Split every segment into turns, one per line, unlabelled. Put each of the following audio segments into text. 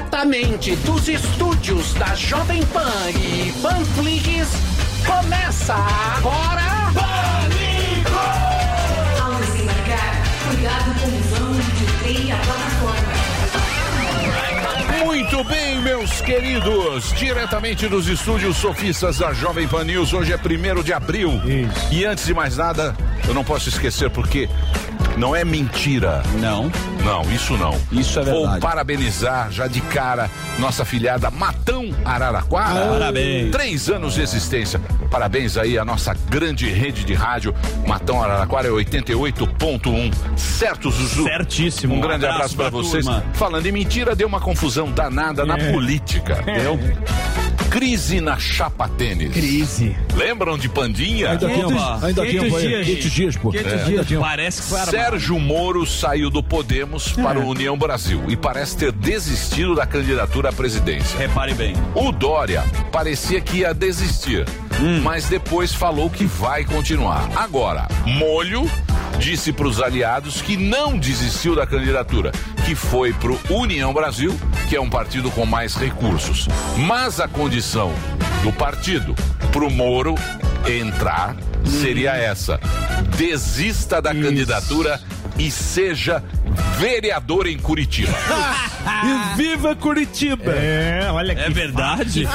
diretamente dos estúdios da Jovem Pan e Panflix, começa agora... Pânico!
Aula sem marcar, cuidado com o vão de trem à plataforma.
Muito bem, meus queridos, diretamente dos estúdios sofistas da Jovem Pan News, hoje é 1 de abril. Isso. E antes de mais nada, eu não posso esquecer porque não é mentira.
Não.
Não, isso não.
Isso é verdade.
Vou parabenizar já de cara nossa filhada Matão Araraquara.
Ah, Parabéns.
Três anos de existência. Parabéns aí à nossa grande rede de rádio. Matão Araraquara é 88.1. Certo, Zuzu?
Certíssimo.
Um grande abraço, abraço para vocês. Turma. Falando em mentira, deu uma confusão danada é. na política. É. Deu? crise na chapa tênis.
Crise.
Lembram de Pandinha?
Ainda tinha, um ainda tinha, é? dias.
500 dias, pô.
500 é. dias. Parece que
foi Sérgio Moro saiu do Podemos é. para o União Brasil e parece ter desistido da candidatura à presidência.
Repare bem.
O Dória parecia que ia desistir, hum. mas depois falou que vai continuar. Agora, Molho disse para os aliados que não desistiu da candidatura, que foi para o União Brasil, que é um partido com mais recursos. Mas a condição do partido para o Moro entrar
Uhum.
seria essa: desista da Isso. candidatura e seja vereador em Curitiba.
e viva Curitiba!
É, olha que
É verdade?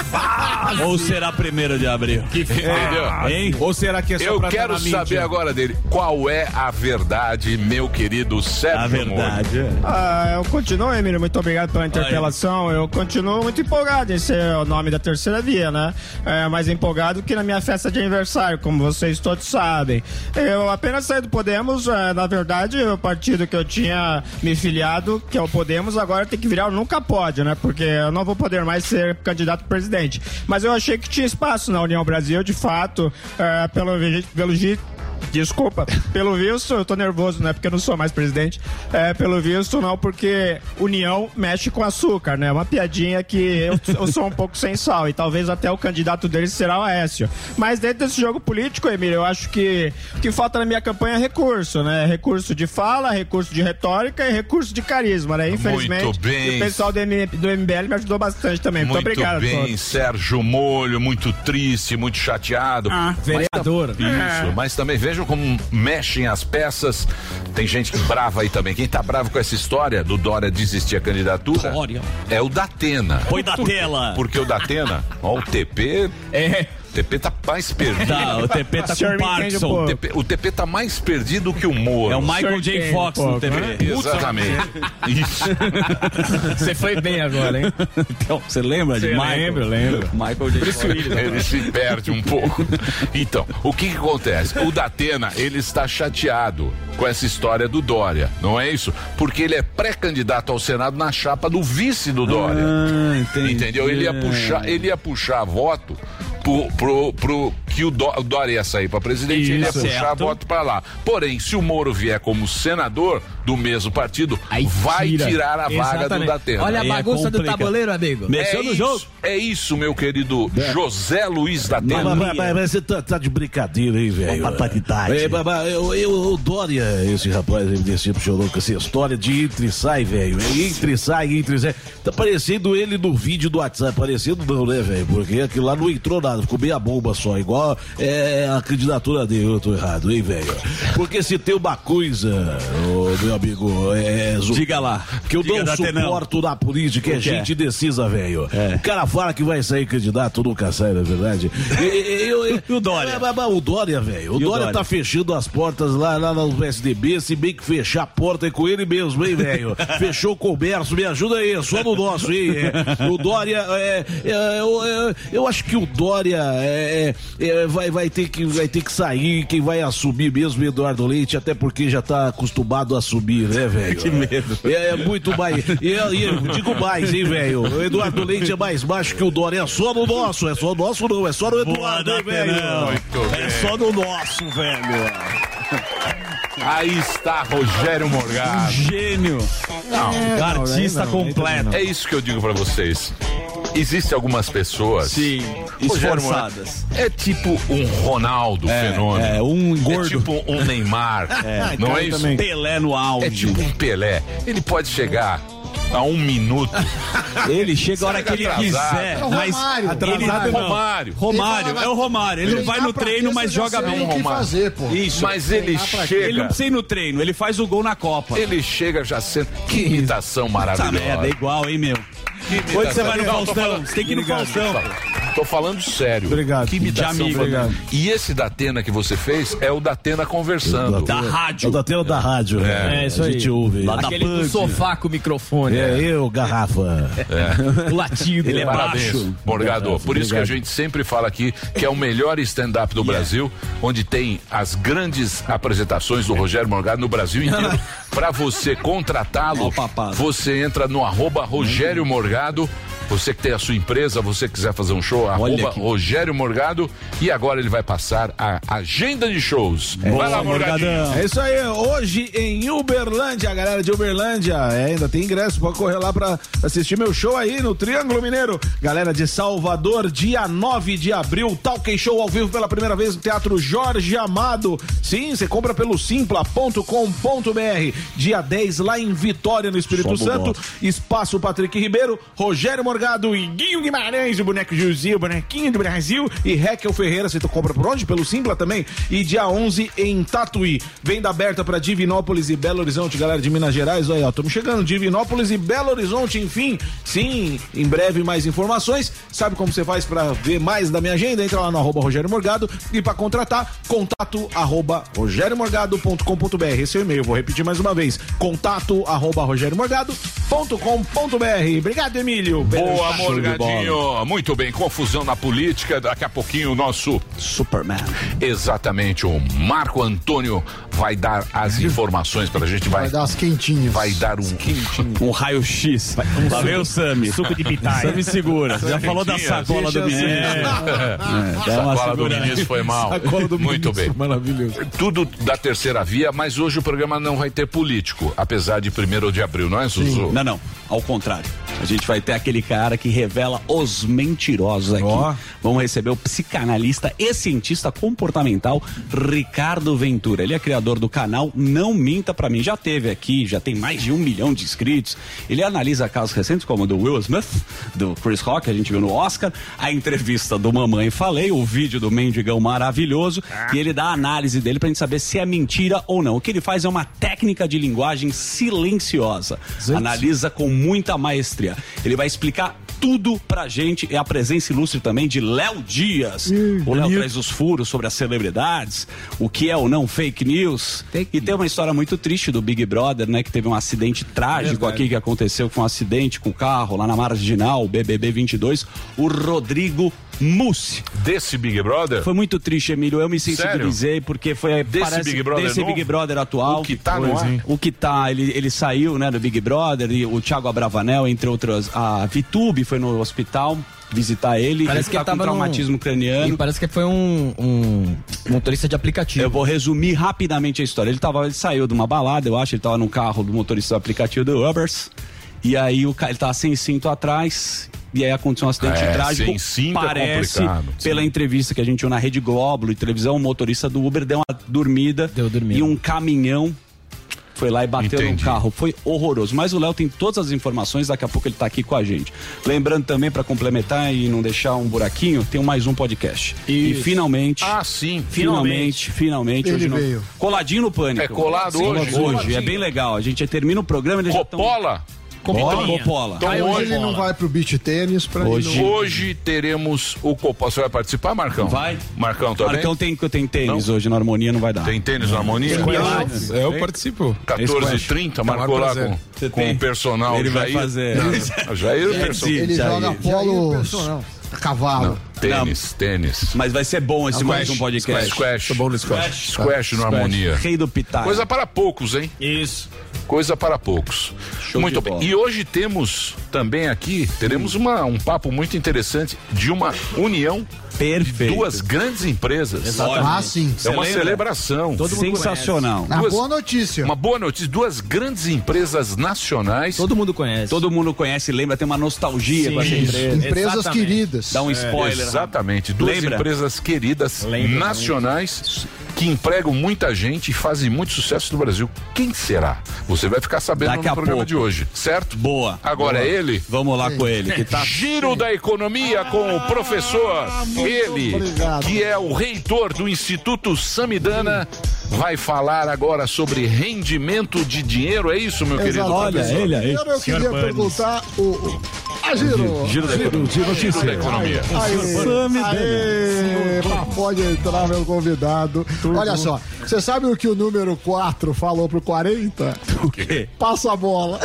Que Ou será primeiro de abril?
Que É, Entendeu?
Hein?
Ou será que é só
Eu quero saber agora dele, qual é a verdade, meu querido Sérgio
A verdade.
É. Ah, eu continuo, Emílio, muito obrigado pela interpelação. Eu continuo muito empolgado em ser o nome da terceira via, né? É, mais empolgado que na minha festa de aniversário, como vocês todos sabem. Eu apenas saí do Podemos, é, na verdade, o partido que eu tinha me filiado, que é o Podemos, agora tem que virar o Nunca Pode, né? Porque eu não vou poder mais ser candidato a presidente. Mas eu achei que tinha espaço na União Brasil, de fato, é, pelo, pelo jeito Desculpa, pelo visto, eu tô nervoso, né? Porque eu não sou mais presidente. É, pelo visto, não, porque união mexe com açúcar, né? Uma piadinha que eu, eu sou um pouco sem sal e talvez até o candidato dele será o Aécio. Mas dentro desse jogo político, Emílio, eu acho que o que falta na minha campanha é recurso, né? Recurso de fala, recurso de retórica e recurso de carisma, né? Infelizmente,
Muito bem.
o pessoal do, M, do MBL me ajudou bastante também. Muito,
muito
obrigado.
Muito bem, Sérgio Molho, muito triste, muito chateado.
Ah, vereador.
Mas, isso, é. mas também vejo vejam como mexem as peças. Tem gente que brava aí também. Quem tá bravo com essa história do Dória desistir a candidatura Dória. é o Datena.
Foi da tela.
Porque o Datena, ó, o TP. É. O TP tá mais perdido.
Tá, o TP tá com Parkinson.
O TP, o TP tá mais perdido que o Moro.
É o Michael J. Fox no TP.
Exatamente. Isso.
Você foi bem agora, hein?
Então, você lembra Cê de Michael?
Lembro, lembro.
Michael J. Fox.
Ele se perde um pouco. Então, o que, que acontece? O Datena, ele está chateado com essa história do Dória, não é isso? Porque ele é pré-candidato ao Senado na chapa do vice do Dória.
Ah, entendi.
Entendeu? Ele ia puxar, ele ia puxar voto Pro, pro, pro, que o, Dó, o Dória ia sair para presidente, Isso, ele ia puxar certo. voto para lá. Porém, se o Moro vier como senador do mesmo partido, Aí vai tira. tirar a vaga Exatamente. do Datena.
Olha a bagunça é do tabuleiro, amigo.
Mexeu é no isso, jogo. É isso, meu querido é. José Luiz Datena.
Mas, mas, mas você tá, tá, de brincadeira aí, velho.
tá
É, eu, eu, o Dória, esse rapaz, ele decepcionou com essa história de entre e sai, velho. É Entre e sai, entre e sai. Tá parecendo ele no vídeo do WhatsApp, parecendo não, né, velho? Porque aquilo lá não entrou nada ficou meia bomba só, igual é, a candidatura dele, eu tô errado, hein, velho? Porque se tem uma coisa, ô, meu amigo, é,
Zul, Diga lá.
Que eu
Diga
não suporto na política, é gente indecisa, velho. É. O cara fala que vai sair candidato, nunca sai, na é verdade.
E, eu, eu,
o Dória? É, o Dória, velho. O, o Dória tá fechando as portas lá, lá no PSDB, se bem que fechar a porta é com ele mesmo, hein, velho? Fechou o comércio, me ajuda aí, só no nosso, hein? É, O Dória, é, eu, eu acho que o Dória é, é, vai, vai, ter que, vai ter que sair, quem vai assumir mesmo é Eduardo Leite, até porque já tá acostumado a assumir, né, velho?
Que medo.
É, é muito mais. E eu, eu, digo mais, hein, velho? O Eduardo Leite é mais baixo que o Dória. É só no nosso, é só no nosso, não. É só no Eduardo, Boa, velho.
É só no nosso, velho.
Aí está Rogério Morgado. Um
gênio. Não, é, artista não, não, completo.
É isso que eu digo para vocês. Existem algumas pessoas.
Sim, esforçadas.
É tipo um Ronaldo é, fenômeno.
É, um gordo.
É tipo um Neymar. É, não é isso?
Pelé no auge.
É tipo um Pelé. Ele pode chegar a um minuto.
Ele chega a hora que
Chega
ele
atrasado.
quiser.
É o
mas
Romário.
Ele,
Atrasado
não.
Romário. Romário, é o Romário. Ele não vai no treino, mas joga bem.
O que
Romário.
fazer, pô?
Isso.
Mas ele chega.
Ele não precisa ir no treino, ele faz o gol na Copa.
Ele chega já sendo. Que imitação
Essa merda, é
maravilhosa.
igual, hein, meu?
Que imitação.
Quando você vai no
Não, tô
Faustão,
falando-
você tem que ir no Faustão.
Tô falando sério.
Obrigado.
Que imitação
De amigo.
fantástica. E esse da Atena que você fez é o da Atena conversando.
Da
É o
rádio.
da tela da rádio. né?
É, isso
A
aí.
gente ouve.
Lá da
Aquele do
Band.
sofá com o microfone.
É, eu, garrafa.
O latido.
Ele é
Parabéns,
baixo.
Morgado. Por isso que a gente sempre fala aqui que é o melhor stand-up do Brasil, onde tem as grandes apresentações do Rogério Morgado no Brasil inteiro. Pra você contratá-lo,
Ó, papado. Uhum.
você entra no arroba Rogério Morgado. Você que tem a sua empresa, você quiser fazer um show, arroba
que-
Rogério Morgado. E agora ele vai passar a agenda de shows. É. vai lá, Morgadinho.
É isso aí, hoje em Uberlândia, galera de Uberlândia, é, ainda tem ingresso, pode correr lá pra assistir meu show aí no Triângulo Mineiro. Galera de Salvador, dia 9 de abril, Talk Show ao vivo pela primeira vez no Teatro Jorge Amado. Sim, você compra pelo simpla.com.br. Dia 10 lá em Vitória, no Espírito Santo, Espaço Patrick Ribeiro, Rogério Morgado e Guinho Guimarães, o boneco Gilzinho, o bonequinho do Brasil e Raquel Ferreira, você compra por onde? Pelo Simpla também. E dia 11 em Tatuí. Venda aberta para Divinópolis e Belo Horizonte, galera de Minas Gerais. Olha, estamos chegando. Divinópolis e Belo Horizonte, enfim. Sim, em breve mais informações. Sabe como você faz para ver mais da minha agenda? Entra lá no arroba Rogério Morgado e para contratar, contato arroba rogeriomorgado.com.br. Esse é o e-mail, vou repetir mais uma vez. Contato arroba rogeriomorgado.com.br. Obrigado, Emílio.
Boa,
Show de bola.
Morgadinho. Muito bem, confusão na política. Daqui a pouquinho o nosso
Superman.
Exatamente, o Marco Antônio vai dar as informações pra gente, vai,
Vai dar as quentinhas.
vai dar um...
Um raio-x. Lá vem o Sami.
Suco de pitaia.
Sami segura. Já
Sami
falou da
Dias.
sacola do
Deixa
menino.
É. Sacola do ministro foi mal.
Sacola do
Muito
ministro,
bem.
Maravilhoso.
Tudo da terceira via, mas hoje o programa não vai ter político, apesar de 1 de abril, não é, Suzu?
Não, não. Ao contrário. A gente vai ter aquele cara que revela os mentirosos aqui.
Ó.
Vamos receber o psicanalista e cientista comportamental Ricardo Ventura. Ele é criador do canal Não Minta Pra Mim. Já teve aqui, já tem mais de um milhão de inscritos. Ele analisa casos recentes como o do Will Smith, do Chris Rock, que a gente viu no Oscar, a entrevista do Mamãe Falei, o vídeo do Mendigão maravilhoso, e ele dá a análise dele pra gente saber se é mentira ou não. O que ele faz é uma técnica de linguagem silenciosa. Analisa com muita maestria. Ele vai explicar tudo pra gente. É a presença ilustre também de Léo Dias. o Léo traz os furos sobre as celebridades, o que é ou não fake news. e tem uma história muito triste do Big Brother, né? Que teve um acidente trágico aqui que aconteceu com um acidente com o carro lá na Marginal, o BBB 22. O Rodrigo Mussi.
Desse Big Brother,
Foi muito triste, Emílio. Eu me
Sério?
sensibilizei porque foi
Desse
parece,
Big Brother
desse
novo?
Big Brother atual.
O que tá no ar?
é? O que tá, ele, ele saiu, né, do Big Brother e o Thiago Abravanel, entre outras, a Vitube foi no hospital visitar ele.
Parece que
ele
ele
tá com
tava num-
traumatismo
E
craniano.
parece que foi um, um motorista de aplicativo.
Eu vou resumir rapidamente a história. Ele, tava, ele saiu de uma balada, eu acho, ele tava no carro do motorista do aplicativo do Ubers. E aí o ca- ele tava sem cinto atrás. E aí aconteceu um acidente
É,
trágico.
sem cinto é
parece,
complicado.
pela entrevista que a gente viu na Rede Globo e televisão, o motorista do Uber deu uma dormida.
Deu dormida.
E um caminhão foi lá e bateu
Entendi.
no carro. Foi horroroso. Mas o Léo tem todas as informações, daqui a pouco ele tá aqui com a gente. Lembrando também, para complementar e não deixar um buraquinho, tem mais um podcast. E
Isso.
finalmente.
Ah, sim.
Finalmente, finalmente.
Ele
hoje no-
veio.
Coladinho no pânico.
É colado hoje?
Hoje, é bem legal. A gente termina o programa e
Coppola.
Copola.
Então
Aí hoje
hoje,
ele não vai pro beach tênis pra
Hoje-
ele não...
hoje teremos o Coppola. Você vai participar, Marcão?
Vai.
Marcão tá também?
Então tem, tem tênis hoje na harmonia, não vai dar.
Tem tênis na harmonia?
É, eu
Tipo,
participo.
14h30, marcou lá
prazer.
com, com o personal
Ele vai
Jair.
fazer.
Não, Jair é o personal.
Ele
é Já é.
joga
ia.
polo
personal.
a cavalo.
Tênis, tênis.
Mas vai ser bom esse mais um podcast.
Squash.
Tô bom no squash.
Squash no harmonia.
Rei do Pitaco.
Coisa para poucos, hein?
Isso.
Coisa para poucos.
Show
muito
de
bem.
bola.
E hoje temos também aqui, teremos uma, um papo muito interessante de uma união de
perfeita.
duas grandes empresas.
Ah, sim.
É uma
Você lembra?
celebração.
Sensacional.
Na
Duas-
boa notícia.
Uma boa notícia, duas grandes empresas nacionais.
Todo mundo conhece.
Todo mundo conhece, lembra, tem uma nostalgia com essa
isso.
empresa.
Empresas
Exatamente.
queridas.
Dá um spoiler.
É. Exatamente, duas
Lembra?
empresas queridas nacionais que empregam muita gente e fazem muito sucesso no Brasil. Quem será? Você vai ficar sabendo
Daqui
no
a
programa
pouco.
de hoje, certo?
Boa.
Agora
Boa.
é ele?
Vamos lá com ele, que tá
Giro da Economia com o professor.
Ah,
Ele,
obrigado.
que é o reitor do Instituto Samidana, vai falar agora sobre rendimento de dinheiro. É isso, meu querido?
Olha,
professor?
ele aí.
é
Primeiro eu
Senhor
queria
Burns.
perguntar o. o a Giro.
Giro da Economia.
Giro da Economia.
Aí,
Samidana.
aí, pá, pode entrar, meu convidado. Olha só, você sabe o que o número 4 falou pro 40?
O quê?
Passa a bola.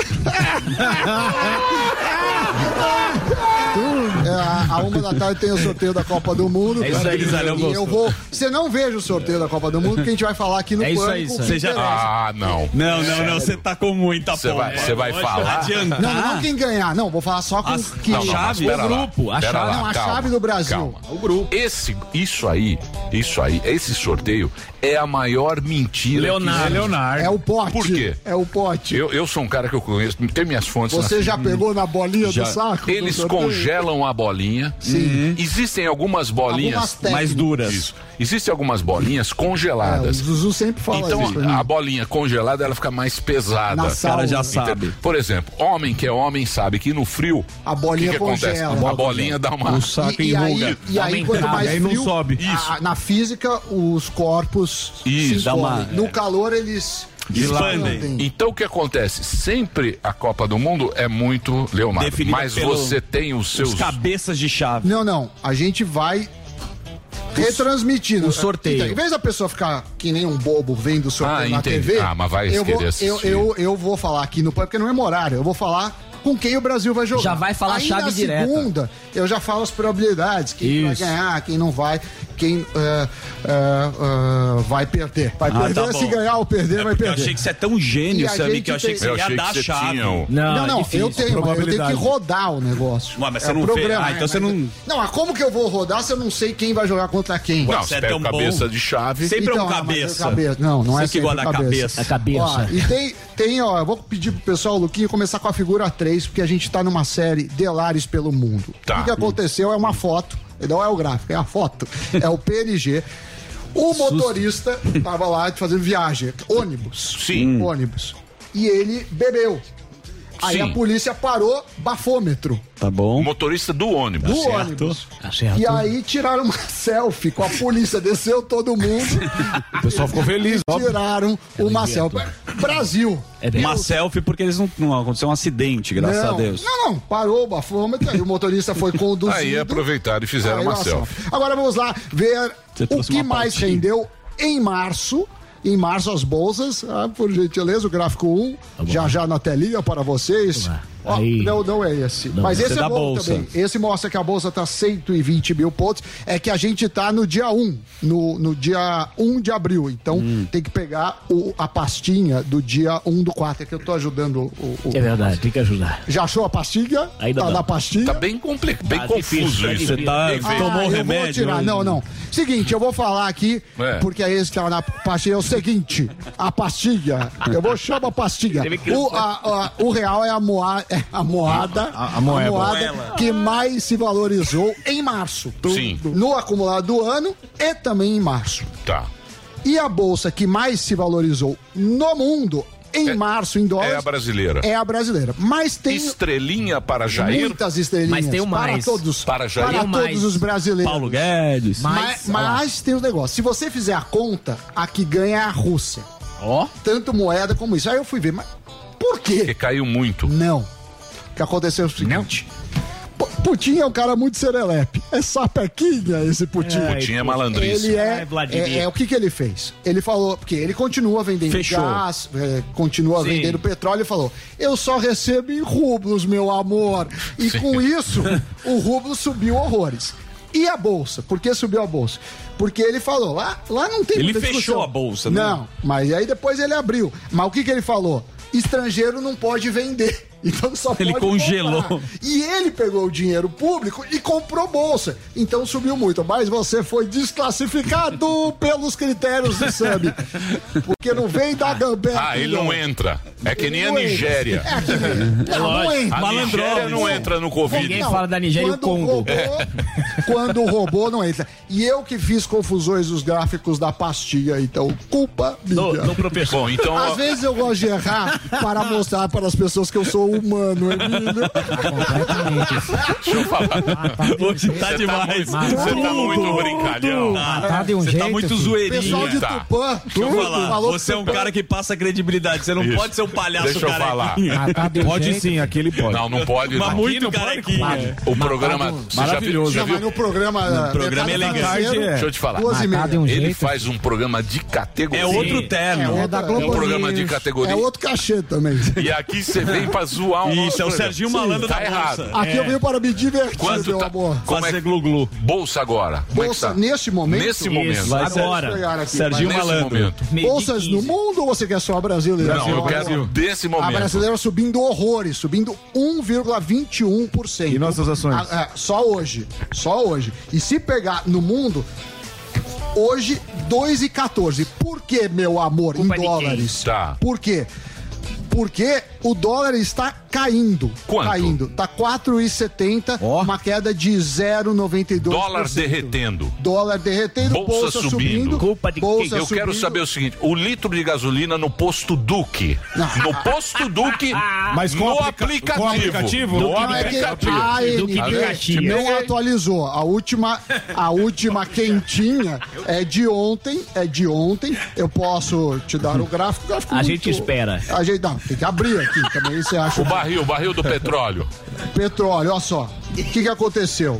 É, a- a uma da tarde tem o sorteio da Copa do Mundo.
isso aí, Zalão
E eu
gostou.
vou. Você não veja o sorteio da Copa do Mundo, porque a gente vai falar aqui no
É isso aí,
Pânico,
Zé.
que
Você
já-
interessa.
Ah, não.
Não, não, não, você tá com muita
Você vai,
pompa.
você vai falar.
Adianta.
Não, não quem ganhar, não, vou falar só com
As-
quem.
Não, não, mas
chave,
pera
o
lá,
grupo, é a
pera
chave.
lá,
Não, a
calma,
chave do Brasil.
calma. Esse, isso aí, isso aí, esse sorteio é a maior mentira.
Leonardo.
Leonardo.
É o pote.
Por quê?
É o
que-
pote.
Eu, eu sou um cara que eu conheço, tem minhas fontes. na
Você já pegou na bolinha do saco?
Eles
Do sorteio?
congelam a bolinha. Sim. Existem algumas
Algumas
bolinhas.
técnicas.
Mais duras.
Isso. Existem algumas bolinhas
É, o
congeladas.
Zuzu sempre fala
então,
isso. pra
a
mim.
bolinha congelada, ela fica mais pesada.
Na né?
O cara já
Sauna.
sabe.
Por exemplo, homem que é homem sabe que no frio.
A bolinha
o que que acontece?
congela.
A bolinha dá uma.
O saco
E, e
enruga.
aí, e aí quanto mais
aí não
frio,
sobe.
a-
Isso.
na física, os corpos
Isso,
se
dá uma-
escondem. No calor, eles
Expandem.
Então o que acontece? Sempre a Copa do Mundo é muito Leonardo.
Definida
mas
pelo-
você tem os seus.
Os cabeças de chave.
Não, não. A gente vai retransmitindo.
o sorteio.
Então, em vez da pessoa ficar que nem um bobo vendo o sorteio
Ah,
na
entendi.
TV.
Ah, mas vai
eu
querer
vou, eu,
assistir.
eu, eu vou falar aqui no pano, porque não é meu horário. Eu vou falar com quem o Brasil vai jogar.
Já vai falar a
Aí,
chave
na
direta.
segunda, eu já falo as probabilidades. Quem vai
Isso.
ganhar, quem não vai, quem ah, ah, ah, vai perder. Vai
Ah,
perder
tá
se
bom.
ganhar ou perder, vai
Porque eu
perder.
achei que você é tão gênio,
E a
Sammy,
gente
que eu achei que
tem-
você
Eu
ia
achei
dar a
que você
chave.
tinha um. o-
Não,
Não, não, eu tenho, mas eu tenho que
probabilidade.
rodar o negócio.
Ué, mas você não vê.
programa, né?
Ah, então você
mas-
não-
Não, mas como que eu vou rodar se eu não sei quem vai jogar contra quem?
Não,
Você
você
é
pega
tão
o cabeça
bom.
de chave.
Sempre é um
Então, ah, mas é
cabeça.
cabeça. Não, não
Você
é
que
sempre
gosta da
cabeça.
É cabeça.
A cabeça.
Ó, e tem, tem, ó, eu vou pedir pro pessoal, Luquinho, começar com a figura 3, porque a gente tá numa série Delares pelo Mundo.
Tá.
O que aconteceu é uma foto, não é o gráfico, é a foto, é o PNG. O motorista tava lá fazendo viagem, ônibus.
Sim.
Hum.
Ônibus. E ele bebeu. Aí
Sim.
a polícia parou, bafômetro
Tá
O
bom.
motorista do ônibus.
do ônibus.
Tá certo.
E aí tiraram uma selfie com a polícia, desceu todo mundo,
O pessoal ficou feliz, ó.
tiraram uma selfie. Brasil.
É bem-
Uma selfie, porque eles não, não aconteceu um acidente, graças
não,
a Deus.
não, não, parou o bafômetro, aí o motorista foi conduzido.
Aí
é
aproveitaram e fizeram
Aí,
uma
olha só.
selfie.
Agora vamos lá ver
Você
o
trouxe
que
uma
mais
pautinha.
rendeu em março. Em março, as bolsas, ah, por gentileza, o gráfico 1,
Tá
já já na telinha para vocês. Ó,
Aí.
não, não é esse. Mas esse
esse
é
é da
bom
bolsa.
também. Esse mostra que a bolsa tá está 120 mil pontos. É que a gente está no dia 1, no, no dia 1 de abril. Então
Hum.
tem que pegar o- a pastinha do dia 1 do 4. É que eu estou ajudando o. o-
É verdade, tem que ajudar.
Já achou a pastinha?
Ainda
tá
não.
na pastinha?
Tá bem complicado, bem
Tá
confuso
difícil,
isso.
tá
Você tá,
Bem feito. Ah,
um
tomou
Ah, eu vou
remédio?
tirar. Não, não. Seguinte, eu vou falar aqui,
É.
porque é esse que tava na pastilha. É o seguinte, a pastilha. Eu vou chamar a pastilha. O, a- a- o real é a, moa, é a moada,
A- a moeda.
que mais se valorizou em março.
Sim.
No acumulado do ano e também em março.
Tá.
E a bolsa que mais se valorizou no mundo em
É-
março em
É a
dólares
brasileira.
é a brasileira. Mas tem
Estrelinha para Jair.
muitas estrelinhas.
Mas tem o
Para
mais.
todos,
Para Jair.
para
Tem o mais.
todos os brasileiros.
Paulo Guedes.
Mas, mas tem um negócio. Se você fizer a conta, a que ganha é a Rússia.
Ó.
Tanto moeda como isso. Aí eu fui ver, mas por
Porque
quê?
caiu muito.
Não. O que aconteceu é o seguinte. Pu- Putin é um cara muito serelepe. É sapequinha esse Putin.
Tinha malandrice.
Ele é,
Ai, Vladimir.
é, é, O que, que ele fez? Ele falou, porque ele continua vendendo
Fechou.
gás, é, continua vendendo petróleo e falou: eu só recebo em rublos, meu amor. E com isso, o rublo subiu horrores. E a bolsa? Por que subiu a bolsa? Porque ele falou, lá, lá não tem
Ele
muita
fechou
discussão.
a bolsa, né?
não? Não, mas aí depois ele abriu. Mas o que, que ele falou? Estrangeiro não pode vender. Então só
Ele
pode
congelou.
comprar. E ele pegou o dinheiro público e comprou bolsa. Então subiu muito. Mas você foi desclassificado pelos critérios do SAMI. Porque não vem da Gambé.
Ah, ele não entra. É que nem a Nigéria.
É que nem. Não,
É
não
lógico.
entra.
A Nigéria
Malandrões.
não entra no Covid.
Ninguém fala da Nigéria e o
quando
Congo. É.
roubou- quando roubou, não entra. E eu que fiz confusões nos gráficos da pastilha, então culpa
Do,
minha.
do professor.
Bom, então.
Às
ó,
vezes eu gosto de errar para mostrar para as pessoas que eu sou humano, Emílio.
Deixa eu falar.
Hoje tá
Você tá muito-
demais.
você tá muito brincalhão.
Tá de um
Você
jeito.
tá muito
filho.
zoeirinho.
Pessoal de
Tá.
Tupã,
Deixa eu
tudo
falar.
falou
Você é um
Tupã.
cara que passa credibilidade. Você não
Isso.
pode ser um palhaço
Deixa eu
carequinha.
falar.
Ah, tá
tá
Matar de um
Pode
jeito.
sim, aquele pode.
Não, não pode.
Mas
não.
muito
não pode,
carequinha.
O programa. você já viu-
Maravilhoso.
já
Não,
viu-
mas no programa. eh, No
programa é legal.
Um Deixa eu te falar.
Duas e meia.
Matar de um
Ele
jeito.
faz um programa de categoria.
É outro terno.
É da Globo
É um programa
News.
de categoria.
É outro cachê também.
E aqui você vem pra zoar o
Isso,
nosso
é o
programa.
Serginho Malandro
tá
da
errado.
Bolsa. É.
Aqui eu venho para me divertir,
Quanto
meu
tá-
amor.
Como é
Fazer glu-glu.
Bolsa agora. Como é que
Bolsa,
tá?
neste momento.
Nesse momento.
vai
Vamos
agora.
pegar aqui,
Serginho
vai.
Nesse
Malandro.
momento.
Bolsas no mundo ou você quer só a brasileira?
Não, eu
Ah,
quero desse
A
momento.
brasileira Ah, subindo horrores, subindo 1,21%.
E nossas ações?
Ah, ah, só hoje. Só hoje. E se pegar no mundo, hoje 2,14. Por que, meu amor,
Culpa
em
de quem?
dólares?
Tá.
Por quê? Porque o dólar está caindo.
Quanto?
Caindo. Tá 4,70,
Ó.
uma queda de 0,92.
Dólar derretendo.
Dólar derretendo,
Bolsa
bolsa,
subindo.
subindo.
Culpa de
bolsa
quem?
Eu quero
subindo.
saber o seguinte: o litro de gasolina no posto Duque. No posto Duque,
Mas com
no
aplica-
aplicativo.
com aplicativo?
No
Não é que
aplicativo.
a
aplicativo.
ANB não atualizou. A última, a última quentinha é de ontem, é de ontem. Eu posso te dar o gráfico. o gráfico
A
muito-
gente espera.
A gente não, tem que abrir aqui também. Você acha
O barril, o barril do petróleo.
petróleo? Olha só, o que, que aconteceu?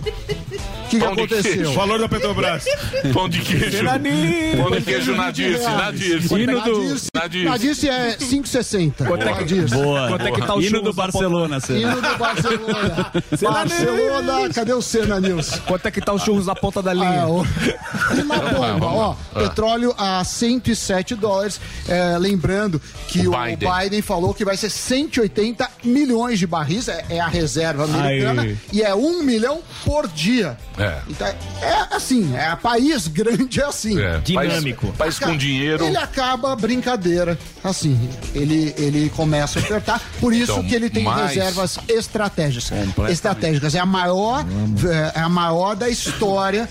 O que, que
Pão de
aconteceu?
queijo.
Valor da Petrobras.
Pão de queijo. Pão de queijo na Dirce, na Dirce.
Nadirce,
Nadirce.
Nadirce é 5,60. Nadirce.
Boa.
Quanto é que tá o
Hino
churros
do
na
Barcelona, Serginho.
Hino do Barcelona. Barcelona, cadê o Senna News?
Quanto é que tá os churros na ponta da linha?
Ah, o- E na bomba,
vamos
ó,
lá. Ah.
petróleo a 107 dólares. É, lembrando que
O
o,
Biden.
Biden. falou que vai ser 180 milhões de barris, é, é a reserva americana,
Aí.
e é um milhão por dia.
É.
Então, é assim, é país grande é assim.
É,
Dinâmico.
País, país com dinheiro.
Ele acaba a brincadeira, assim, ele, ele começa a ofertar, por isso
Então,
que ele tem
mas-
reservas estratégicas. Estratégicas, é a maior, é a maior da história,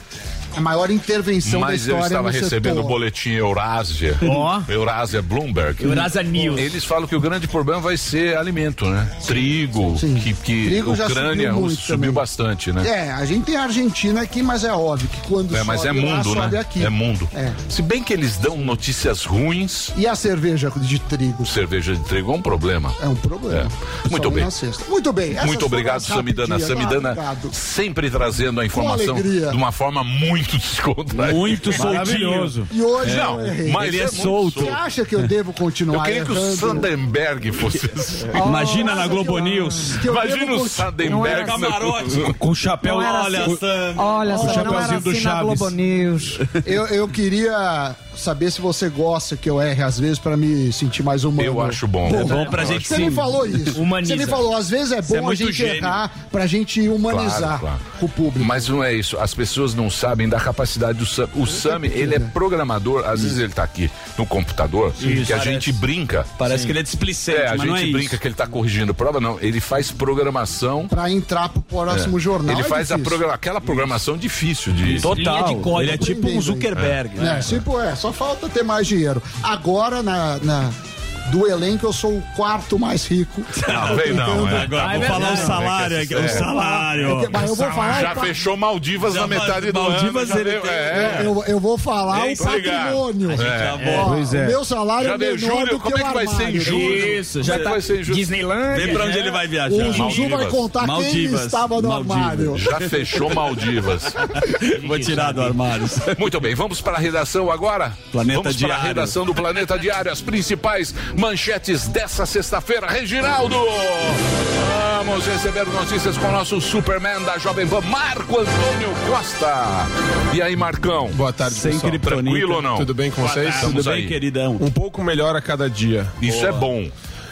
a maior intervenção
Mas
da
eu
história
estava
no
recebendo o
setor.
boletim Eurásia.
Ó.
Eurásia Bloomberg.
Brasa News.
Eles falam que o grande problema vai ser alimento, né? Trigo,
sim.
que, que
Trigo já
Ucrânia
subiu
subiu,
muito também.
bastante, né?
É, a gente tem a Argentina aqui, mas é óbvio que quando
É, mas é
sobe lá,
mundo,
sobe
né?
aqui.
É mundo.
É.
Se bem que eles dão notícias ruins,
E a cerveja de trigo?
cerveja de trigo é um problema.
É um problema.
É.
Só
Muito
vem
bem.
na sexta. Muito bem. essas
Muito
foram
obrigado,
as rapidinhas,
Samidana.
tá?
Samidana
Obrigado.
sempre trazendo a informação
alegria.
de uma forma muito descontraída.
Muito soltinho.
Maravilhoso.
E hoje
Não,
eu errei.
mas
Ele é
muito
solto.
Você acha que eu devo continuar
Eu queria que o
errando?
Sandenberg fosse. assim.
Imagina na
Nossa,
Globo
que-
News.
que eu
Imagina
devo
o
continuar.
Sandenberg.
Camarote.
Com chapéu.
Então,
era
olha,
assim.
Sam.
Olha
O
só, não era
chapeuzinho do
assim na
Chaves.
Globo News.
Eu, eu queria saber se você gosta que eu erre às vezes pra me sentir mais humano.
Eu acho bom.
É bom pra gente
Você
sim.
me falou isso.
Humaniza.
Você me falou, às vezes é
é
bom a
muito
gente
gênio.
errar pra gente humanizar
Claro, claro.
o público.
Mas não é isso. As pessoas não sabem da capacidade do Sam. O Sam, ele é programador. Às vezes ele tá aqui no computador, que a
parece.
gente brinca.
Parece que ele é displicente,
É, a
mas não é
gente
isso.
brinca que ele tá corrigindo prova, não. Ele faz programação.
Pra entrar pro próximo jornal.
Ele
é
faz a
difícil.
programa- aquela programação difícil de.
Linha de
Total.
código.
Ele é tipo um Zuckerberg. né?
É, tipo, é, só falta ter mais dinheiro. Agora, na, na- do elenco, eu sou o quarto mais rico.
Não, vem não. é.
Agora, vou
é
falar o
verdade.
salário aqui. O
assim,
salário.
Mas eu vou falar.
é Já fechou Maldivas
Já
na metade do
Maldivas,
ano. já
ele
deu-
tem-
é.
Eu, eu vou falar
Bem,
o
tô ligado.
patrimônio.
É.
Ó,
Pois é.
o Meu salário
Já
é
veio
menor
julho?
do que
Como é que
o
vai ser em
armário.
julho?
Isso,
Como
já
é que
tá
vai ser em julho?
Disneyland.
Vê pra onde ele vai viajar.
O Zuzu
Maldivas.
vai contar quem
Maldivas.
estava no
Maldivas.
armário.
Já fechou Maldivas.
Vou tirar do armário.
Muito bem, vamos para a redação agora?
Planeta
vamos para
Diário.
a redação do Planeta Diário, as principais manchetes dessa sexta-feira. Reginaldo! Vamos receber notícias com o nosso Superman da Jovem Pan, Marco Antônio Costa. E aí, Marcão?
Boa tarde,
Sem
pessoal.
criptonita.
Tranquilo ou não?
Tudo bem com
Boa
vocês?
tarde.
Tudo
Um
Vamos
bem,
aí.
queridão?
Um pouco melhor a cada dia.
Isso é bom.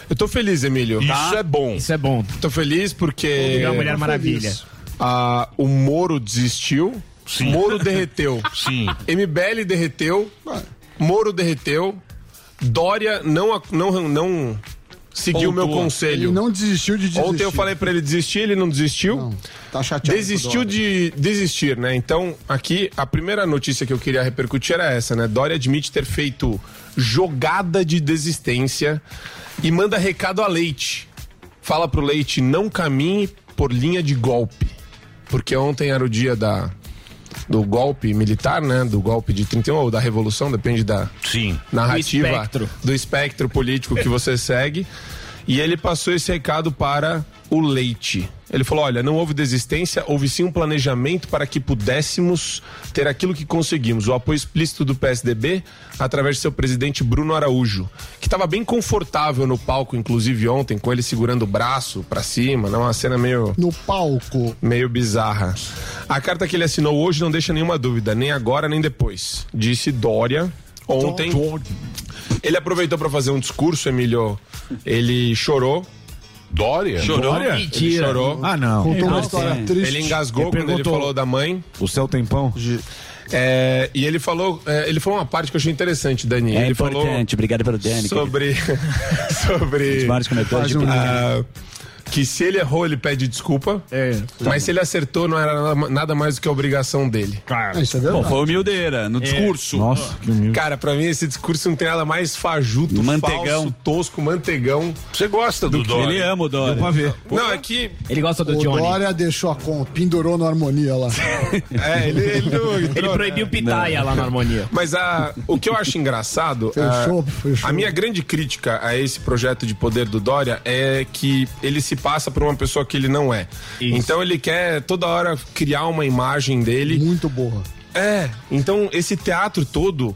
Eu tô feliz, Emílio.
Isso Tá?
é bom.
Isso é bom.
Tô feliz porque.
Obrigado, Mulher Maravilha.
Ah, o Moro desistiu.
Sim.
Moro derreteu.
Sim.
MBL derreteu. Moro derreteu. Dória não, ac- não, não seguiu o meu
Pontua.
conselho.
Ele não desistiu de desistir.
Ontem eu falei pra ele desistir, ele não desistiu.
Não, tá chateado.
Desistiu de desistir, né? Então, aqui, a primeira notícia que eu queria repercutir era essa, né? Dória admite ter feito jogada de desistência e manda recado a Leite. Fala pro Leite, não caminhe por linha de golpe. Porque ontem era o dia da, do golpe militar, né? Do golpe de 31, ou da revolução, depende da,
Sim.
narrativa
Do espectro.
do espectro político que você segue. E ele passou esse recado para o Leite. Ele falou: olha, não houve desistência, houve sim um planejamento para que pudéssemos ter aquilo que conseguimos. O apoio explícito do PSDB através de seu presidente Bruno Araújo, que estava bem confortável no palco, inclusive ontem, com ele segurando o braço para cima, né? uma cena meio
No palco.
meio bizarra. A carta que ele assinou hoje não deixa nenhuma dúvida, nem agora nem depois. Disse Dória ontem. Ele aproveitou para fazer um discurso, Emílio. Ele chorou.
Dória?
Chorou? Ele
Mentira.
chorou.
Ah, não.
Contou uma
não,
história
sim.
triste.
Ele engasgou
Ele
quando ele
perguntou-
falou da mãe.
O céu tem pão?
É, e ele falou, é, ele falou uma parte que eu achei interessante, Dani.
É
ele
importante, obrigado pelo Dani.
falou sobre sobre
Vários comentários
um
de
Ah, que se ele errou, ele pede desculpa.
É.
Mas se ele acertou, não era nada- nada mais do que a obrigação dele.
Ah, Isso é verdade.
Pô, foi humildeira no discurso.
Nossa,
Ah.
que humilde.
É. Cara, pra mim esse discurso não tem nada mais fajuto,
Manteigão.
falso, tosco, manteigão.
Você gosta do, Dória?
Ele ama o Dória.
Pra ver.
Não, é que.
Ele gosta do
O
Johnny.
Dória deixou a conta, pendurou na harmonia lá.
É, ele, ele não entrou,
Ele
né?
proibiu pitaia lá na harmonia.
Mas a, o que eu acho engraçado.
Fechou,
a,
fechou.
A minha grande crítica a esse projeto de poder do Dória é que ele se passa por uma pessoa que ele não é. Então ele quer toda hora criar uma imagem dele.
Muito boa.
É, então esse teatro todo.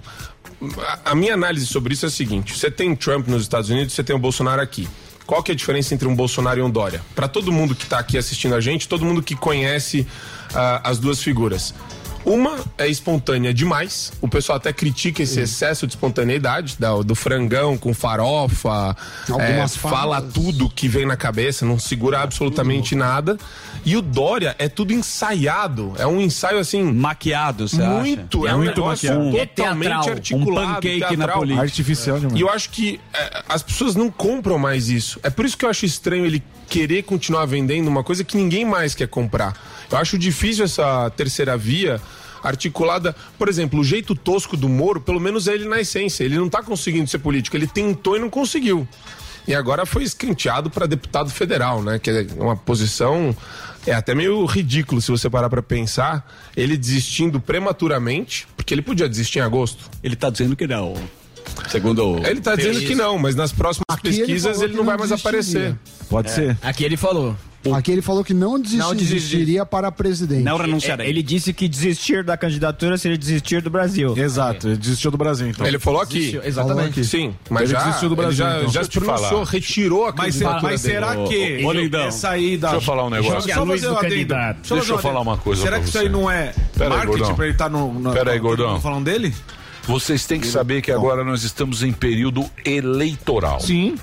a- A minha análise sobre isso é a seguinte: você tem Trump nos Estados Unidos, você tem o Bolsonaro aqui. Qual que é a diferença entre um Bolsonaro e um Dória? Para todo mundo que tá aqui assistindo a gente, todo mundo que conhece ah, as duas figuras. Uma é espontânea demais, o pessoal até critica esse excesso de espontaneidade, da- do frangão com farofa,
Algumas
é, fala
falas.
tudo que vem na cabeça, não segura absolutamente nada. E o Dória é tudo ensaiado, é um ensaio assim,
Maquiado, você acha?
muito, é,
um
um
negócio
negócio
um-
totalmente
teatral, um
articulado.
um pancake
teatral.
na política.
Artificial demais.
E eu acho que é, as pessoas não compram mais isso. É por isso que eu acho estranho ele querer continuar vendendo uma coisa que ninguém mais quer comprar. Eu acho difícil essa terceira via articulada, por exemplo, o jeito tosco do Moro, pelo menos é ele na essência, ele não tá conseguindo ser político, ele tentou e não conseguiu. E agora foi escanteado para deputado federal, né? Que é uma posição é até meio ridículo se você parar para pensar, ele desistindo prematuramente, porque ele podia desistir em agosto.
Ele tá dizendo que não. Segundo o.
Ele tá dizendo que não, mas nas próximas
ele
pesquisas
falou
ele,
que
não
não
vai mais
desistiria.
aparecer.
Pode ser.
Aqui ele falou.
Aqui ele falou que não desistiria, para presidente.
Não
É,
renunciarei.
Ele disse que desistir da candidatura seria desistir do Brasil.
Exato, ele desistiu do Brasil, então.
Ele falou aqui.
Desistiu, Exatamente.
Sim, mas
Ele
já,
desistiu do
ele
Brasil,
já,
então.
já
Deixa
se
eu te
pronunciou, retirou a
Mas,
candidatura
mas
dele.
será que
ô, ô, Lindão.
essa aí da...
Deixa eu falar um negócio.
Jogue a luz do
fazer um adendo.
candidato.
Só
Deixa eu
fazer um
falar
adendo.
uma coisa
Será
pra
que isso
você.
aí não é
aí,
marketing
gordão.
pra ele estar no... no
Pera aí,
todo mundo
gordão.
falando dele?
Vocês têm que saber que agora nós estamos em período eleitoral.
Sim.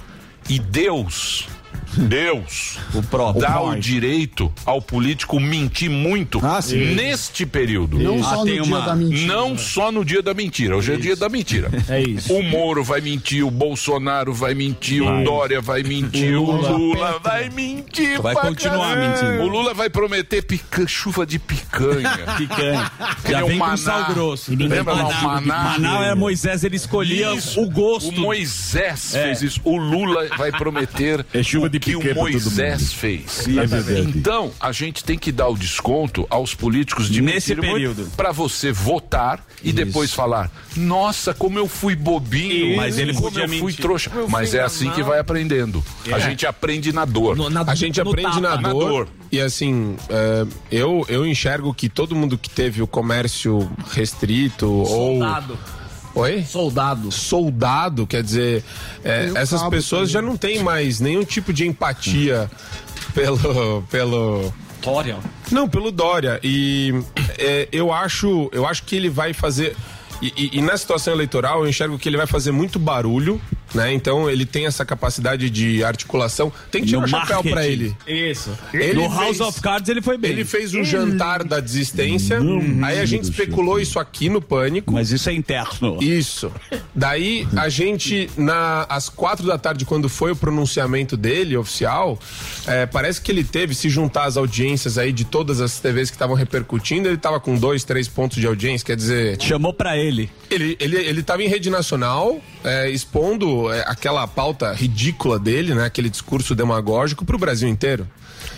E Deus, Deus,
O próprio.
dá o direito ao político mentir muito
Ah, sim. Ah,
neste período.
Não só no
tem
dia
uma-
da mentira.
Não só no dia da mentira, hoje é dia da mentira.
É isso.
O Moro vai mentir, o Bolsonaro vai mentir, o Dória vai mentir, o Lula, vai mentir.
Vai
pra
continuar
caralho.
mentindo.
O Lula vai prometer pica- chuva de picanha.
Picanha.
Que
Já
nem o
vem
maná.
com sal grosso.
Lembra lá o maná?
Maná era é Moisés, ele escolhia
Isso.
o gosto. É.
O Moisés fez isso. O Lula vai prometer
É chuva
o
de
que o
piquet pra todo
Moisés fez.
É verdade.
Então, a gente tem que dar o desconto aos políticos de
Nesse
mentir muito
período.
pra você votar e depois falar: "Nossa, como eu fui bobinho,
Mas ele
como
podia
eu fui
mentir.
trouxa". Mas é assim que vai aprendendo. A gente aprende na dor.
No- na-
A gente
no
aprende
tapa.
na
Na
dor.
dor.
E assim, é, eu, eu enxergo que todo mundo que teve o comércio restrito
Soldado.
ou. Oi?
Soldado.
Soldado, quer dizer, é,
Tem o
essas
cabo
pessoas
também.
já não têm mais nenhum tipo de empatia pelo. pelo
Dória.
Não, pelo Dória. E é, eu, acho, eu acho que ele vai fazer. E, e- e na situação eleitoral, eu enxergo que ele vai fazer muito barulho né? Então ele tem essa capacidade de articulação. Tem que tirar
No
o chapéu
marketing.
para ele.
Isso.
Ele
no
fez-
House of Cards ele foi bem.
Ele fez o jantar da desistência. aí a gente especulou isso aqui no Pânico.
Mas isso é interno.
Isso. Daí a gente, na, às quatro da tarde, quando foi o pronunciamento dele, oficial, é, parece que ele teve, se juntar as audiências aí de todas as TVs que estavam repercutindo, ele tava com dois, três pontos de audiência, quer dizer.
Chamou pra ele.
Ele, ele, ele tava em rede nacional, é, expondo é, aquela pauta ridícula dele, né? Aquele discurso demagógico pro Brasil inteiro.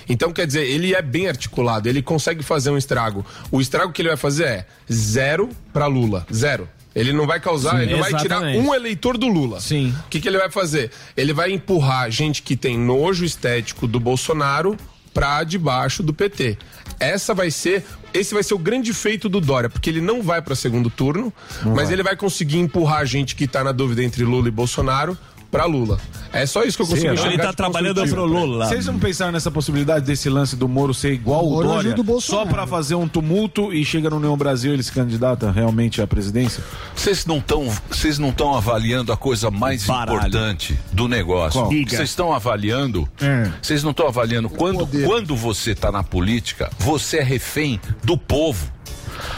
Então, quer dizer, ele é bem articulado, ele consegue fazer um estrago. O estrago que ele vai fazer é zero pra Lula. Zero. Ele não vai causar,
Sim,
ele não vai tirar
exatamente.
um eleitor do Lula. Sim. O que, que ele vai fazer? Ele vai empurrar gente que tem nojo estético do Bolsonaro pra debaixo do PT. Essa vai ser, esse vai ser o grande feito do Dória, porque ele não vai pra segundo turno, mas ele vai conseguir empurrar gente que tá na dúvida entre Lula e Bolsonaro pra Lula. É só isso que eu consigo enxergar
tá
de construtivo.
Vocês não pensaram nessa possibilidade desse lance do Moro ser igual
O
o
Moro
Dória?
ajuda o Bolsonaro.
só pra fazer um tumulto e chega no União Brasil ele se candidata realmente à presidência?
Vocês não estão, vocês não estão avaliando a coisa mais importante do negócio.
Qual? Diga.
Vocês estão avaliando, vocês não estão avaliando quando, quando você está na política, você é refém do povo.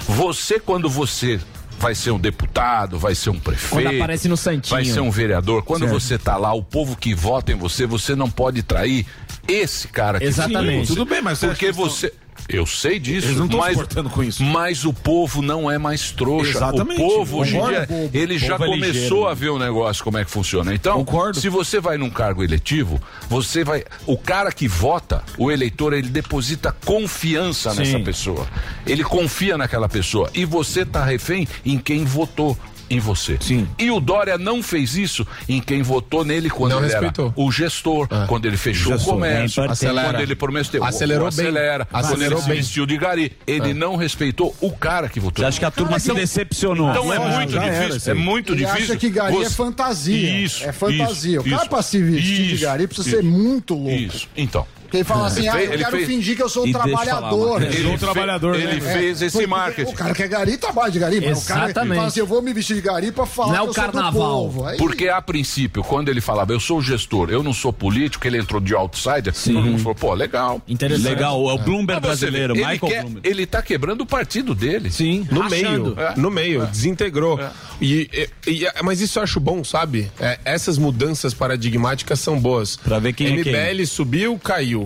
Você quando você vai ser um deputado, vai ser um prefeito,
Quando aparece no santinho.
vai ser um vereador, quando
Certo.
você tá lá, o povo que vota em você, você não pode trair esse cara que
Exatamente.
Sim,
Tudo bem, mas você acha
porque
que eles
você eu sei disso,
Eles não tão se
mas,
importando com isso.
mas o povo não é mais trouxa.
Exatamente.
O povo hoje em
Concordo,
dia,
bobo.
ele
O
já
povo é
começou
ligeiro.
a ver o negócio como é que funciona. Então, se você vai num cargo eletivo, você vai, o cara que vota, o eleitor, ele deposita confiança
Sim.
nessa pessoa. Ele confia naquela pessoa e você tá refém em quem votou. Em você. Sim. E o Dória não fez isso em quem votou nele quando
Não
ele
respeitou. É.
era o gestor, quando ele fechou
Gestor.
o comércio,
É importante.
quando ele prometeu.
Acelerou bem.
acelera, quando ele
Acelerou
se
bem.
vestiu de gari. Ele
É.
não respeitou o cara que votou. Acho
que a turma se decepcionou.
Então é
Já-
muito
já era, assim.
difícil.
isso
É
aí.
muito
Ele
difícil.
acha que Gari é
você-
fantasia.
Isso,
é fantasia.
isso,
o cara
isso,
pra se vestir de
isso,
Gari precisa
isso.
ser muito louco.
Isso. Então.
Porque ele fala assim,
Ele
ah,
fez-
eu
ele
quero
fez-
fingir que eu sou um
E deixa eu falar,
trabalhador.
Marcos. Ele um fe- Ele fez
É,
esse
porque
marketing.
O cara que é Gari trabalha de Gari, mas o cara
Exatamente.
fala assim, eu vou me vestir de Gari pra falar
Não é
que
o
eu sou do
carnaval.
povo. É Aí-
Porque a princípio, quando ele falava, eu sou gestor, eu não sou político, ele entrou de outsider, todo mundo falou, pô, legal.
Interessante. Legal, é o Bloomberg
Mas você vê,
brasileiro,
ele
Michael Bloomberg.
Ele tá quebrando o partido dele. É.
Sim,
No meio, no meio, desintegrou. E, e- e- mas isso eu acho bom, sabe? É, essas mudanças paradigmáticas são boas. Pra ver
quem é quem.
MBL subiu, caiu.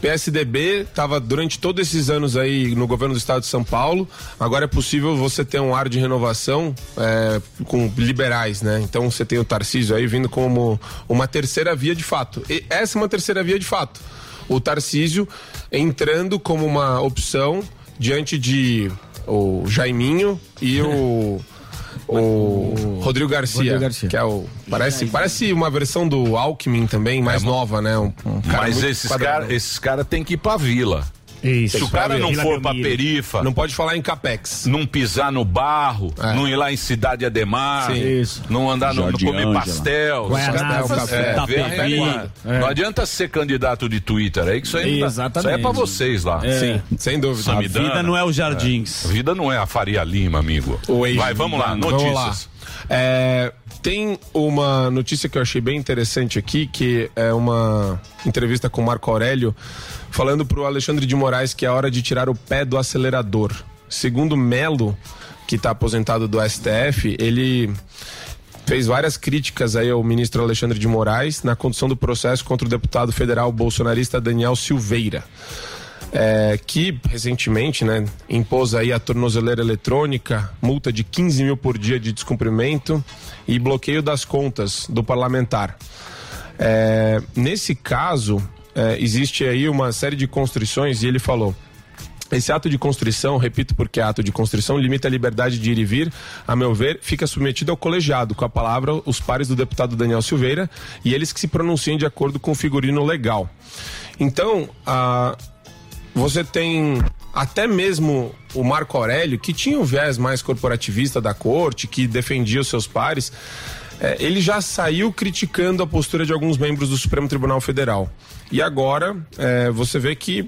PSDB estava durante todos esses anos aí no governo do estado de São Paulo. Agora é possível você ter um ar de renovação é, com liberais, né? Então você tem o Tarcísio aí vindo como uma terceira via de fato. E essa é uma terceira via de fato. O Tarcísio entrando como uma opção diante de o Jaiminho e o. O Rodrigo Garcia,
Rodrigo Garcia.
que é o. Parece, parece uma versão do Alckmin também, mais nova, né? Um, um cara
É, Mas
muito
esses
quadradão.
caras esses cara têm que ir pra vila.
Isso.
Se o cara não
Vila
for pra
Belmiro.
perifa.
Não pode falar em capex. É.
Não pisar no barro, não ir lá em Cidade Ademar,
Sim. Isso.
não andar, no, não
Jardim
comer
Ângela.
pastel.
Guaraná,
Os caras-
café,
é,
tá
vem
bem.
recuado.
É.
Não adianta ser candidato de Twitter, é que isso aí. não dá-
Exatamente.
Isso aí é pra vocês lá.
É. Sim, sem dúvida. A
Samidana.
vida não é os
jardins.
É. A vida não é a Faria Lima, amigo. Vai, vamos lá, notícias.
Vamos lá. É, tem uma notícia que eu achei bem interessante aqui, que é uma entrevista com o Marco Aurélio, falando pro Alexandre de Moraes que é hora de tirar o pé do acelerador. Segundo Melo, que tá aposentado do STF, ele fez várias críticas aí ao ministro Alexandre de Moraes na condução do processo contra o deputado federal bolsonarista Daniel Silveira. é, que recentemente né, impôs aí a tornozeleira eletrônica, multa de 15 mil por dia de descumprimento e bloqueio das contas do parlamentar. É, nesse caso, é, existe aí uma série de constrições e ele falou. Esse ato de constrição, repito porque é ato de constrição, limita a liberdade de ir e vir, a meu ver, fica submetido ao colegiado, com a palavra os pares do deputado Daniel Silveira e eles que se pronunciem de acordo com o figurino legal. Então, a, você tem até mesmo o Marco Aurélio, que tinha um viés mais corporativista da corte, que defendia os seus pares, eh, ele já saiu criticando a postura de alguns membros do Supremo Tribunal Federal. E agora eh, você é, vê que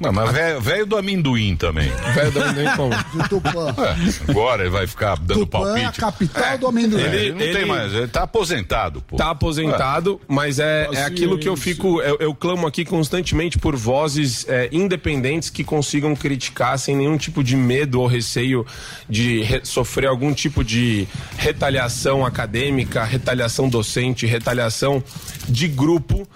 Não, mas velho- velho do amendoim também.
Velho do amendoim como?
Do Tupã.
É, agora ele vai ficar dando
Tupã é a
palpite.
capital do amendoim.
Ele, não tem mais, ele tá aposentado, pô.
Tá aposentado, mas é, é aquilo que eu fico. Eu, eu clamo aqui constantemente por vozes é, independentes que consigam criticar sem nenhum tipo de medo ou receio de re- sofrer algum tipo de retaliação acadêmica, retaliação docente, retaliação de grupo.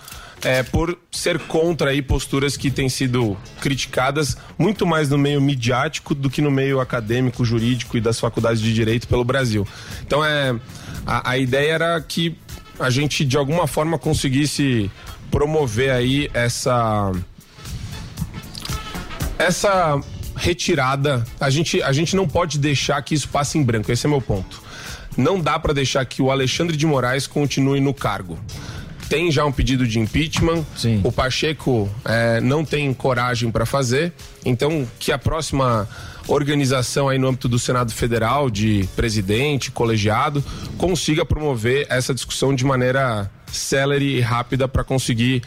é, por ser contra aí posturas que têm sido criticadas muito mais no meio midiático do que no meio acadêmico, jurídico e das faculdades de direito pelo Brasil. Então é a, a ideia era que a gente de alguma forma conseguisse promover aí essa essa retirada, a gente, a gente não pode deixar que isso passe em branco, esse é meu ponto. Não dá para deixar que o Alexandre de Moraes continue no cargo. Tem já um pedido de impeachment, o Pacheco eh, não tem coragem para fazer, então que a próxima organização aí no âmbito do Senado Federal, de presidente, colegiado, consiga promover essa discussão de maneira célere e rápida para conseguir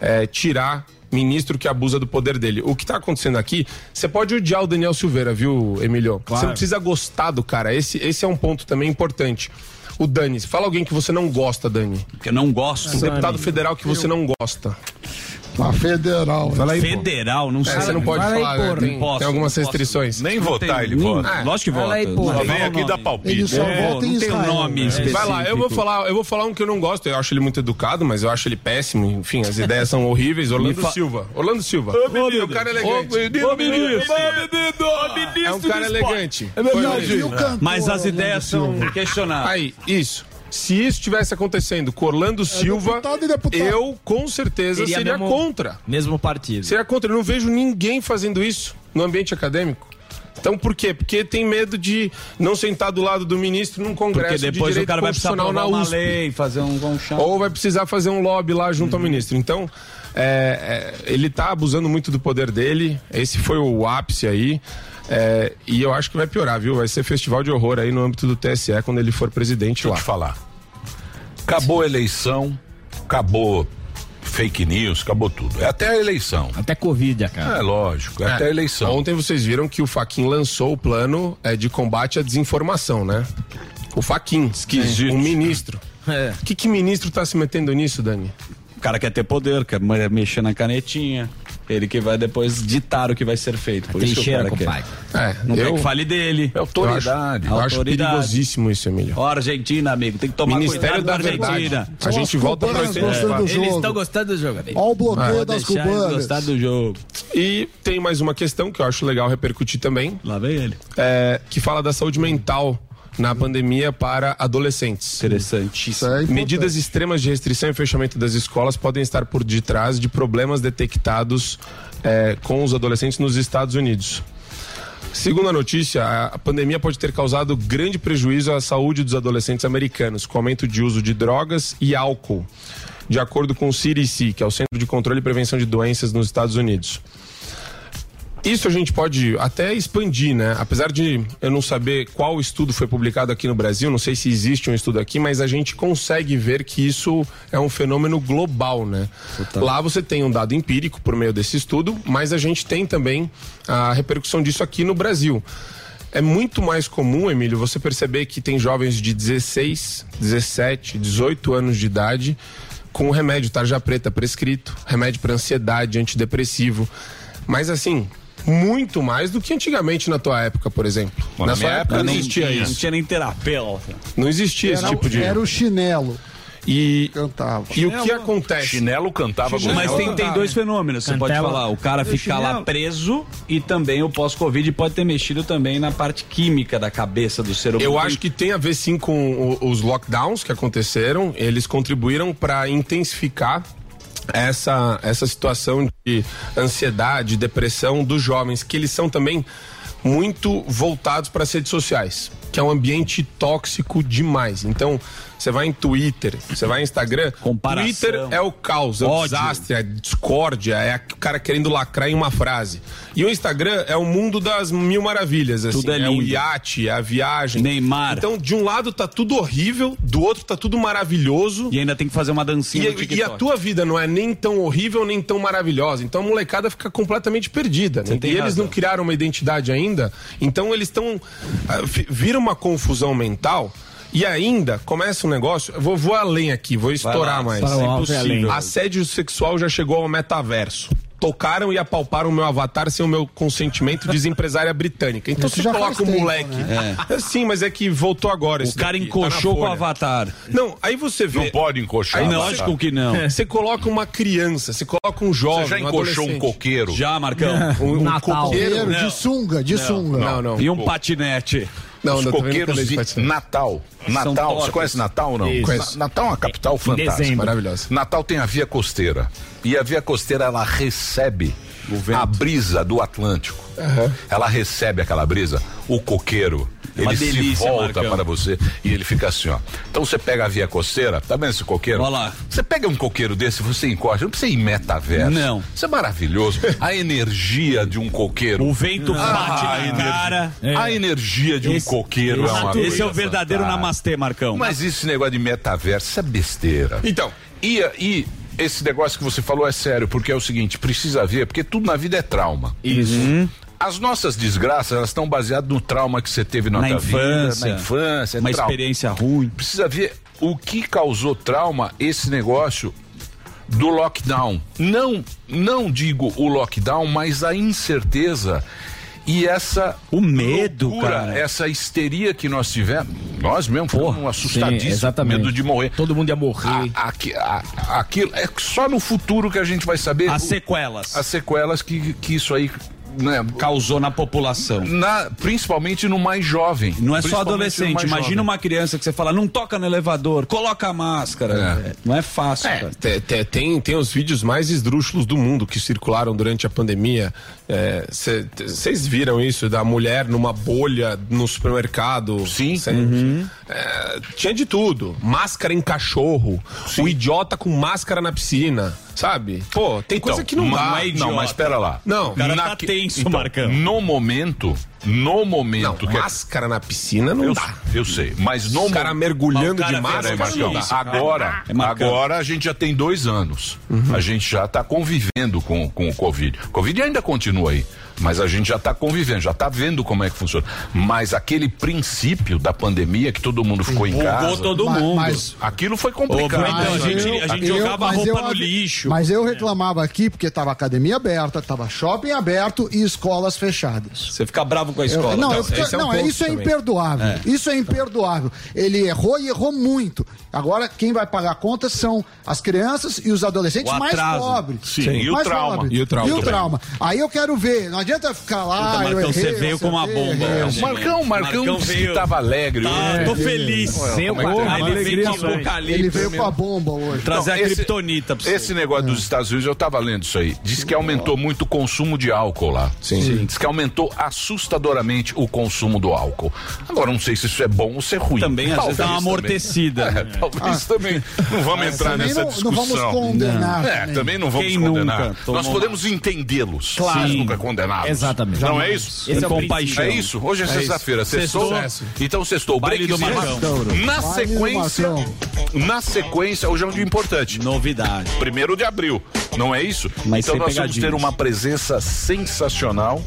eh, tirar ministro que abusa do poder dele. O que tá acontecendo aqui, você pode odiar o Daniel Silveira, viu, Emilio? Você não precisa gostar do cara. Esse, esse é um ponto também importante. O Dani, fala alguém que você não gosta, Dani.
Que eu não gosto.
Um deputado federal que você não gosta.
Na federal.
Fala
né?
aí, pô.
Federal, não sei.
É, você não pode
Fala aí,
falar, né?
porra.
Tem,
Não posso,
tem algumas
não posso.
restrições.
Nem
Não
Tá,
votar
tem
ele
nenhum.
É.
vota.
Lógico que vota.
Fala aí,
Não
porra.
Só
fala
vem
o
aqui
nome.
dar
Ele
palpite.
só
É,
vota em
não tem um
Israel.
nome
né?
específico.
Vai lá, eu vou falar, eu vou falar um que eu não gosto. Eu acho ele muito educado, mas eu acho ele péssimo. Enfim, as ideias são horríveis. Orlando Silva. Orlando Silva. o cara é elegante.
Ô, menino,
é um cara elegante.
É
Não, viu o cantor,
Mas as ideias são questionáveis.
Aí, isso. Se isso estivesse acontecendo com Orlando Silva,
É deputado e deputado. é
eu com certeza
Seria
seria
mesmo-
contra.
Mesmo partido.
Seria é contra. Eu não vejo ninguém fazendo isso no ambiente acadêmico. Então por quê? Porque tem medo de não sentar do lado do ministro num congresso
Porque
de
depois o
direito
cara vai precisar
constitucional
aprovar uma
na USP.
lei, fazer um, um chão. Uhum.
Ou vai precisar fazer um lobby lá junto ao ministro. Então, é, é, ele tá abusando muito do poder dele. Esse foi o ápice aí. É, e eu acho que vai piorar, viu? Vai ser festival de horror aí no âmbito do TSE quando ele for presidente
Deixa eu
lá.
te falar. Acabou a eleição, acabou fake news, acabou tudo. É até a eleição.
Até Covid, cara.
É lógico, é, até a eleição.
Ontem vocês viram que o Faquin lançou o plano é, de combate à desinformação, né? O Faquin, esquisito. Um ministro. O que, que ministro tá se metendo nisso, Dani?
O cara quer ter poder, quer me- é mexer na canetinha. Ele que vai depois ditar o que vai ser feito. Por isso que o
Trincheira,
cara quer.
compadre.
É,
Não quer que fale dele.
É autoridade.
Eu acho
Autoridade.
perigosíssimo isso, Emílio.
Ó, Argentina, amigo, tem que tomar
Ministério
cuidado
da
com a Argentina.
Verdade. A gente
Os
volta pra
cubanos gostando do
Eles
jogo.
estão gostando do jogo, amigo.
Olha o bloqueio
Vou
das
deixar eles
cubanas.
gostar do jogo.
E tem mais uma questão que eu acho legal repercutir também,
Lá vem ele.
é, que fala da saúde mental na pandemia para adolescentes.
Interessante.
Isso é importante.
Medidas extremas de restrição e fechamento das escolas podem estar por detrás de problemas detectados é, com os adolescentes nos Estados Unidos. Segundo a notícia, a- a pandemia pode ter causado grande prejuízo à saúde dos adolescentes americanos, com aumento de uso de drogas e álcool, de acordo com o CDC, que é o Centro de Controle e Prevenção de Doenças nos Estados Unidos. Isso a gente pode até expandir, né? Apesar de eu não saber qual estudo foi publicado aqui no Brasil, não sei se existe um estudo aqui, mas a gente consegue ver que isso é um fenômeno global, né?
Tá.
Lá você tem um dado empírico por meio desse estudo, mas a gente tem também a repercussão disso aqui no Brasil. É muito mais comum, Emílio, você perceber que tem jovens de 16, 17, 18 anos de idade com remédio tarja preta prescrito, remédio para ansiedade, antidepressivo. Mas assim, muito mais do que antigamente na tua época, por exemplo.
Bom,
na
na
sua
minha
época
época
não
nem
existia
tinha.
Não
isso.
tinha nem terapeuta.
Não existia esse
Era,
tipo de.
era o chinelo.
E,
Cantava.
e o que acontece?
Chinelo cantava com
Mas tem, tem dois fenômenos, você pode
Cantela.
falar. O cara ficar lá preso e também o pós-Covid pode ter mexido também na parte química da cabeça do ser humano.
Eu acho que tem a ver sim com o- os lockdowns que aconteceram. Eles contribuíram para intensificar essa, essa situação de ansiedade, depressão dos jovens, que eles são também muito voltados para as redes sociais, que é um ambiente tóxico demais. Então, você vai em Twitter, você vai em Instagram,
Comparação.
Twitter é o caos, é o
Ódio.
desastre, é a discórdia, é a- o cara querendo lacrar em uma frase. E o Instagram é o mundo das mil maravilhas, assim,
Tudo é
o
lindo.
iate, é a viagem.
Neymar.
Então, de um lado tá tudo horrível, do outro tá tudo maravilhoso.
E ainda tem que fazer uma dancinha no
E,
TikTok.
e a tua vida não é nem tão horrível, nem tão maravilhosa. Então a molecada fica completamente perdida. né?
Você tem
E eles
razão.
não criaram uma identidade ainda, então eles estão. ah, fi- Vira uma confusão mental. E ainda começa um negócio. eu Vou, vou além aqui, vou estourar
lá,
mais.
fala
É
alto e além.
Assédio sexual já chegou ao metaverso. Tocaram e apalparam o meu avatar sem o meu consentimento, diz empresária britânica. Então
Isso
você
já
coloca o
faz tempo, né?
moleque. Sim, mas é que voltou agora.
O
esse
cara
daqui, tá na
encoxou com o
Folha.
avatar.
Não, aí você vê.
Não pode encoxar.
Aí
tá?
não,
Lógico que não.
Você coloca uma criança, você coloca um jovem.
Você já
um
encoxou um
adolescente.
coqueiro?
Já, Marcão.
Um, um
Natal.
coqueiro?
Dinheiro, de sunga, de sunga.
Não, não.
E um patinete.
Não,
Os
não, também nunca
coqueiros
levei
de
patinete.
Natal. Natal, você
tortas.
conhece Natal não?
Conheço.
Na- Natal é uma capital fantástica.
dezembro.
Maravilhosa.
Natal tem a via costeira. E a via costeira ela recebe a brisa do Atlântico. Ela recebe aquela brisa, o coqueiro.
É uma
ele se
delícia,
volta
Marcão.
para você e ele fica assim, ó. Então você pega a via costeira, tá vendo esse coqueiro?
Ó lá.
Você pega um coqueiro desse, você encosta, não precisa ir em metaverso.
Não.
Isso é maravilhoso. A energia de um coqueiro. Ah,
O vento bate
a
na
energia.
cara. É.
A energia de um coqueiro é uma
Esse é o
coisa
verdadeiro
fantástica.
namastê, Marcão.
Mas esse negócio de metaverso, isso é besteira.
Então.
E, e esse negócio que você falou é sério, porque é o seguinte, precisa ver, porque tudo na vida é trauma. Uhum.
Isso.
As nossas desgraças, elas estão baseadas no trauma que você teve na,
Na
tua
infância.
vida, na infância, é
Uma
trauma.
experiência ruim.
Precisa ver o que causou trauma esse negócio do lockdown. Não, não digo o lockdown, mas a incerteza e essa
O medo,
loucura,
cara.
essa histeria que nós tivemos, nós mesmo fomos
sim,
assustadíssimos, com
exatamente.
medo de morrer.
Todo mundo ia morrer.
A- aqui- a- aquilo é só no futuro que a gente vai saber
As
o-
sequelas
as sequelas que, que isso aí né,
causou na população.
na- principalmente no mais jovem.
Não é só
Principalmente no
adolescente.
mais
Imagina
jovem.
uma criança que você fala, não toca no elevador, coloca a máscara.
É.
É, Não é fácil,
É,
cara.
te- te- tem, tem os vídeos mais esdrúxulos do mundo que circularam durante a pandemia. É, Vocês viram isso da mulher numa bolha no supermercado?
Sim.
Cê-
Uhum.
É, tinha de tudo. Máscara em cachorro. O idiota com máscara na piscina. Sabe? Pô, tem
Então,
coisa que não
ma-
dá.
mas- Não, mas espera lá.
Não, o
cara tá
que- então,
tenso, Marcão.
No momento, no
Não,
momento que é-
máscara na piscina não
eu,
dá.
eu sei, mas no
O cara
momento-
mergulhando
Mas o cara fez
de máscara.
Peraí,
Mas
Marcão,
não dá.
isso, cara.
agora,
É Marcão.
agora a gente já tem dois anos. A gente já está convivendo com, com o Covid. Covid ainda continua aí, mas a gente já está convivendo, já está vendo como é que funciona. Mas aquele princípio da pandemia que todo mundo ficou em
Bugou
casa,
todo
Mas-
mundo.
mas-
aquilo foi
Ô,
é complicado.
Brunão,
Mas
a gente- a gente jogava
mas
roupa no
avi-
lixo.
Mas eu reclamava aqui porque tava academia aberta, tava shopping aberto e escolas fechadas.
Você fica bravo com a
Eu-
escola.
não,
Então,
eu fiquei-
esse é um
não, é-
ponto
isso é
também.
imperdoável. Isso é imperdoável. Ele errou e errou muito. Agora, quem vai pagar a conta são as crianças e os adolescentes
O
mais
atraso.
pobres.
Sim, e o
Mais
trauma.
pobres.
E o trauma
E o
também.
trauma. Aí eu quero ver. Não adianta ficar lá.
Puta,
eu
Marcão,
errei,
Ah, você É, veio com uma
acertei,
bomba.
errei.
hoje,
Marcão,
hein?
assim. Marcão, disse que estava alegre.
Tá,
hoje.
tô feliz.
Seu
Como é que tá?
bom,
Aí
uma
ele veio
alegria,
com
velho.
apocalipse.
Ele veio com a bomba hoje.
Trazer
né? Não,
a
esse-
criptonita pra você. É.
Esse negócio dos Estados Unidos, eu tava lendo isso aí. Diz que aumentou muito o consumo de álcool lá. Sim. Diz que aumentou assustadoramente o consumo do álcool. Agora, não sei se isso é bom ou se é ruim.
Também, às vezes, dá uma
também.
amortecida. né? Ah.
É, talvez também. Não vamos entrar
Também
nessa
não, não
discussão.
vamos condenar.
É, também não vamos
né? Quem
condenar.
nunca tomou
Nós podemos entendê-los.
Claro.
Mas nunca condenados.
Exatamente.
Não é isso?
Esse é o
compaixão.
É isso, hoje é, sexta-feira, sextou.
Sextou.
Então sextou,
Baile do
breakzinho.
Marcão.
Na
Baile do
sequência,
Marcão.
na sequência, hoje é um dia importante.
Novidade.
Primeiro de abril, não é isso?
Mas
então
sem
nós vamos
pegadinhas.
ter uma presença sensacional.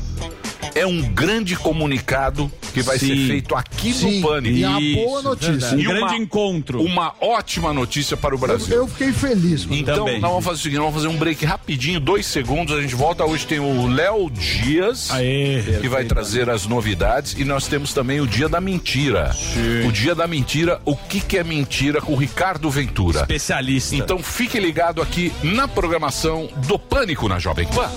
É um grande comunicado que vai
Sim.
ser feito aqui
Sim,
no Pânico.
e a boa
Isso,
notícia.
Um
E
grande
uma-
encontro.
Uma ótima notícia para o Brasil.
Eu fiquei feliz. mano.
Então,
Também.
nós vamos fazer o seguinte, nós vamos fazer um break rapidinho, dois segundos, a gente volta. Hoje tem o Léo Dias, que vai trazer as novidades, e nós temos também o Dia da Mentira. O Dia da Mentira, o que, que é mentira, com o Ricardo Ventura.
Especialista.
Então fique ligado aqui na programação do Pânico na Jovem Pan.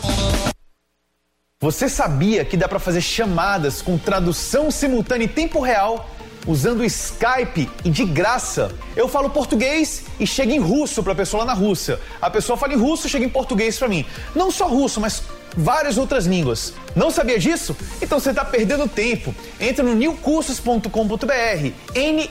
Você sabia que dá para fazer chamadas com tradução simultânea em tempo real usando o Skype e de graça? Eu falo português e chega em russo para a pessoa lá na Rússia. A pessoa fala em russo, chega em português para mim. Não só russo, mas várias outras línguas.
Não sabia disso? Então você
tá
está perdendo tempo. Entre no newcursos.com.br,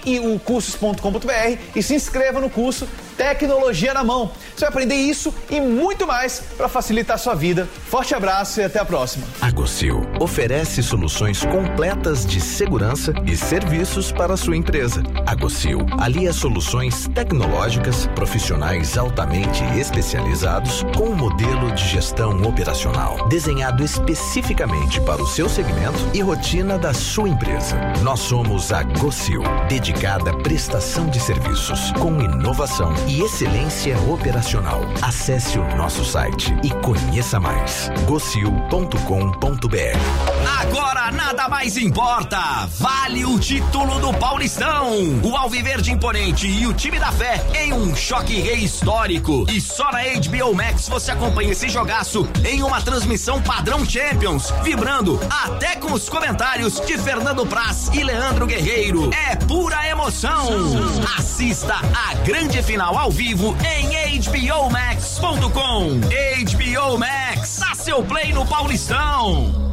niucursos.com.br e se inscreva no curso Tecnologia na Mão. Você vai aprender isso e muito mais para facilitar a sua vida. Forte abraço e até a próxima.
Agosil oferece soluções completas de segurança e serviços para a sua empresa. Agosil alia soluções tecnológicas, profissionais altamente especializados com um modelo de gestão operacional desenhado especificamente para o seu segmento e rotina da sua empresa. Nós somos a Gocil, dedicada à prestação de serviços com inovação e excelência operacional. Acesse o nosso site e conheça mais. gocil.com.br
Agora nada mais importa. Vale o título do Paulistão. O Alviverde Imponente e o time da fé em um choque rei histórico. E só na HBO Max você acompanha esse jogaço em uma transmissão padrão Champions, vibrando até com os comentários de Fernando Praz e Leandro Guerreiro. É pura emoção. Assista a grande final ao vivo em hbomax.com. HBO Max, dá seu play no Paulistão.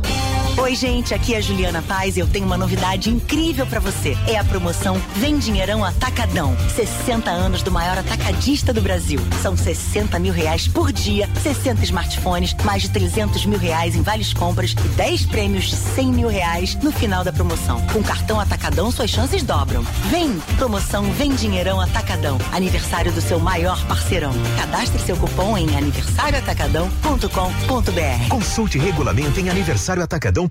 Oi, gente, aqui é a Juliana Paz e eu tenho uma novidade incrível pra você. É a promoção Vem Dinheirão Atacadão. 60 anos do maior atacadista do Brasil. São 60 mil reais por dia, 60 smartphones, mais de 300 mil reais em várias compras e 10 prêmios de 100 mil reais no final da promoção. Com cartão Atacadão, suas chances dobram. Vem! Promoção Vem Dinheirão Atacadão. Aniversário do seu maior parceirão. Cadastre seu cupom em aniversarioatacadão.com.br.
Consulte regulamento em aniversarioatacadão.com.br.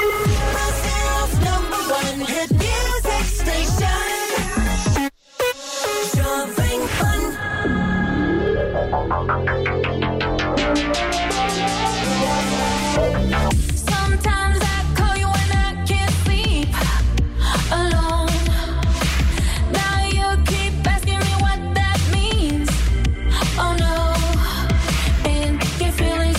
Brazil's number one hit music station. Jovem Pan. Sometimes I call you when I can't sleep alone. Now you keep asking me what that means. Oh no, in your feelings,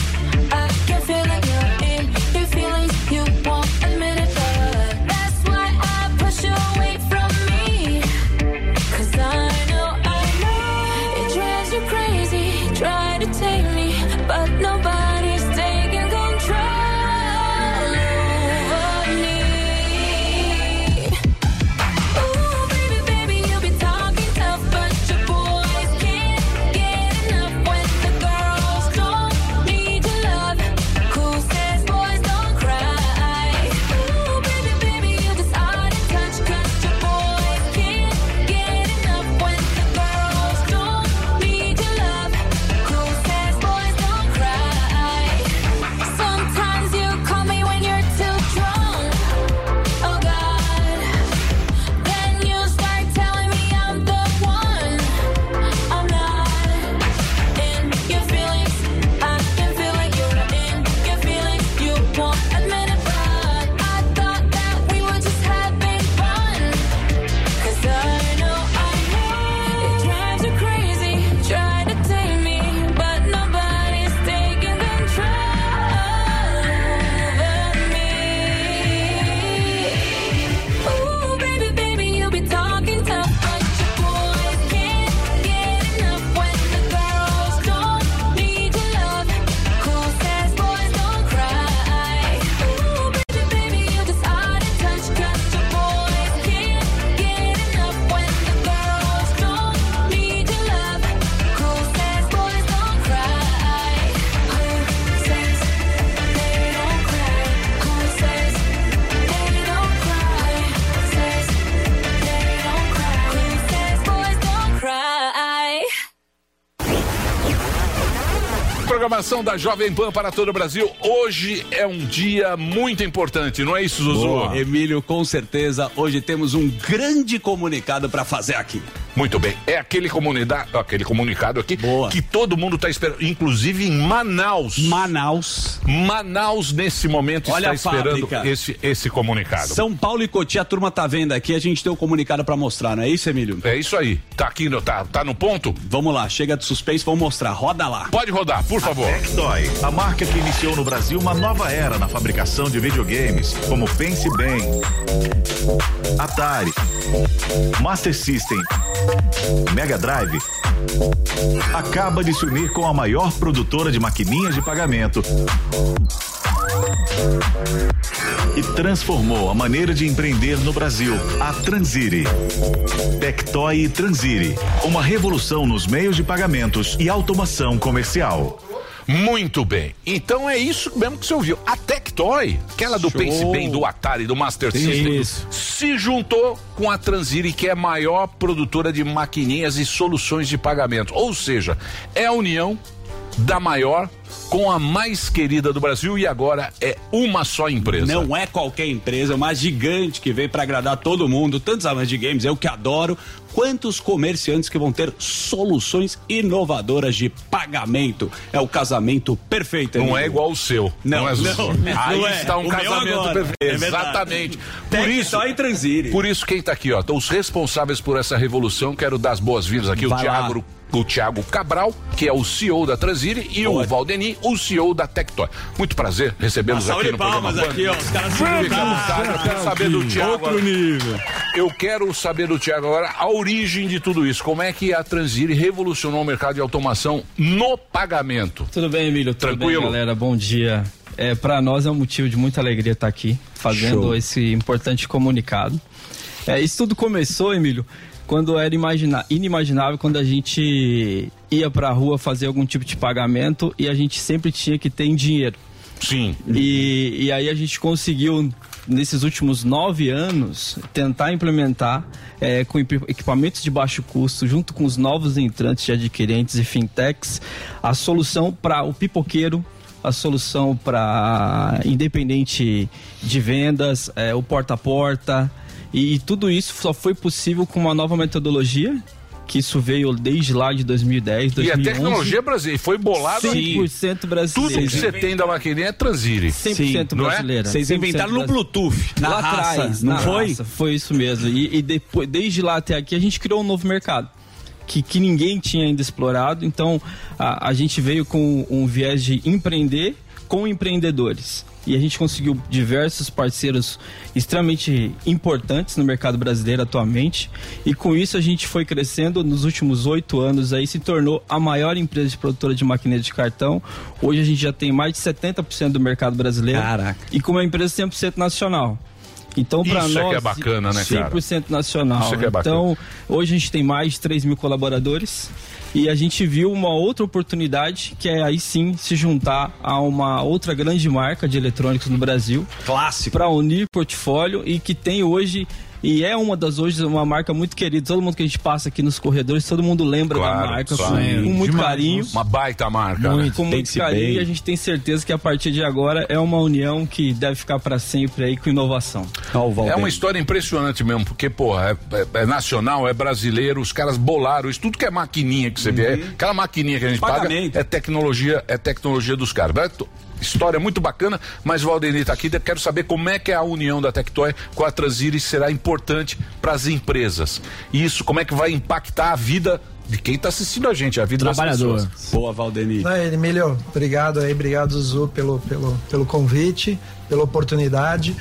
I can feel it. You're in your feelings, you won't admit it, but that's why I push you away from me. Cause I know, I know it drives you crazy. Try to take me, but nobody's taking control over me. Ooh, baby, baby, you be talking tough, but your boys can't get enough when the girls don't need your love. Who says boys don't cry? Ooh, baby, baby, you just out of touch, 'cause your boys can't get enough when the girls don't need your love. Who says boys don't cry? Sometimes you call me when you're too drunk. Oh God. Then you start telling me I'm the one. I'm not in your feelings. I can feel like you're in your feelings. You won't admit it, but I thought that we were just having fun. 'Cause I know, I know it drives you crazy. Try to tame me, but nobody's taking control over me. Ooh, baby, baby, you be talking tough, but your boys can't get enough when the girls don't need your love. Who says boys don't cry? Ooh, baby, baby, you just out of touch, 'cause your boys can't get enough when the girls don't need your love. Who says boys don't cry? Who says they don't cry? Who says they don't cry? Who says they don't cry? Who says boys don't cry?
Programação da Jovem Pan para todo o Brasil. Hoje é um dia muito importante, não é isso, Zuzu?
Emílio, com certeza, hoje temos um grande comunicado para fazer aqui.
Muito bem. É aquele, comunida- aquele comunicado aqui que todo mundo está esperando, inclusive em Manaus.
Manaus.
Manaus, nesse momento,
Olha
está
a
esperando
fábrica.
esse, esse comunicado.
São Paulo e Cotia, a turma tá vendo aqui, a gente tem um comunicado pra mostrar, não é isso, Emílio?
É isso aí. Tá aqui, no- tá, tá no ponto?
Vamos lá, chega de suspense, vamos mostrar. Roda lá.
Pode rodar, por favor.
Tectoy, a marca que iniciou no Brasil uma nova era na fabricação de videogames, como Pense Bem, Atari, Master System, Mega Drive, acaba de se unir com a maior produtora de maquininhas de pagamento e transformou a maneira de empreender no Brasil, a Transire. Tectoy e Transire, uma revolução nos meios de pagamentos e automação comercial.
Muito bem. Então é isso mesmo que você ouviu. A Tectoy, aquela do
Show.
Pense Bem, do Atari, do Master
Isso.
System, se juntou com a Transire, que é a maior produtora de maquininhas e soluções de pagamento. Ou seja, é a união da maior com a mais querida do Brasil e agora é uma só empresa.
Não é qualquer empresa, é uma gigante que veio pra agradar todo mundo. Tantos amantes de games, eu que adoro. Quantos comerciantes que vão ter soluções inovadoras de pagamento? É o casamento perfeito.
Não
Emílio.
é igual o seu.
Não,
é
não,
Aí
não é.
está um
O meu
casamento
agora.
perfeito.
É verdade.
Exatamente.
Por isso, só em transire.
Por isso, quem está aqui, ó, os responsáveis por essa revolução, quero dar as boas-vindas aqui, o
Vai lá.
Tiago. O Thiago Cabral, que é o CEO da Transire, e o Valdeni, o CEO da Tectoy. Muito prazer recebê-los
Uma salva
aqui
de
no
palmas
programa.
aqui, ó, os caras se
Fica à
juntaram.
vontade, Eu quero saber do Thiago.
Outro nível.
Eu quero saber do Thiago agora a origem de tudo isso. Como é que a Transire revolucionou o mercado de automação no pagamento?
Tudo bem, Emílio? Tudo
Tranquilo?
bem, galera? Bom dia. É, para nós é um motivo de muita alegria estar aqui fazendo
Show.
esse importante comunicado. É, isso tudo começou, Emílio, quando era imagina- inimaginável quando a gente ia para a rua fazer algum tipo de pagamento e a gente sempre tinha que ter em dinheiro.
Sim.
E, e aí a gente conseguiu, nesses últimos nove anos, tentar implementar é, com equi- equipamentos de baixo custo, junto com os novos entrantes de adquirentes e fintechs, a solução para o pipoqueiro, a solução para independente de vendas, é, o porta a porta. E, e tudo isso só foi possível com uma nova metodologia, que isso veio desde lá de 2010,
E a
2011.
tecnologia brasileira foi bolada
100% brasileira.
Tudo que você tem da maquininha é transire.
100%
Não é?
brasileira.
Vocês
100%
inventaram no
brasileira.
Bluetooth, na
lá
raça,
atrás,
não
na
foi?
raça, foi isso mesmo. E, e depois, desde lá até aqui a gente criou um novo mercado. Que, que ninguém tinha ainda explorado. Então a, a gente veio com um viés de empreender com empreendedores. E a gente conseguiu diversos parceiros extremamente importantes no mercado brasileiro atualmente. E com isso a gente foi crescendo nos últimos oito anos aí, se tornou a maior empresa de produtora de maquineira de cartão. Hoje a gente já tem mais de 70% do mercado brasileiro.
Caraca.
E com uma empresa 100% nacional. Então, para nós.
Isso é que é bacana, né, cara?
100% nacional.
Isso é que é bacana.
Então, hoje a gente tem mais de 3 mil colaboradores e a gente viu uma outra oportunidade que é aí sim se juntar a uma outra grande marca de eletrônicos no Brasil.
Clássico.
Para unir portfólio e que tem hoje. E é uma das hoje, uma marca muito querida. Todo mundo que a gente passa aqui nos corredores, todo mundo lembra da marca com,
claro.
com muito carinho.
Uma baita marca. né?
Com muito carinho e a gente tem certeza que a partir de agora é uma união que deve ficar para sempre aí com inovação.
É uma história impressionante mesmo, porque, porra, é, é- é nacional, é brasileiro, os caras bolaram isso, tudo que é maquininha que você vê, é- aquela maquininha que a gente
Uhum. Pagamento.
paga, é tecnologia, é tecnologia dos caras. Mas, to- História é muito bacana, mas o Valdemir tá aqui, eu quero saber como é que a união da Tectoy com a Transire será importante para as empresas. E isso, como é que vai impactar a vida de quem está assistindo a gente, a vida das pessoas.
Boa, Valdemir.
Não, Emílio, obrigado aí, obrigado Zu pelo, pelo, pelo convite, pela oportunidade.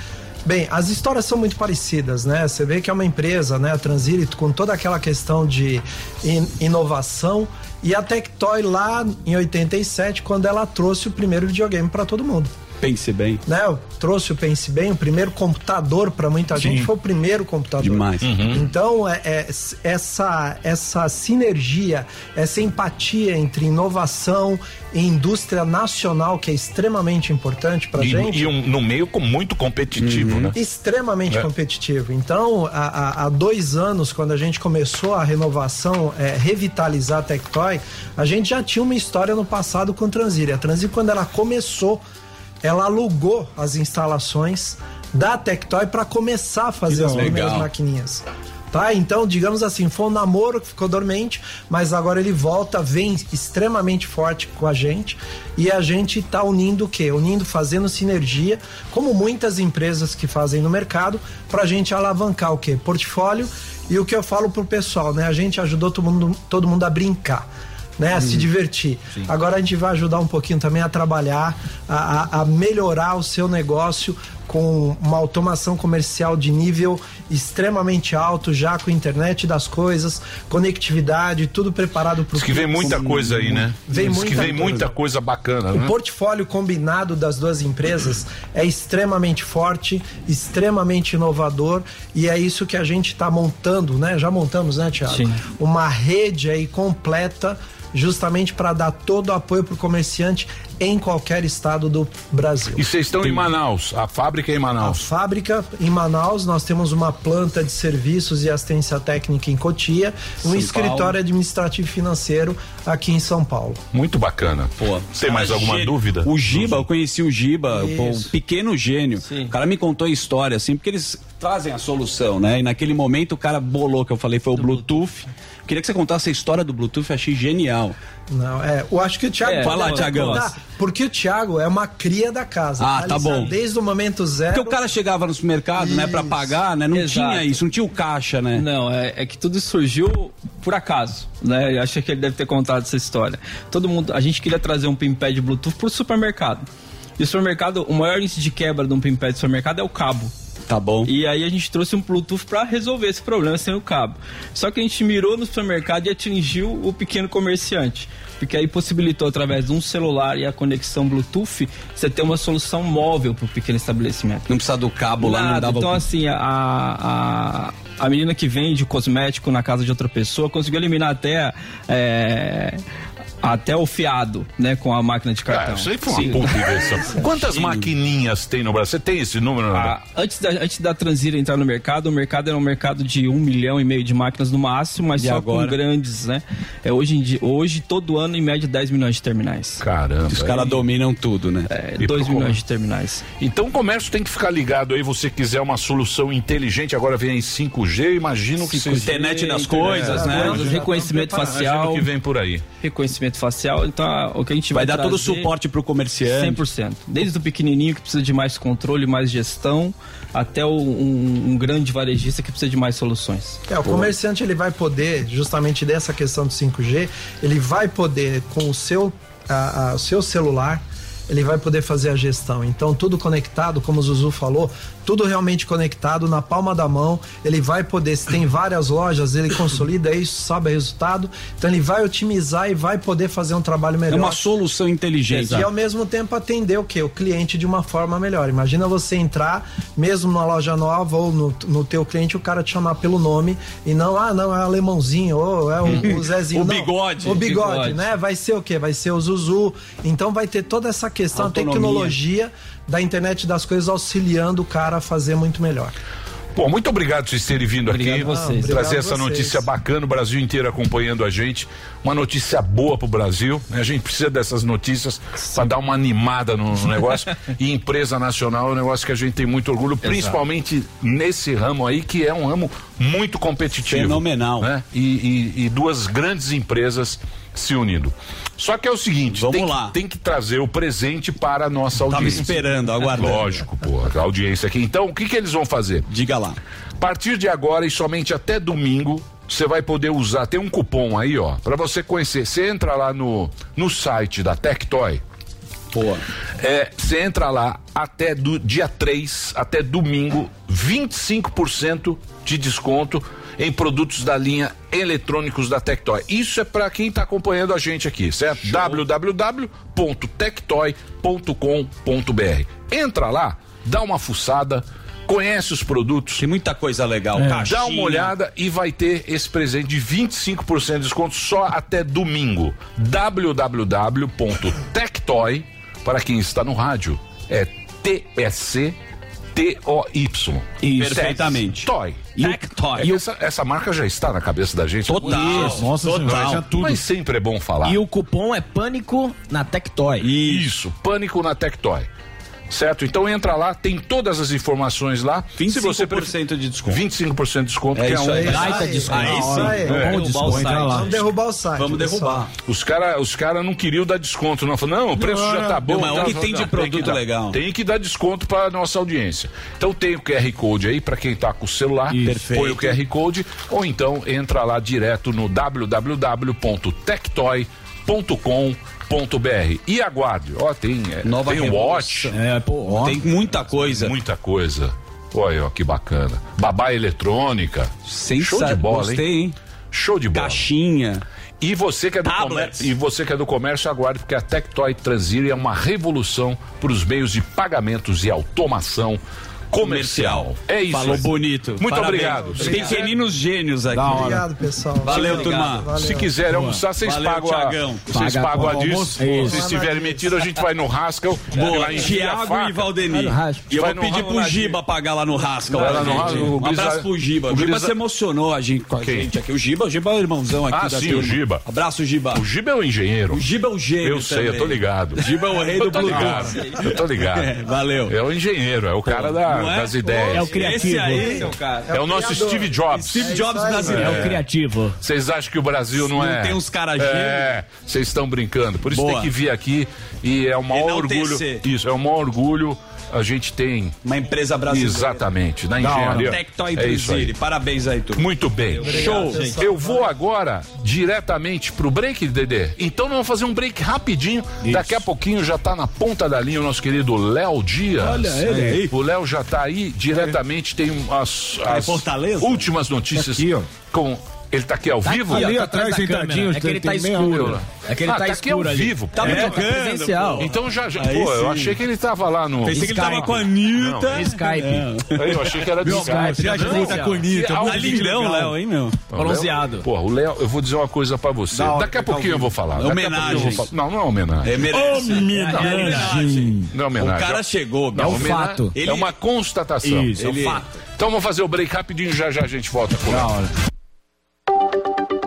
Bem, as histórias são muito parecidas, né? Você vê que é uma empresa, né? A Transirito, com toda aquela questão de in- inovação. E a Tectoy lá em 87, quando ela trouxe o primeiro videogame para todo mundo.
Pense bem.
Né? Eu Trouxe o Pense Bem, o primeiro computador para muita gente foi o primeiro computador.
Demais. Uhum.
Então, é- é s- essa, essa sinergia, essa empatia entre inovação e indústria nacional, que é extremamente importante para
E,
gente. Uhum.
e um, no meio com- muito competitivo, né?
Extremamente
É.
competitivo. Então, há, há- há dois anos, quando a gente começou a renovação, é, revitalizar a Tectoy, a gente já tinha uma história no passado com a Transir. A Transir, quando ela começou, ela alugou as instalações da Tectoy para começar a fazer as
legal.
primeiras maquininhas. tá? Então, digamos assim, foi um namoro que ficou dormente, mas agora ele volta, vem extremamente forte com a gente e a gente tá unindo o quê? Unindo, fazendo sinergia, como muitas empresas que fazem no mercado, pra gente alavancar o quê? Portfólio e o que eu falo pro pessoal, né? A gente ajudou todo mundo, todo mundo a brincar. Né, a se divertir. Agora a gente vai ajudar um pouquinho também a trabalhar, a, a- a melhorar o seu negócio com uma automação comercial de nível extremamente alto, já com internet das coisas, conectividade, tudo preparado para o
Diz que vem muita coisa aí, né?
Vem
Diz
muita
que vem
coisa.
muita coisa bacana,
O
né?
portfólio combinado das duas empresas é extremamente forte, extremamente inovador e é isso que a gente está montando, né? Já montamos, né, Tiago?
Sim.
Uma rede aí completa justamente para dar todo o apoio para o comerciante em qualquer estado do Brasil.
E vocês estão em Manaus, a fábrica é em Manaus.
Fábrica em Manaus, nós temos uma planta de serviços e assistência técnica em Cotia, um
São
escritório
Paulo.
administrativo e financeiro aqui em São Paulo.
Muito bacana. Tem mais alguma
Gê-
dúvida?
O Giba, eu conheci o Giba, pô, um
Isso.
pequeno gênio. O cara me contou a história, assim, porque eles trazem a solução, né? E naquele momento o cara bolou, que eu falei, foi o Bluetooth. Queria que você contasse a história do Bluetooth, eu achei genial.
Não, é. Eu acho que o Thiago.
É, fala,
pode
Thiagão.
contar, Porque o Thiago é uma cria da casa.
Ah, tá
Ele
bom.
Desde o momento zero.
Porque o cara chegava no supermercado, né, pra pagar, né? Não tinha isso. não tinha o caixa, né?
Não, é, é que tudo surgiu por acaso, né? Eu acho que ele deve ter contado essa história. Todo mundo, a gente queria trazer um pinpad Bluetooth pro supermercado. E o supermercado, o maior índice de quebra de um pinpad de supermercado é o cabo.
Tá bom.
E aí a gente trouxe um Bluetooth pra resolver esse problema sem o cabo. Só que a gente mirou no supermercado e atingiu o pequeno comerciante. Porque aí possibilitou através de um celular e a conexão Bluetooth você ter uma solução móvel pro pequeno estabelecimento.
Não precisa do cabo lá, não
Nada.
dava.
Então, assim, a, a, a menina que vende cosmético na casa de outra pessoa conseguiu eliminar até. é, até o fiado, né? Com a máquina de cartão.
Ah, isso aí foi uma puta invenção. Ah, Quantas maquininhas tem no Brasil? Você tem esse número? André?
Antes da, antes da Transira entrar no mercado, o mercado era um mercado de um milhão e meio de máquinas no máximo, mas
E
só
agora?
com grandes, né? É, hoje, em dia- hoje, todo ano, em média, 10 milhões de terminais.
Caramba.
Os caras dominam tudo, né?
É,
E
2
pro
milhões
comércio.
de terminais.
Então o comércio tem que ficar ligado aí, você quiser uma solução inteligente, agora vem em 5G, imagino que
5G,
vocês...
internet das
é,
coisas, né? Reconhecimento facial.
Imagino que vem por aí.
Reconhecimento facial, então ah, o que a gente vai
Vai dar todo o
trazer-
suporte pro comerciante.
100%. Desde o pequenininho que precisa de mais controle, mais gestão, até o- um, um grande varejista que precisa de mais soluções.
É, o comerciante ele vai poder, justamente dessa questão do 5G, ele vai poder com o seu, a- a- o seu celular, ele vai poder fazer a gestão. Então, tudo conectado, como o Zuzu falou, tudo realmente conectado na palma da mão. Ele vai poder, se tem várias lojas, ele consolida isso, sabe o resultado. Então, ele vai otimizar e vai poder fazer um trabalho
É
melhor.
uma solução inteligente.
E ao mesmo tempo atender o que? O cliente de uma forma melhor. Imagina você entrar, mesmo numa loja nova ou no, no teu cliente, o cara te chamar pelo nome e não, ah, não, é o alemãozinho, ou é o, o Zezinho.
O
não.
bigode.
O bigode,
Bigode.
né? Vai ser o quê? Vai ser o Zuzu. Então vai ter toda essa questão, a
Autonomia.
tecnologia da internet das coisas auxiliando o cara a fazer muito melhor.
Bom, muito obrigado por vocês terem vindo aqui.
a vocês.
Trazer
Obrigado a
essa
vocês.
notícia bacana, o Brasil inteiro acompanhando a gente. Uma notícia boa pro Brasil. né? A gente precisa dessas notícias para dar uma animada no, no negócio. e empresa nacional é um negócio que a gente tem muito orgulho, principalmente nesse ramo aí, que é um ramo muito competitivo.
Fenomenal.
né? E, e- e duas grandes empresas se unindo. Só que é o seguinte, tem, que- tem que trazer o presente para a nossa
Tava
audiência.
esperando, aguardando.
Lógico, pô, a audiência aqui. Então, o que que eles vão fazer?
Diga lá.
A partir de agora e somente até domingo, você vai poder usar, tem um cupom aí, ó, para você conhecer. Você entra lá no, no site da Tectoy.
Boa.
É, você entra lá até do dia 3, até domingo, 25% de desconto em produtos da linha eletrônicos da Tectoy. Isso é para quem tá acompanhando a gente aqui, certo? www.tectoy.com.br. Entra lá, dá uma fuçada, conhece os produtos. Tem
muita coisa legal,
Dá
caixinha.
uma olhada e vai ter esse presente de 25% de desconto só até domingo. www.tectoy para quem está no rádio é T S T O Y.
Isso. Perfeitamente.
Toy. É
Tectoy.
que essa, essa marca já está na cabeça da gente.
Total.
Isso.
Nossa senhora, já tudo.
Mas sempre é bom falar.
E o cupom é Pânico na Tectoy.
Isso, pânico na Tectoy. Certo? Então entra lá, tem todas as informações lá.
25%
Se você
de desconto.
25% de desconto,
É
que é
isso
um
aí.
baita
Aí,
desconto.
aí sim.
Ah, é.
Vamos
É.
derrubar o site.
Vamos derrubar o site.
Vamos derrubar.
Os caras os cara não queriam dar desconto, não. Falaram, não, o preço
Não,
já tá
não,
bom.
mas o
tá,
que
tá,
tem de
tá, que
produto
dar-
legal?
Tem que dar desconto para nossa audiência. Então tem o QR Code aí para quem tá com o celular, põe o QR Code ou então entra lá direto no www.tectoy.com.br. E aguarde, ó, tem, é,
Nova
tem watch,
revolução. É, pô, ó. Tem muita coisa.
muita coisa. Olha, ó, que bacana. Babá eletrônica. Show de bola,
Gostei, hein?
Show de bola.
Caixinha.
E você que é do comércio, e você que é do comércio, aguarde porque a Tectoy Transir é uma revolução para os meios de pagamentos e automação comercial. É isso.
Falou bonito.
Muito
Parabéns.
obrigado.
Os Pequeninos gênios aqui.
Obrigado, pessoal.
Valeu,
Obrigado.
turma.
Se quiserem almoçar, vocês
Valeu,
pagam
Tiagão.
a, vocês
Paga
pagam a
com o
disso.
almoço.
Se
Isso.
estiverem metido, a gente vai no Rascal.
Boa,
vai lá encher a
Thiago
faca.
e Valdemir. E eu
Vai
vou
no
pedir pro
Rascal.
Giba pagar lá no Rascal.
Vai
pra
lá no
gente.
Rascal, o
um
Grisa-
abraço pro Giba.
o
O Giba
Grisa-
se emocionou a gente, com a gente aqui. O Giba, o Giba é o irmãozão aqui
Ah,
da
sim,
turma.
o Giba.
Abraço, Giba.
O Giba é o engenheiro.
O Giba é o gênio
Eu sei, eu tô
também.
ligado.
O Giba é o rei do
Eu tô
Bluetooth.
ligado, Eu tô ligado.
É, valeu.
É o engenheiro, é o cara da-
Não é?
das ideias.
É o criativo. Esse aí é o cara.
É o nosso
criador.
Steve Jobs.
Steve Jobs brasileiro.
É.
criativo.
Vocês acham que o Brasil não,
Não
é.
tem uns cara
É, vocês estão brincando. Por isso
Boa.
tem que vir aqui e é o maior orgulho.
Enaltecer.
Isso, é o maior orgulho. A gente tem.
Uma empresa brasileira.
Exatamente, na
Da hora.
engenharia.
Tectoy
é isso aí.
Brasile. Parabéns aí, turma.
Muito bem.
Obrigado,
Show.
gente.
Eu vou agora diretamente pro break, Dedê. Então nós vamos fazer um break rapidinho. Daqui a pouquinho já tá na ponta da linha o nosso querido Léo Dias.
Olha ele aí.
O Léo já tá aí diretamente, tem um- as,
Tá em
as
Fortaleza?
últimas notícias
Tá aqui, ó.
com ele tá aqui ao
Tá
vivo?
aqui, ó, Ali tá atrás atrás da sentadinho, câmera. É que ele tem tá meia escuro. hora. É que ele
ah,
tá
aqui ao
escuro ali.
vivo.
Tá
pô.
brincando, Tá presencial. pô.
Então já, já-
Aí
pô, eu
sim.
achei que ele tava lá no
Pensei que ele tava com a Anitta.
Não.
Skype.
Aí eu achei que era de
Meu amor,
Skype. né? é
você acha que ele tá com a Anitta?
Ao
Tá
vivo.
lindão, Léo, hein, meu?
Léo-
Bronzeado.
Porra, o Léo, eu vou dizer uma coisa pra você.
Da hora,
Daqui a
tá
pouquinho eu
ouvindo.
vou falar.
É
Daqui a
homenagem.
pouquinho eu vou falar. Não, não é homenagem.
É, merece. Homenagem.
Não é homenagem.
O cara chegou, né?
Não,
meu.
homena- É uma constatação.
Isso, é um
Ele-
fato.
Então vamos fazer o break rapidinho, já já a gente volta com
Da
o
hora.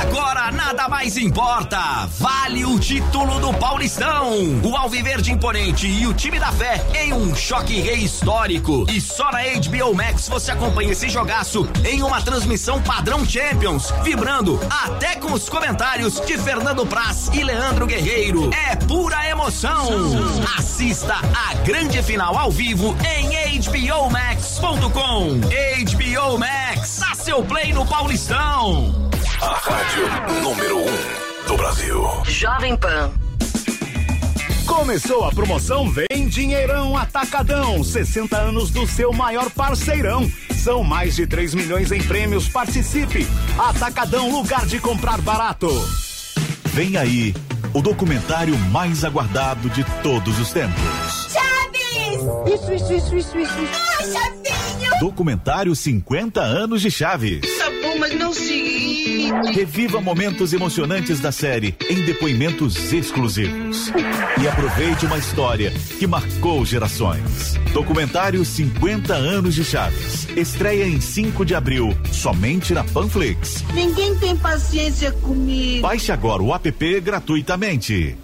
Agora nada mais importa. Vale o título do Paulistão. O Alviverde Imponente e o time da fé em um choque rei histórico. E só na HBO Max você acompanha esse jogaço em uma transmissão padrão Champions, vibrando até com os comentários de Fernando Praz e Leandro Guerreiro. É pura emoção. Assista a grande final ao vivo em hbomax.com. HBO Max, dá seu play no Paulistão.
A rádio número 1 um do Brasil.
Jovem Pan. Começou a promoção Vem Dinheirão Atacadão. 60 anos do seu maior parceirão. São mais de 3 milhões em prêmios. Participe. Atacadão, lugar de comprar barato.
Vem aí o documentário mais aguardado de todos os tempos.
Chaves! Isso, isso, isso, isso, isso. Ah, Chavinho!
Documentário 50 anos de Chaves.
Essa bomba não se...
Reviva momentos emocionantes da série em depoimentos exclusivos. E aproveite uma história que marcou gerações. Documentário 50 anos de Chaves. Estreia em 5 de abril, somente na Panflix.
Ninguém tem paciência comigo.
Baixe agora o app gratuitamente.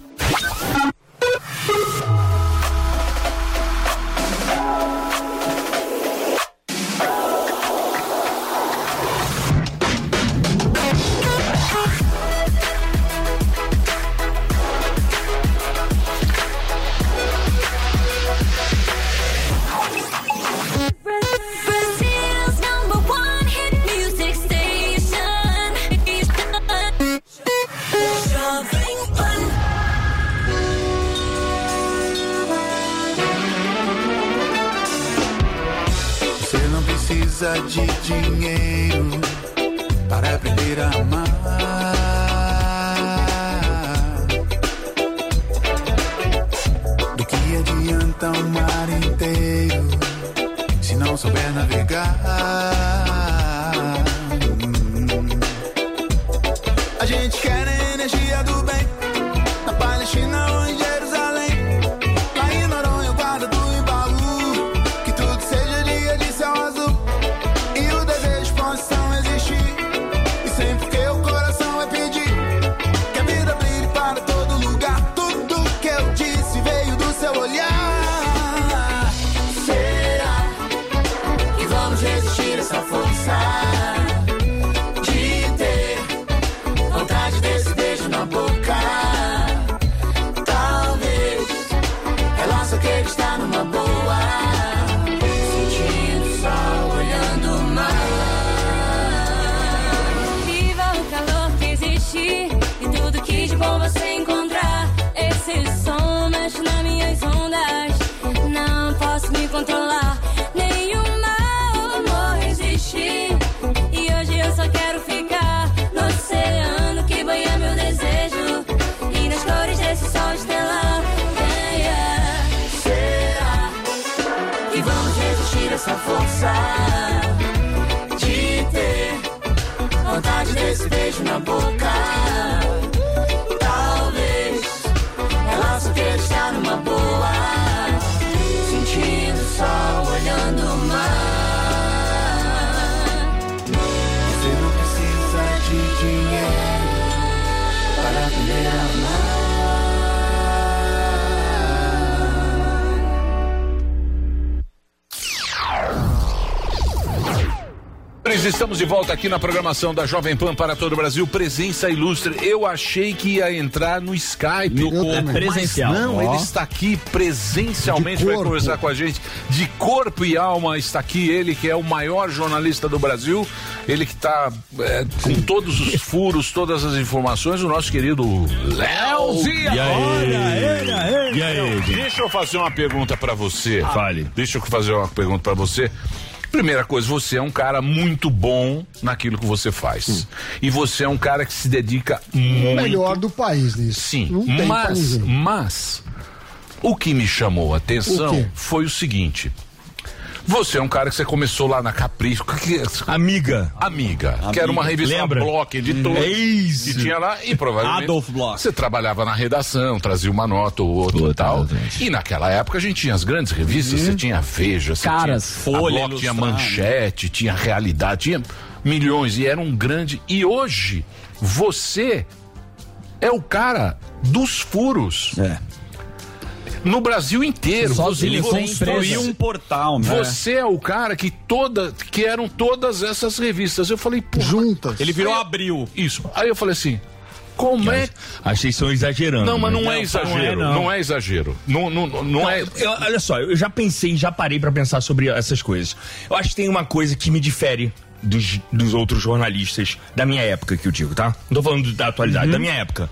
Brazil's number one hit music station. Jovem Pan.
Você não precisa de dinheiro para aprender a amar. é você encontrar esse som mexe nas minhas ondas. Não posso me controlar, nenhum mau humor resistir. E hoje eu só quero ficar no oceano que banha meu desejo. E nas cores desse sol estelar. Venha, será que vamos resistir essa força de ter? Vontade desse beijo na boca. Talvez ela só queira estar numa boa. Sentindo o sol, olhando o mar.
Você não precisa de dinheiro para aprender a amar.
Senhores, Estamos de volta aqui na programação da Jovem Pan para todo o Brasil. Presença ilustre. Eu achei que ia entrar no Skype. No
corpo. presencial.
não,
Ó.
ele está aqui presencialmente vai
corpo.
conversar com a gente. De corpo e alma está aqui ele, que é o maior jornalista do Brasil. Ele que está é, com todos os furos, todas as informações. O nosso querido Léo Dias.
E aí?
Olha ele,
E aí, gente? Ah,
Deixa eu fazer uma pergunta pra você.
Fale.
Deixa eu fazer uma pergunta pra você. Primeira coisa, você é um cara muito bom naquilo que você faz. E você é um cara que se dedica
O
muito.
melhor do país nisso.
Sim.
Não tem pra
mas,
ninguém.
mas, o que me chamou a
O
atenção
quê?
foi o seguinte. Você é um cara que você começou lá na Capricho. que- é
Amiga.
Amiga. Que
Amiga.
era uma revista
Lembra?
Block, editora.
É isso.
Que tinha lá e provavelmente.
Adolf
Block. Você trabalhava na redação, trazia uma nota ou outra e tal. E naquela época a gente tinha as grandes revistas,
Uhum.
você tinha Veja, você
Caras,
tinha,
Folha
a Block, tinha
Ilustrada.
Manchete, tinha Realidade, tinha milhões e era um grande. E hoje você é o cara dos furos. É. No Brasil inteiro,
Sozinho,
você
sem
construiu
empresa.
um portal,
né?
Você é o cara que toda, que eram todas essas revistas. Eu falei, pô, juntas.
Ele virou
abril. Isso. Aí eu falei assim, como é?
Achei que estão exagerando.
Não, mas
né?
não, é exagero. Não é, exagero. Não, não, não, não é.
Eu- olha só, eu já pensei, já parei pra pensar sobre essas coisas. Eu acho que tem uma coisa que me difere dos, dos outros jornalistas da minha época, que eu digo, tá? Não tô falando da
Uhum.
atualidade, da minha época.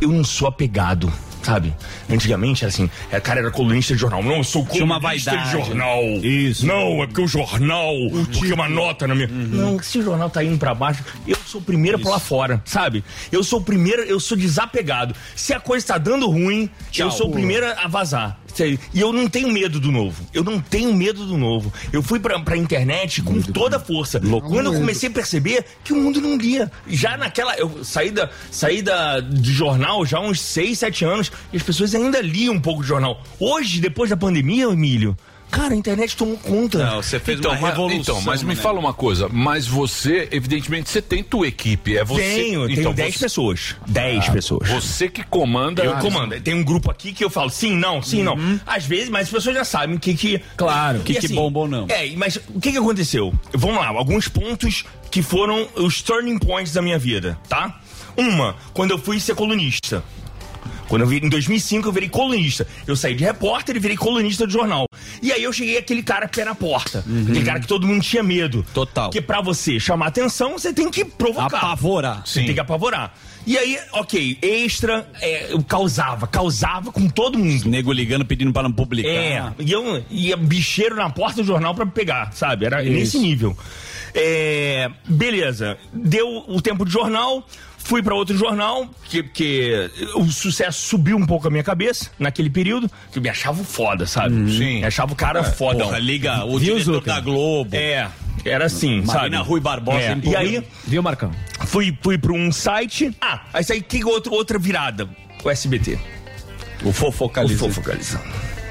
Eu não sou apegado, sabe? Antigamente era assim, é, cara era colunista de jornal. Não, eu sou
Tinha uma
colunista de
vaidade.
jornal. Isso. Não, é porque o jornal, porque uma nota na minha. Não, se o jornal tá indo pra baixo, eu sou o primeiro pra lá fora, sabe? Eu sou o primeiro, eu sou desapegado. Se a coisa tá dando ruim, eu sou o primeiro a vazar. Sei. E eu não tenho medo do novo. Eu não tenho medo do novo. Eu fui pra, pra internet com toda a força. Quando eu comecei a perceber que o mundo não lia. Já naquela. Eu saí, da, saí da, de jornal já há uns 6, 7 anos e as pessoas ainda liam um pouco de jornal. Hoje, depois da pandemia, Emílio, cara, a internet tomou conta.
Não, você fez uma revolução. Então, mas me
né?
fala uma coisa. Mas você, evidentemente, você tem tua equipe. É você. Ah,
Tenho, tenho 10 pessoas. 10 pessoas.
Você que comanda.
Eu comando. Tem um grupo aqui que eu falo sim, não, sim, não. Às vezes, mas as pessoas já sabem o que que. Claro.
Uhum. Que que bomba ou não.
É, mas o que que aconteceu? Vamos lá, alguns pontos que foram os turning points da minha vida, tá? Uma, quando eu fui ser colunista. Quando eu vi, em 2005 eu virei colunista. Eu saí de repórter e virei colunista de jornal. E aí eu cheguei aquele cara pé na porta.
Uhum.
Aquele cara que todo mundo tinha medo. Total. Que pra você chamar atenção, você tem que provocar. Apavorar. Você tem que apavorar. E aí, ok, extra, é, eu causava, causava com todo mundo.
Nego ligando, pedindo pra não publicar.
É, e eu ia bicheiro na porta do jornal pra pegar, sabe? Era
Isso.
nesse nível. É, beleza, deu o tempo de jornal, fui pra outro jornal, que, que o sucesso subiu um pouco a minha cabeça naquele período, que eu me achava foda, sabe? Sim. Me achava o cara
Uhum. É,
foda.
porra, liga o diretor da
Globo. É, era assim,
Marina
sabe?
Rui Barbosa,
É,
hein, pô?
E aí...
Viu, Marcão?
Fui, fui pra um site. Ah, aí saí que outro, outra virada. O SBT. O Fofocalizando. O Fofocalizando.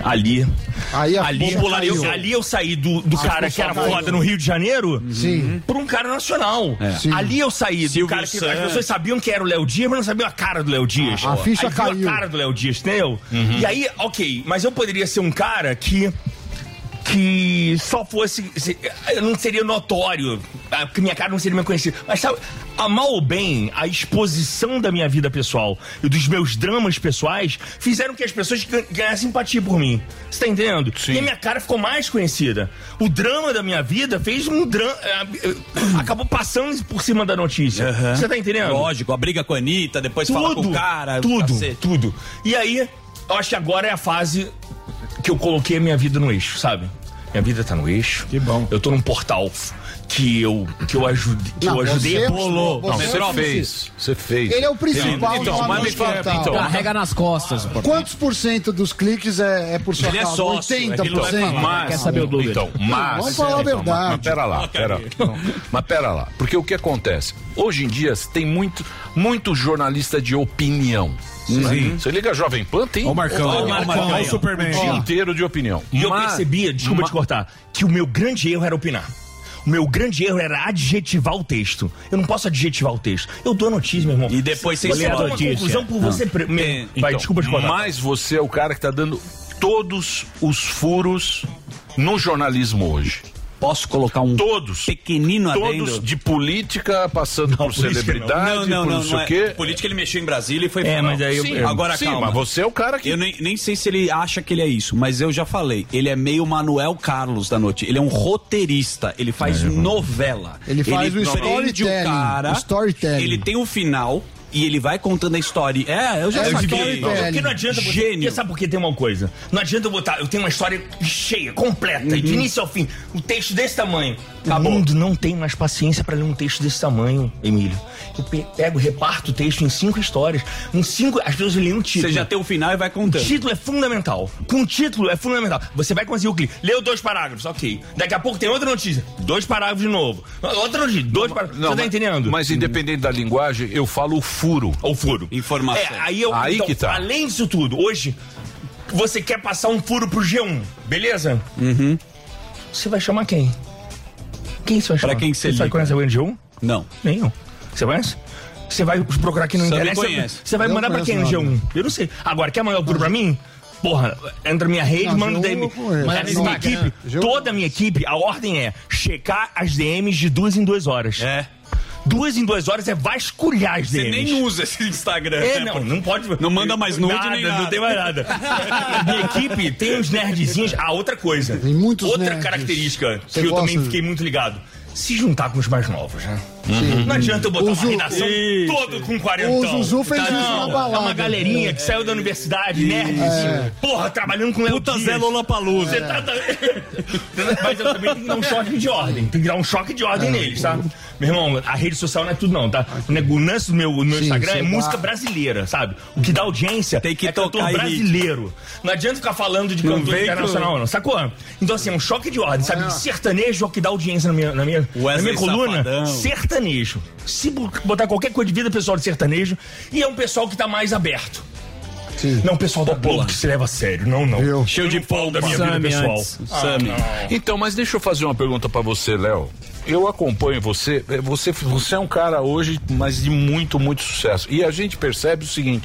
Ali.
Aí a
Ali,
folha
ali, eu,
caiu.
ali eu saí do, do
A
cara
folha
que era
caiu.
foda no Rio de Janeiro
Sim.
por um cara nacional.
É. Sim.
Ali eu saí do
Silvio
cara que as
Santos.
pessoas sabiam que era o Léo Dias, mas não sabiam a cara do Léo Dias.
A- a ficha
Aí viu
caiu.
a cara do Léo Dias, entendeu?
Uhum.
E aí, ok, mas eu poderia ser um cara que que só fosse. se- Eu não seria notório ah, que minha cara não seria bem conhecida. Mas sabe, a mal ou bem, a exposição da minha vida pessoal e dos meus dramas pessoais fizeram que as pessoas gan- ganhassem simpatia por mim. Você tá entendendo? E a minha cara ficou mais conhecida. O drama da minha vida fez um drama. Acabou passando por cima da notícia. Você tá entendendo?
Lógico, a briga com a Anitta, depois fala com o cara.
Tudo,
cacete.
tudo. E aí, eu acho que agora é a fase que eu coloquei a minha vida no eixo, sabe? Minha vida tá no eixo. Que bom. Eu tô num portal que eu, que eu ajudei. Que
Não,
eu ajudei.
você-
Bolou.
você
Metrópolis.
fez. Você fez.
Ele é o Tá. principal
Então,
nome
mas me
do
fala.
portal.
Então,
Carrega
nas costas.
Quantos por cento dos cliques é, é por sua
Ele é
causa?
sócio, ele não vai falar. Mas- Então, mas-
Vamos falar a
então, mas- Mas,
verdade.
pera lá, pera, não, mas pera lá. Porque o que acontece? Hoje em dia tem muito, muito jornalista de opinião. né?
Sim.
Você liga a Jovem Pan, tem.
Ó o Marcão, ó o Marcão, ó o
Superman.
O um dia
Ó.
inteiro de opinião.
E eu
Mas-
percebia, desculpa te cortar, que o meu grande erro era opinar. O meu grande erro era adjetivar o texto. Eu não posso adjetivar o texto. Eu dou a notícia, meu irmão. E
depois
você
você
Você
escolhe
toma
a notícia.
conclusão por
Não.
você... Pre... meu- Vai,
Então,
desculpa te cortar.
Mas você é o cara que tá dando todos os furos no jornalismo hoje.
Posso colocar um
todos,
pequenino
todos
adendo?
de política passando por
política não.
celebridade,
Não, não,
por
não,
não, sei
não
o quê.
é. Política ele mexeu em Brasília e foi
É,
pro-
mas aí eu-
sim,
eu-
agora
sim,
calma.
mas você é o cara que
Eu nem, nem sei se ele acha que ele é isso, mas eu já falei, ele é meio Manuel Carlos da noite. Ele é um roteirista, ele
É,
faz novela.
Ele faz o
prende o
storytelling,
cara,
o storytelling.
Ele tem o final e ele vai contando a história. É, eu já
É,
saquei.
porque- Porque não adianta você. Porque sabe por que tem uma coisa? Não adianta eu botar. Eu tenho uma história cheia, completa, de início ao fim. Um texto desse tamanho. O mundo não tem mais paciência pra ler um texto desse tamanho, Emílio. Eu pe- pego, reparto o texto em cinco histórias. Em cinco. As pessoas leem um título.
Você já tem o final e vai contando.
O título é fundamental. Com o título é fundamental. Você vai conseguir o clique. Leu dois parágrafos, ok. Daqui a pouco tem outra notícia. Dois parágrafos de novo. Outra notícia. Dois parágrafos. Você tá
mas-
entendendo?
Mas independente da linguagem, eu falo o furo.
O furo.
Informação.
É, aí eu, então,
que tá.
Além disso tudo, hoje você quer passar um furo pro G1, beleza?
Uhum.
Você vai chamar quem? Quem você vai chamar?
Pra quem que você
sabe
liga?
conhece alguém do G1?
Não.
Nenhum. Você conhece? Você vai procurar quem não
Só me
interessa.
conhece.
Você vai
Eu
mandar pra
conheço
quem no
nada.
G1? Eu não sei. Agora, quer mandar o furo pra mim? Porra, entra minha rede,
Não,
manda
G1
DM.
eu conheço.
Mas
Não,
minha equipe,
um
toda a minha equipe, a ordem é checar as DMs de duas em duas horas.
É.
Duas em duas horas é vasculhar as
Você
DMs.
nem usa esse Instagram.
É,
né?
não, não pode.
Não manda mais nude
nada,
nem nada.
Não tem mais nada. Minha equipe tem uns nerdzinhos. Ah, outra coisa. Tem
muitos
Outra
nerds.
característica
Você
que eu
gosta
também
de-
fiquei muito ligado. Se juntar com os mais novos, né?
Sim.
Não adianta eu botar
O Zu-
uma redação
Isso.
toda com 40
O Zuzu fez isso na balada.
É uma galerinha que saiu da universidade, nerd. assim.
É.
Porra, trabalhando com Léo
Puta
Dias.
Zé Lollapalooza.
Você tá- tá- Mas eu também tenho que dar um choque de ordem. Tem que dar um choque de
É.
ordem neles, tá? Meu irmão, a rede social não é tudo não, tá? O negócio- o lance do meu, do meu
Sim,
Instagram
você
é
dá-
música brasileira, sabe? O que dá audiência tem que é cantor
tocar e-
brasileiro. Não adianta ficar falando de
Não
cantor
vem
internacional,
com- Ah.
não, sacou? Então, assim, é um choque de ordem, sabe? Sertanejo é o que dá audiência na minha, na minha, na
Wesley
minha coluna.
Safadão.
Sertanejo. Se bo- botar qualquer coisa de vida pessoal de sertanejo, e é um pessoal que tá mais aberto. Não, o pessoal da Globo que se leva a sério. Não, não. Cheio de pau da minha vida pessoal. Ah, não.
Então, mas deixa eu fazer uma pergunta pra você, Léo. Eu acompanho você, eh, você. Você é um cara hoje, mas de muito, muito sucesso. E a gente percebe o seguinte: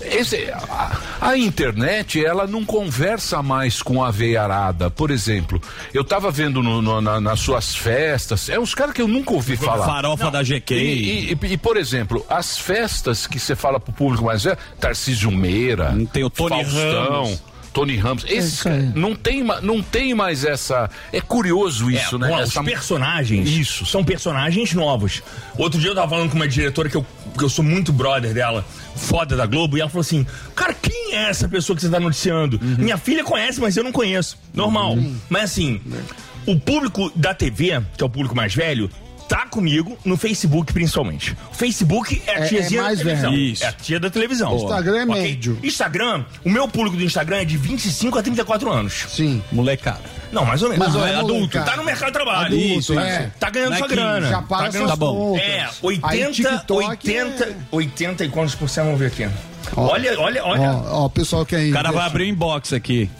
esse- é a, a internet, ela não conversa mais com a veiarada. Por exemplo, eu tava vendo no- no- na- nas suas festas, é uns caras que eu nunca ouvi falar.
Farofa da GQ.
E, e- e, por exemplo, as festas que você fala pro público mais velho, Tarcísio Meira,
Hum,
tem o
Tony
Faustão,
Ramos.
Tony Ramos, esses caras, não tem, ma- não tem mais essa. É curioso isso,
É,
né?
bom,
Essa-
Os personagens isso. são personagens novos. Outro dia eu tava falando com uma diretora que eu, que eu sou muito brother dela, foda da Globo, e ela falou assim: Cara, quem é essa pessoa que você tá noticiando?
Uhum.
Minha filha conhece, mas eu não conheço. Normal. Mas assim,
Né?
o público da TV, que é o público mais velho, tá comigo no Facebook principalmente. O Facebook é
É-
a
é
tiazinha
mais
da televisão.
velho. Isso.
É a tia da televisão.
Boa. Instagram é
Ok?
médio.
Instagram, o meu público do Instagram é de 25 a 34 anos.
Sim.
Molecada.
Não, mais ou menos.
Mas
Mas,
é
é adulto.
molecada.
Tá no mercado de trabalho.
Adulto,
Isso,
é.
é. Tá ganhando
Não é
sua
que
grana.
já paga
tá ganhando
suas contas.
É,
Aí
80,
TikTok é
80, 80 e quantos por cento vamos ver aqui? Olha, olha, olha.
Ó, Tá ó, o pessoal que aí.
O cara vai abrir o inbox aqui.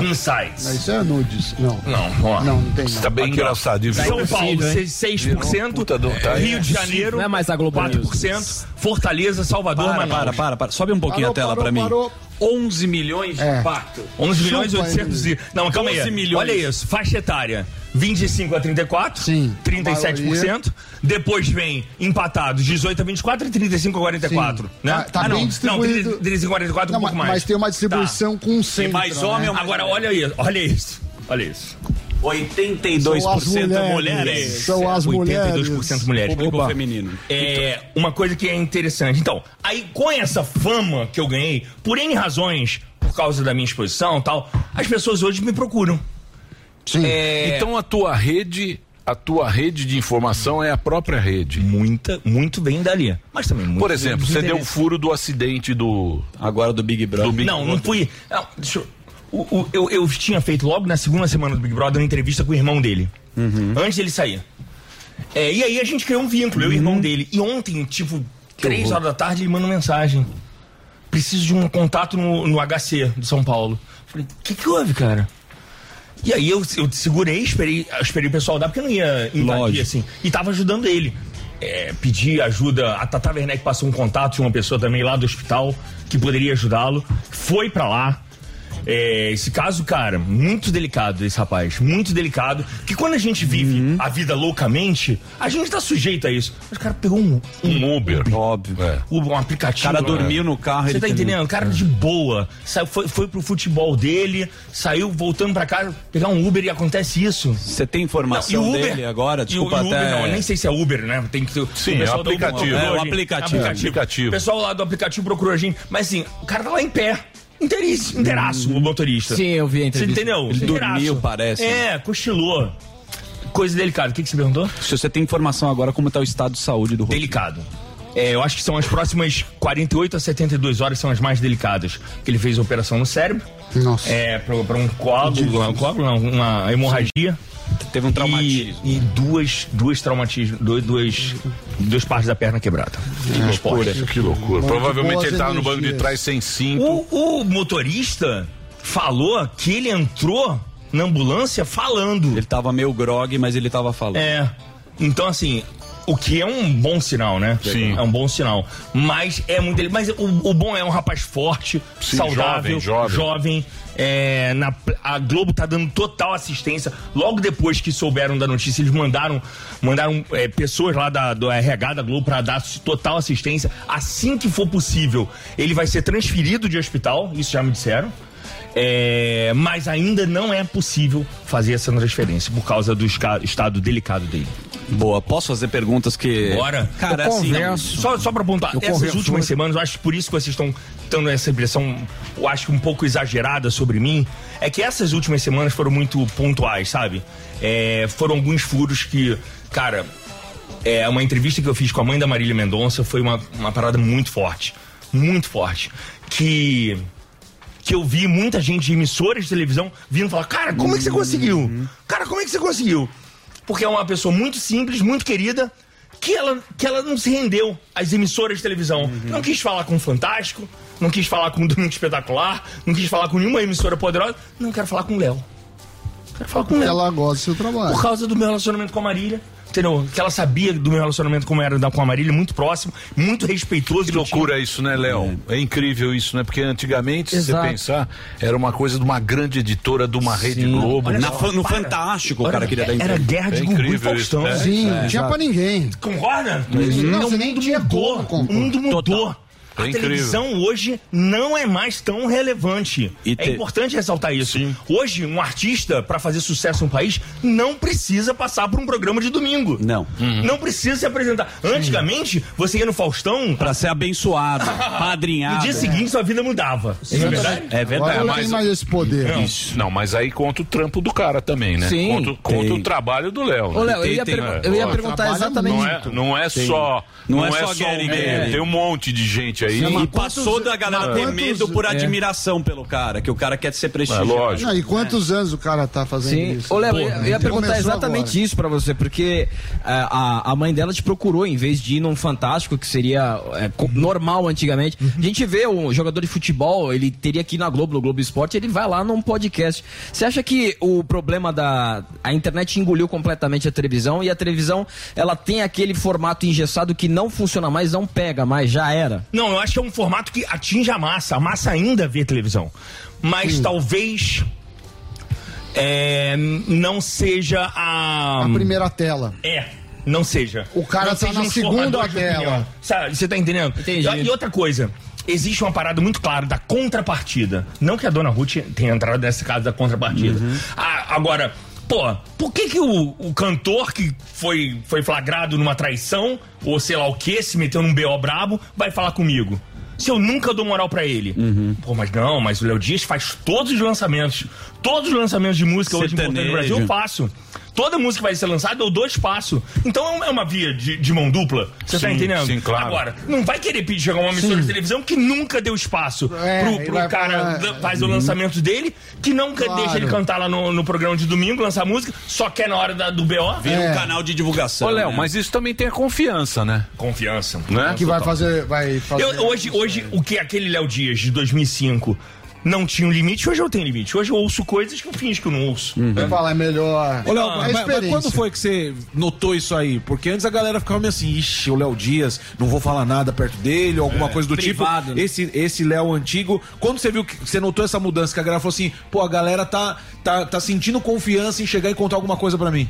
Insights.
Não, isso é nudes. Não.
Não, ó.
Não, não tem.
Isso
não.
tá bem engraçado. e
São
virou-
Paulo,
hein?
6%.
tá aí.
É, Rio de Janeiro,
Não é mais a Globo
4%. Fortaleza, Salvador,
Para,
Manaus.
para, para, para. Sobe um pouquinho a um tela pra mim.
11 milhões de impacto. 11 É. milhões e
Chupa
800
aí.
e... Não, calma
12
aí.
milhões.
Olha isso, faixa etária. 25 a 34, Sim, 37%. Depois vem empatados 18 a 24 e 35 a 44.
Sim.
Né?
Tá- tá
não.
bem
Não, 30
distribuído.
35 a 44
Não,
um pouco mais.
mas-
Tá.
mas tem uma distribuição com
Tem
centro,
é mais homem
né?
ou mais Agora olha isso, olha isso. Olha isso.
82% São as mulheres. mulheres. São as
82% mulheres.
Público
Opa.
feminino.
É, uma coisa que é interessante. Então, aí com essa fama que eu ganhei, por N razões, por causa da minha exposição e tal, as pessoas hoje me procuram.
Sim.
É.
Então a tua rede, a tua rede de informação é a própria rede.
Muita, muito bem dali. Mas também muito
Por
bem
exemplo, você deu o
desinteresse.
furo do acidente do
agora do Big Brother.
não, não fui. Não, deixa eu, o- o- eu, eu tinha feito logo na segunda semana do Big Brother uma entrevista com o irmão dele.
Uhum.
Antes dele sair. É, e aí a gente criou um vínculo, eu e o
Uhum.
irmão dele. E ontem, tipo, três
horror.
horas da tarde, ele manda uma mensagem. Preciso de um contato no, no HC de São Paulo. Falei, o que, que houve, cara? E aí eu, eu segurei, esperei, esperei o pessoal dar, porque eu não ia invadir, assim. E tava ajudando ele. É, pedi ajuda, a Tata Werneck passou um contato de uma pessoa também lá do hospital que poderia ajudá-lo. Foi pra lá. É, esse caso, cara, muito delicado esse rapaz, muito delicado. Que quando a gente vive
Uhum.
a vida loucamente, a gente tá sujeito a isso. Mas o cara pegou um, um Uber.
Óbvio.
Uber, um aplicativo.
O cara
né?
dormiu no carro,
Você
ele um
tá
também.
entendendo? O cara de boa. Saiu, foi, foi pro futebol dele, saiu voltando pra casa, pegar um Uber e acontece isso.
Você tem informação dele agora?
E o-
Desculpa
e o Uber,
até-
não, eu nem sei se é Uber, né? Tem que ter.
Sim,
o pessoal
é
do Uber
aplicativo.
hoje-
É, o aplicativo. Aplicativo.
O pessoal lá do aplicativo procurou a gente. Mas assim, o cara tá lá em pé. Interesse,
Hum.
interaço, o motorista.
Sim, eu vi a
Você
entrevista.
entendeu?
Ele
Inteiraço.
dormiu, parece.
É, cochilou. Coisa delicada. O que, que você perguntou?
Se você tem informação agora como tá o estado de saúde do Rodrigo.
Delicado. É, eu acho que são as próximas 48 a 72 horas são as mais delicadas. Porque ele fez a operação no cérebro.
Nossa.
É, pra, pra um coágulo, um coágulo não, uma hemorragia.
Teve um traumatismo.
E, e duas, duas traumatismos, dois, dois, duas partes da perna quebrada. Duas
loucura.
partes.
Que loucura. Provavelmente ele tava no banco de trás sem cinto.
O, o motorista falou que ele entrou na ambulância falando. Ele
tava meio grog, mas ele tava falando.
É. Então, assim, o que é um bom sinal, né?
Sim.
É um bom sinal. Mas é muito. Mas o, o bom é um rapaz forte,
Sim,
saudável,
jovem, jovem.
jovem. É, na- a Globo tá dando total assistência. Logo depois que souberam da notícia, eles mandaram, mandaram é, pessoas lá da, do RH da Globo para dar total assistência. Assim que for possível, ele vai ser transferido de hospital, isso já me disseram. É, mas ainda não é possível fazer essa transferência por causa do esca- estado delicado dele.
Boa, posso fazer perguntas que.
Bora.
Cara,
Eu
assim.
converso. Só, só pra apontar,
Eu
essas
converso.
últimas semanas, eu acho que por isso que vocês estão dando essa impressão, eu acho que um pouco exagerada sobre mim, é que essas últimas semanas foram muito pontuais, sabe? É, foram alguns furos que, cara, é, uma entrevista que eu fiz com a mãe da Marília Mendonça foi uma, uma parada muito forte. Muito forte. Que. Que eu vi muita gente de emissoras de televisão vindo falar: Cara, como é que você conseguiu? Cara, como é que você conseguiu? Porque é uma pessoa muito simples, muito querida, que ela, que ela não se rendeu às emissoras de televisão. Não quis falar com o Fantástico, não quis falar com o Domingo Espetacular, não quis falar com nenhuma emissora poderosa. Não, quero falar com o Léo. Quero falar com o Léo.
Ela gosta do seu trabalho.
Por causa do meu relacionamento com a Marília. Entendeu? Que ela sabia do meu relacionamento como era da- com a Marília, muito próximo, muito respeitoso.
Que loucura isso, né, Léo? É. incrível isso, né? Porque antigamente, se você
Exato.
pensar, era uma coisa de uma grande editora, de uma Rede
Sim.
Globo. né?
Olha
Não,
só, no
para.
Fantástico, o
Olha,
cara queria dar
era
entrevista.
guerra de
É
Gugu e
incrível isso,
Faustão.
né? É,
Sim, não tinha
exato.
pra ninguém.
Concorda?
Não,
Não,
você nem
mundo
tinha
mudou.
como
O mundo mudou.
É
A
incrível.
televisão hoje não é mais tão relevante.
E
É
te-
importante ressaltar isso. Hoje, um artista, para fazer sucesso no país, não precisa passar por um programa de domingo. Uhum.
Não.
Não precisa se apresentar. Antigamente, você ia no Faustão.
Pra ser abençoado, padrinhado.
No dia seguinte, sua vida mudava.
É verdade?
É verdade.
Agora
Não tem mais esse poder.
Não, não, mas aí conta o trampo do cara também, né?
Sim.
Conta, conta
Tem.
o trabalho do Léo.
Ô,
né?
Léo, eu ia pergun-
né?
eu ia
Ó,
perguntar
trabalha
exatamente-
Não é, não é
Tem.
só.
Não
Não,
é
é,
só
só, o
Gary
meio.
Gary.
Tem um monte de gente aí.
E passou da
É.
galera ter medo por admiração pelo cara, que o cara quer ser
É,
É,
prestigiado.
Não, e quantos anos o cara tá fazendo
É. Sim.
isso?
Ô, Léo,
Pô,
eu eu ia perguntar
começou
exatamente
agora.
isso pra você, porque ah, a, a mãe dela te procurou, em vez de ir num Fantástico, que seria é, co-
Uhum.
normal antigamente. A gente vê um jogador de futebol, ele teria que ir na Globo, no Globo Esporte, ele vai lá num podcast. Você acha que o problema da. A internet engoliu completamente a televisão e a televisão, ela tem aquele formato engessado que não funciona mais, não pega mais, já era?
Não, Não, eu acho que é um formato que atinge a massa. A massa ainda vê televisão. Mas talvez é, não seja a.
A
Hum.
primeira tela.
É, não seja. O
cara
não
tá
seja
na
um
segunda
formador de
tela.
opinião. Sabe, você tá entendendo?
Entendi.
E, e outra coisa. Existe uma parada muito clara da contrapartida. Não que a dona Ruth tenha entrado nesse caso da contrapartida. Ah, agora, pô, por que, que o, o cantor que foi, foi flagrado numa traição, ou sei lá o que, se meteu num BO brabo, vai falar comigo? Se eu nunca dou moral pra ele. Pô, mas não, mas o Léo Dias faz todos os lançamentos. Todos os lançamentos de música hoje importantes no Brasil eu
Sertanejo.
faço espaço. Toda música que vai ser lançada, eu dou espaço. Então é uma- é uma via de, de mão dupla. Você tá
Sim,
entendendo?
sim, claro.
Agora, não vai querer pedir chegar uma emissora de televisão que nunca deu espaço
É,
pro,
ele
pro
vai
cara
falar-
da- faz o
Uhum.
lançamento dele, que nunca
Claro.
deixa ele cantar lá no, no programa de domingo, lançar música, só quer na hora da- do BO.
Vira
É.
um canal de divulgação.
Ô, Léo,
né?
mas isso também tem a confiança, né?
Confiança.
Né?
Que vai fazer. Vai fazer...
Eu- hoje, hoje, o que é aquele Léo Dias de 2005 não tinha um limite, hoje eu tenho limite. Hoje eu ouço coisas que eu finjo que eu não ouço.
Vai falar, é melhor.
Ô, Léo,
Ah,
É
mas, mas
experiência.
quando foi que você notou isso aí? Porque antes a galera ficava meio assim, ixi, o Léo Dias, não vou falar nada perto dele, ou alguma
É,
coisa do
privado,
tipo.
né?
Esse, esse Léo antigo, quando você viu que você notou essa mudança, que a galera falou assim, pô, a galera tá, tá, tá sentindo confiança em chegar e contar alguma coisa pra mim.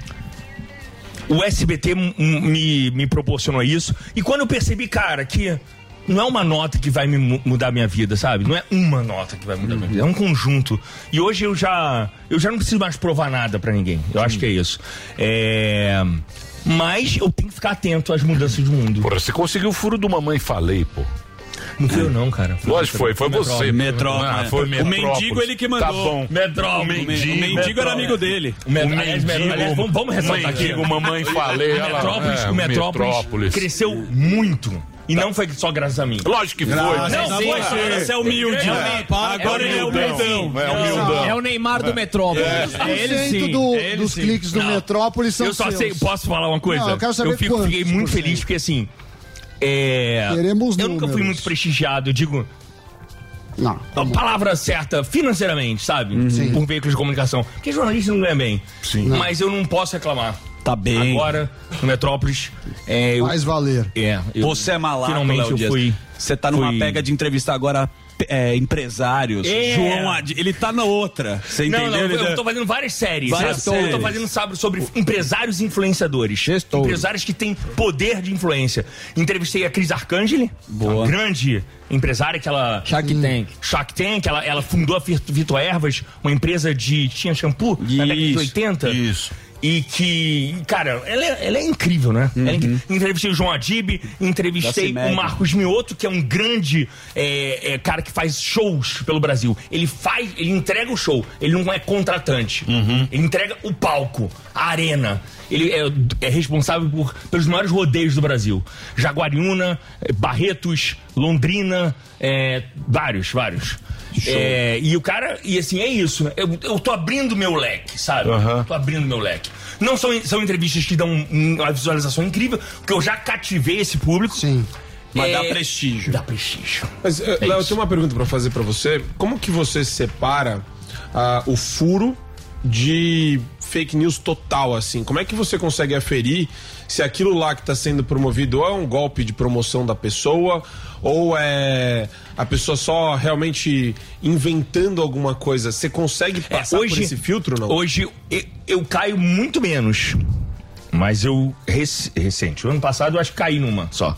O SBT m- m- me, me proporcionou isso. E quando eu percebi, cara, que não é uma nota que vai me mu- mudar minha vida, sabe? Não é uma nota que vai mudar minha vida, é um conjunto. E hoje eu já eu já não preciso mais provar nada pra ninguém. Eu acho que é isso. É, Mas eu tenho que ficar atento às mudanças do mundo.
Porra, você conseguiu o furo do Mamãe Falei, pô.
Não fui eu não, cara.
Lógico, foi, foi você. Ah, foi Metrópolis. Tá bom.
Metrópolis.
O mendigo,
O mendigo, aliás,
mendigo,
aliás, vamos, vamos ressaltar aqui.
mendigo, mamãe falei.
O
olha lá.
Metrópolis,
É,
o Metrópolis,
Metrópolis. Tá.
cresceu muito. E não foi só graças a mim.
Lógico que foi. Graças
Não,
a
foi.
você. Você é humilde.
Realmente.
Para,
Agora
é
ele é
humildão.
humildão.
É humildão.
É o Neymar do Metrópolis.
É.
É ele sim.
do-
É ele
dos
sim.
cliques do
Não.
Metrópolis são
Eu só
seus.
sei, posso falar uma coisa?
Não, eu quero saber
fico, fiquei
quantos
muito
por cento.
feliz porque assim. É,
Queremos
eu nunca fui
números.
muito prestigiado, eu digo.
Não. Uhum.
A palavra certa, financeiramente, sabe? Por veículos de comunicação. Porque jornalista não ganha bem. Sim.
Não.
Mas eu não posso reclamar. Tá bem. Agora, no Metrópolis. É, eu,
Mais valer.
É, eu-
Você é malato,
Finalmente
Léo
eu
Dias.
fui.
Você tá numa
fui-
pega de entrevistar agora é, empresários.
É.
João Adi, ele tá na outra. Você
não,
entendeu?
não, eu,
Ele-
eu tô fazendo várias séries. né?
Várias
eu, tô- eu tô
séries.
fazendo sabe, sobre empresários e influenciadores. Empresários que têm poder de influência. Entrevistei a Cris Arcangeli, uma grande empresária que ela. Hum.
Shark Tank.
Shark Tank, ela, ela fundou a Virtu, Virtu Ervas, uma empresa de. tinha shampoo na década de 80. Isso. E que, cara, ela é, ela é incrível, né? Ela é incri- Entrevistei o João Adib, entrevistei
Uhum. Da Cimeg.
o Marcos Mioto, que é um grande é, é, cara que faz shows pelo Brasil. Ele faz, ele entrega o show, ele não é contratante. Ele entrega o palco, a arena. Ele é, é responsável por, pelos maiores rodeios do Brasil. Jaguariúna, eh, Barretos, Londrina, eh, vários, vários. É, e o cara, e assim, é isso. Eu, eu tô abrindo meu leque, sabe? Tô abrindo meu leque. Não são, são entrevistas que dão um- uma visualização incrível, porque eu já cativei esse público. Sim.
É.
Mas dá
prestígio. Dá prestígio.
Mas, eh,
É
Léo, eu
isso.
tenho uma pergunta pra fazer pra você. Como que você separa ah, o furo de fake news total, assim? Como é que você consegue aferir se aquilo lá que tá sendo promovido ou é um golpe de promoção da pessoa ou é a pessoa só realmente inventando alguma coisa? Você consegue passar por esse filtro, não?
É, Hoje eu, eu caio muito menos. Mas eu. rec- recente. O ano passado eu acho que caí numa só.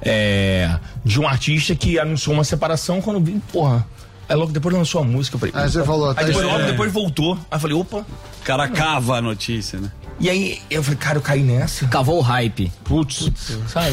É, de um artista que anunciou uma separação quando vi, porra. Aí logo depois lançou a música. Eu falei,
Aí você
"Puta".
falou, tá
Aí depois,
isso
logo
aí.
depois voltou. Aí eu falei, opa.
O cara cava a notícia, né?
E aí eu falei, cara, eu caí nessa.
Cavou o hype.
Putz. Sabe?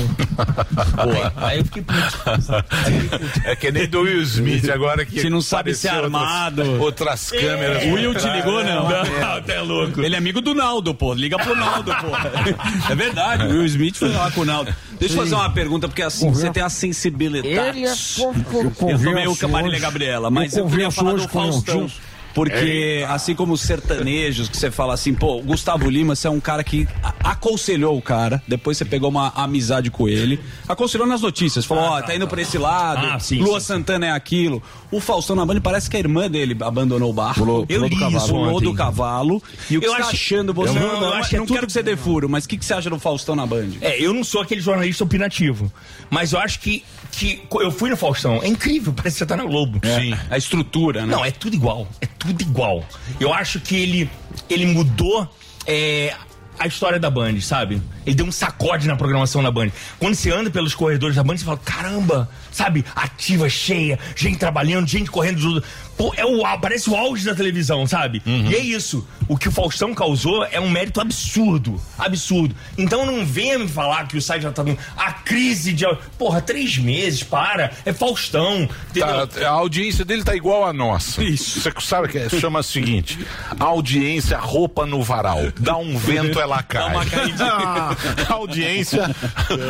Boa.
Aí eu fiquei puto.
É que nem do Will Smith agora que.
Você não sabe se é
apareceu
armado. É.
Outras, outras câmeras.
O Will te
Ah,
ligou, não?
Não,
até louco.
Ele é amigo do Naldo, pô. Liga pro Naldo, pô. É verdade, o Will Smith foi lá com o Naldo. Deixa eu
Sim. Uhum.
fazer uma pergunta, porque assim, você tem a sensibilidade.
Ele é fofo.
Eu
Converso
tomei o Marília
hoje.
Gabriela, mas eu,
Eu
queria
converso
falar
hoje
do
com o
Faustão.
Naldinho. É
Porque, assim como os sertanejos, que você fala assim, pô, o Gustavo Lima, você é um cara que a- aconselhou o cara, depois você pegou uma amizade com ele, aconselhou nas notícias, falou, ó, tá indo pra esse lado,
Ah, sim,
Lua
sim.
Santana é aquilo. O Faustão na banda parece que a irmã dele abandonou o bar.
Pulou- pulou do cavalo
Pulou
ontem.
do cavalo. E o que
Eu
você tá
acho-
achando,
Eu
Bolsonaro?
não-
Não,
eu
eu
acho que
não quero que você dê furo, mas o que, que você acha do Faustão na Band?
É, eu não sou aquele jornalista opinativo, mas eu acho que, que co- eu fui no Faustão. É incrível, parece que você tá na Globo.
É,
Sim.
A estrutura, né?
Não, é tudo igual. É tudo igual. Eu acho que ele, ele mudou é, a história da Band, sabe? Ele deu um sacode na programação da Band. Quando você anda pelos corredores da Band, você fala, caramba, sabe? Ativa, cheia, gente trabalhando, gente correndo. tudo. Pô, é o, au- parece o auge da televisão, sabe? E é isso. O que o Faustão causou é um mérito absurdo. Absurdo. Então não venha me falar que o site já tá... no- A crise de... au- Porra, três meses, para. É Faustão.
Tá, a audiência dele tá igual a nossa. Isso. Você sabe que é? chama o seguinte: audiência roupa no varal. Dá um vento, ela cai. audiência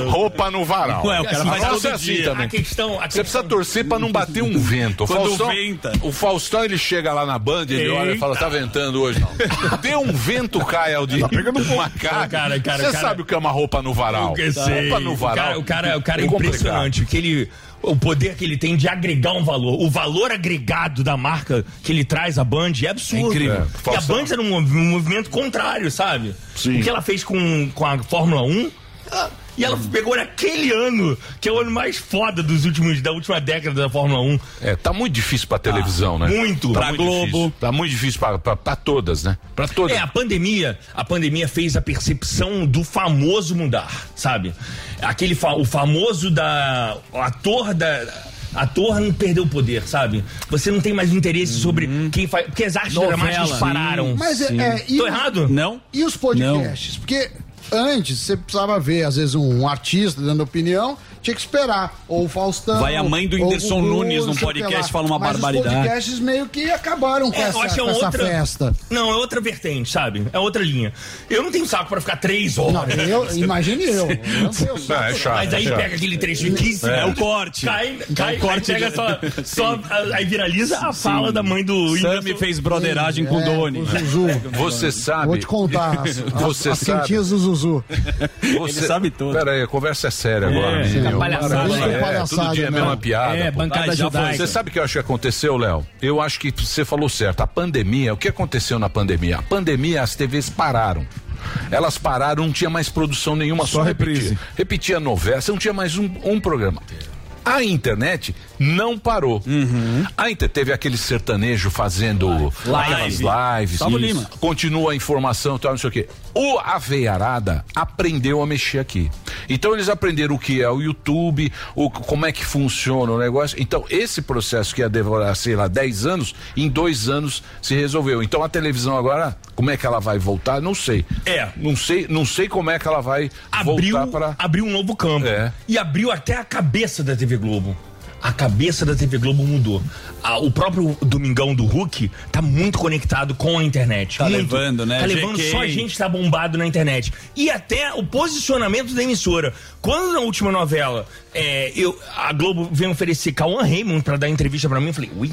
roupa no varal.
Ué, o cara
A
faz
nossa
todo
é assim
dia.
também.
A questão- a
Você precisa torcer pra não bater um vento. O
Quando
Faustão,
venta.
o Faustão, ele chega lá na Band, ele olha e fala: tá ventando hoje não. Deu um vento, cai a audiência. Tá pegando uma cara.
cara, cara,
Você
cara.
sabe o que é uma roupa no varal?
Eu sei.
Roupa no varal.
O cara, o cara, o cara é
É complicado.
impressionante. Que ele, o poder que ele tem de agregar um valor. O valor agregado da marca que ele traz à Band é absurdo.
É incrível.
É. E a
Faustão.
Band era um, mov- um movimento contrário, sabe?
Sim.
O que ela fez com, com a Fórmula 1. ah, E ela pegou naquele ano, que é o ano mais foda dos últimos, da última década da Fórmula 1.
É, tá muito difícil pra televisão, né?
Muito.
Tá
Pra
muito
Globo.
difícil. Tá muito difícil pra, pra, pra todas, né? Pra todas.
É, a pandemia, a pandemia fez a percepção do famoso mudar, sabe? Aquele fa- o famoso da o ator da ator não perdeu o poder, sabe? Você não tem mais interesse sobre quem faz, porque as artes
Novela.
dramáticas pararam.
Mas é- é, e
tô
os-
errado? Não.
E os podcasts? Porque antes você precisava ver, às vezes, um artista dando opinião, tinha que esperar. Ou o Faustão.
Vai a mãe do
ou o
Whindersson
Gugu,
Nunes num
não sei o que
podcast
lá.
fala uma
Mas
barbaridade.
Os podcasts meio que acabaram com
É,
essa,
eu acho que é
com essa
outra
festa.
Não, é outra vertente, sabe? É outra linha. Eu não tenho saco pra ficar três horas.
Não, eu- imagine eu. Eu não tenho
saco.
Ah,
É, é chato,
Mas aí
é chato.
pega aquele trecho de 15
É, é o
minutos,
corte.
Cai,
É o
cai,
corte
aí pega só,
de-
só a- aí viraliza a
Sim.
fala da mãe do
Sammy
Whindersson.
fez broderagem com o É, Doni. com o Zuzu.
Você sabe.
Vou te contar. as-
Você
as, as
sabe.
quentinhas do Zuzu.
Você sabe tudo. Pera aí, a conversa é séria agora.
É,
menino.
tá palhaçada,
Para,
né?
é,
Palhaçada,
todo dia é a
né?
mesma piada.
É,
pô. Tá,
bancada
já
judaica.
foi. Você sabe o que eu acho que aconteceu, Léo? Eu acho que você falou certo. A pandemia, o que aconteceu na pandemia? A pandemia, as TVs pararam. Elas pararam, não tinha mais produção nenhuma, só, repetia. Repetia novela, você não tinha mais um, um programa. A internet não parou.
Uhum.
A inter... Teve aquele sertanejo fazendo aquelas
Live.
lives.
Salvo
Isso.
Lima.
Continua a informação, tal, não sei o quê. O Aveiarada aprendeu a mexer aqui. Então eles aprenderam o que é o YouTube, o, como é que funciona o negócio. Então, esse processo que ia demorar, sei lá, 10 anos, em dois anos se resolveu. Então a televisão agora, como é que ela vai voltar? Não sei.
É.
Não sei, não sei como é que ela vai voltar
abriu,
para.
abriu um novo campo. E abriu até a cabeça da TV Globo. A cabeça da TV Globo mudou. A- o próprio Domingão do Hulk tá muito conectado com a internet.
Tá
Muito.
levando, né?
Tá levando
GK.
só a gente tá bombado na internet. E até o posicionamento da emissora. Quando na última novela é, eu, a Globo veio oferecer Cauã Raymond pra dar entrevista pra mim, eu falei, ui,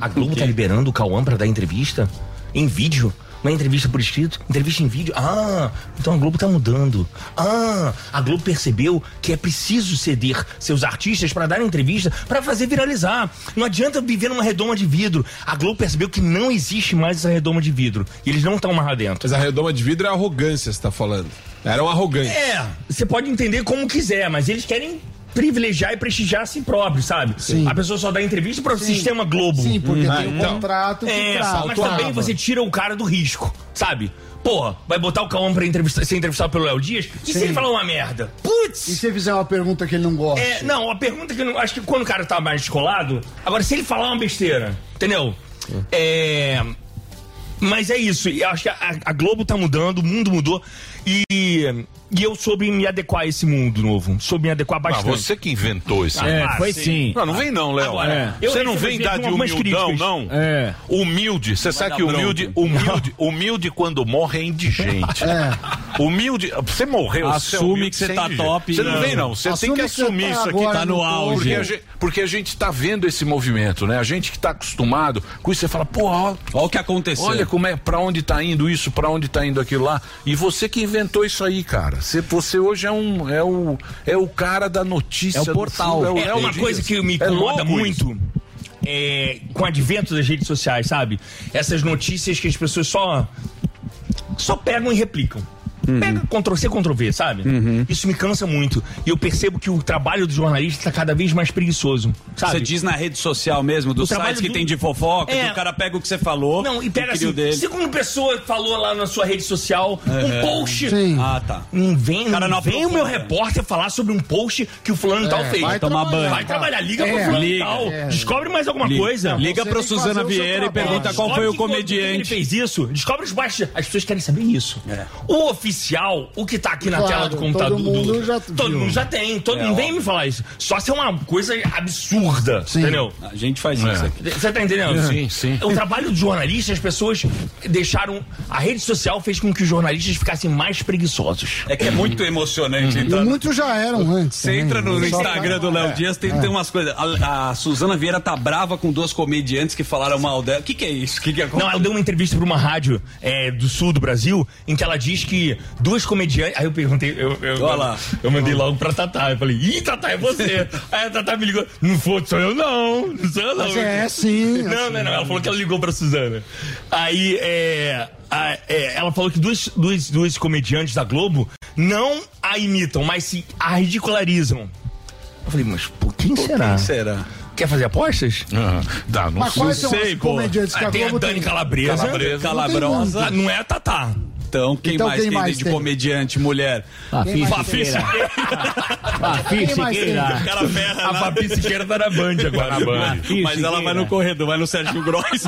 a Globo tá liberando o Cauã pra dar entrevista? Em vídeo? Não é entrevista por escrito? Entrevista em vídeo? Ah, então a Globo tá mudando. Ah, a Globo percebeu que é preciso ceder seus artistas pra dar entrevista pra fazer viralizar. Não adianta viver numa redoma de vidro. A Globo percebeu que não existe mais essa redoma de vidro. E eles não estão mais lá dentro.
Mas a redoma de vidro é arrogância, você tá falando. Eram arrogantes.
É, você pode entender como quiser, mas eles querem privilegiar e prestigiar a si próprio, sabe? A pessoa só dá entrevista para o sistema Globo. Sim,
porque tem um contrato que
é,
trava.
mas
Trava.
também você tira o cara do risco, sabe? Porra, vai botar o Cauã pra entrevistar, ser entrevistado pelo Léo Dias? E se
Sim.
ele falar uma merda?
Putz! E se ele fizer uma pergunta que ele não gosta?
É, não, a pergunta que eu não, acho que quando o cara tá mais descolado, agora se ele falar uma besteira, entendeu? É, mas é isso, e eu acho que a, a Globo tá mudando, o mundo mudou e, e eu soube me adequar a esse mundo novo, soube me adequar
Mas
bastante.
você que inventou isso.
Ah,
aí.
ah, sim.
Não, não vem não, Léo. É.
Agora, eu
Você não vem
recebi
dar de
algumas
humildão,
críticas.
não. Humilde. Você sabe que humilde, humilde, humilde quando morre é indigente. Humilde. Você morreu. você é
Assume
humilde
que você
sem
tá
jeito.
top,
Você não
né?
vem, não. Você tem
Assume
que
que você
assumir
tá
isso aqui.
agora Tá no no auge.
Porque a, gente, porque a gente tá vendo esse movimento, né? A gente que tá acostumado com isso, você fala, pô, ó,
o que aconteceu.
Olha como é, pra onde tá indo isso, pra onde tá indo aquilo lá. E você que inventou isso aí, cara. Você, você hoje é um. É o, é o cara da notícia. do fundo, o-
É,
o
uma
dia.
coisa que me
É
incomoda
louco isso.
muito. é, com o advento das redes sociais, sabe? Essas notícias que as pessoas só só pegam e replicam.
Uhum.
Pega Ctrl C, Ctrl V, sabe? Isso me cansa muito. E eu percebo que o trabalho do jornalista está cada vez mais preguiçoso, sabe?
Você diz na rede social mesmo,
O
dos
trabalho
sites que
do-
tem de fofoca,
É.
que o cara pega o que você falou.
Não, e pega
o que
assim,
deu dele.
segundo pessoa falou lá na sua rede social, um post.
Ah, tá.
Não vem,
Cara,
não
não
vem o meu repórter falar sobre um post que o fulano
É,
tal fez.
vai tomar banho.
Vai trabalhar, liga
É,
pro fulano
liga,
tal.
é.
Descobre mais alguma
Liga.
coisa.
Liga Você pra tem que Suzana fazer o seu Vieira e trabalho. pergunta qual foi o
que foi- por que
comediante. É.
Ele fez isso. Descobre os baixos. As pessoas querem saber isso. O oficial, o que tá aqui na
Claro,
tela do
todo
computador.
mundo
do-
já
todo
viu.
mundo já tem. Todo
É,
mundo vem me falar isso. Só se é uma coisa absurda. Entendeu?
A gente faz isso aqui.
Você tá entendendo?
Sim, sim.
O trabalho do jornalista, as pessoas deixaram. A rede social fez com que os jornalistas ficassem mais preguiçosos.
É que é muito emocionante.
Uhum. E
Uhum.
Então,
muitos já eram antes.
Você
também,
entra no,
né?
no
Só é.
Instagram do Léo Dias,
É.
tem, tem umas coisas. A, a Suzana Vieira tá brava com duas comediantes que falaram mal dela. O que, que é isso? O que, que aconteceu?
Não, ela deu uma entrevista pra uma rádio é, do sul do Brasil, em que ela diz que duas comediantes. Aí eu perguntei, eu, eu,
Olha lá.
eu mandei logo pra Tatá. Eu falei, ih, Tatá, é você. Aí a Tatá me ligou, não foi, sou eu não, não sou eu não.
Mas é, sim,
Não, não, não. Ela falou que ela ligou pra Suzana. Aí, é. a- é, ela falou que duas, duas, duas comediantes da Globo não a imitam, mas se a ridicularizam. Eu falei, mas por quem será?
quem será?
Quer fazer apostas?
Dá, não
Mas quais são
sei,
as
pô.
comediantes que a
Ah,
Globo
Dani
tem?
Calabresa.
Calabresa.
Calabrosa.
Não tem muito. Não é Tatá.
Então, quem
Então,
mais
quem
tem
mais
de
tem?
comediante, mulher?
Fafi Quem mais Siqueira.
Siqueira. Ah,
Fafi
Quem mais
Siqueira.
tem? O cara ferra
A
lá.
Fafi Siqueira tá na Band agora.
Tá na Band.
Mas ela vai no corredor, vai no Sérgio Gross.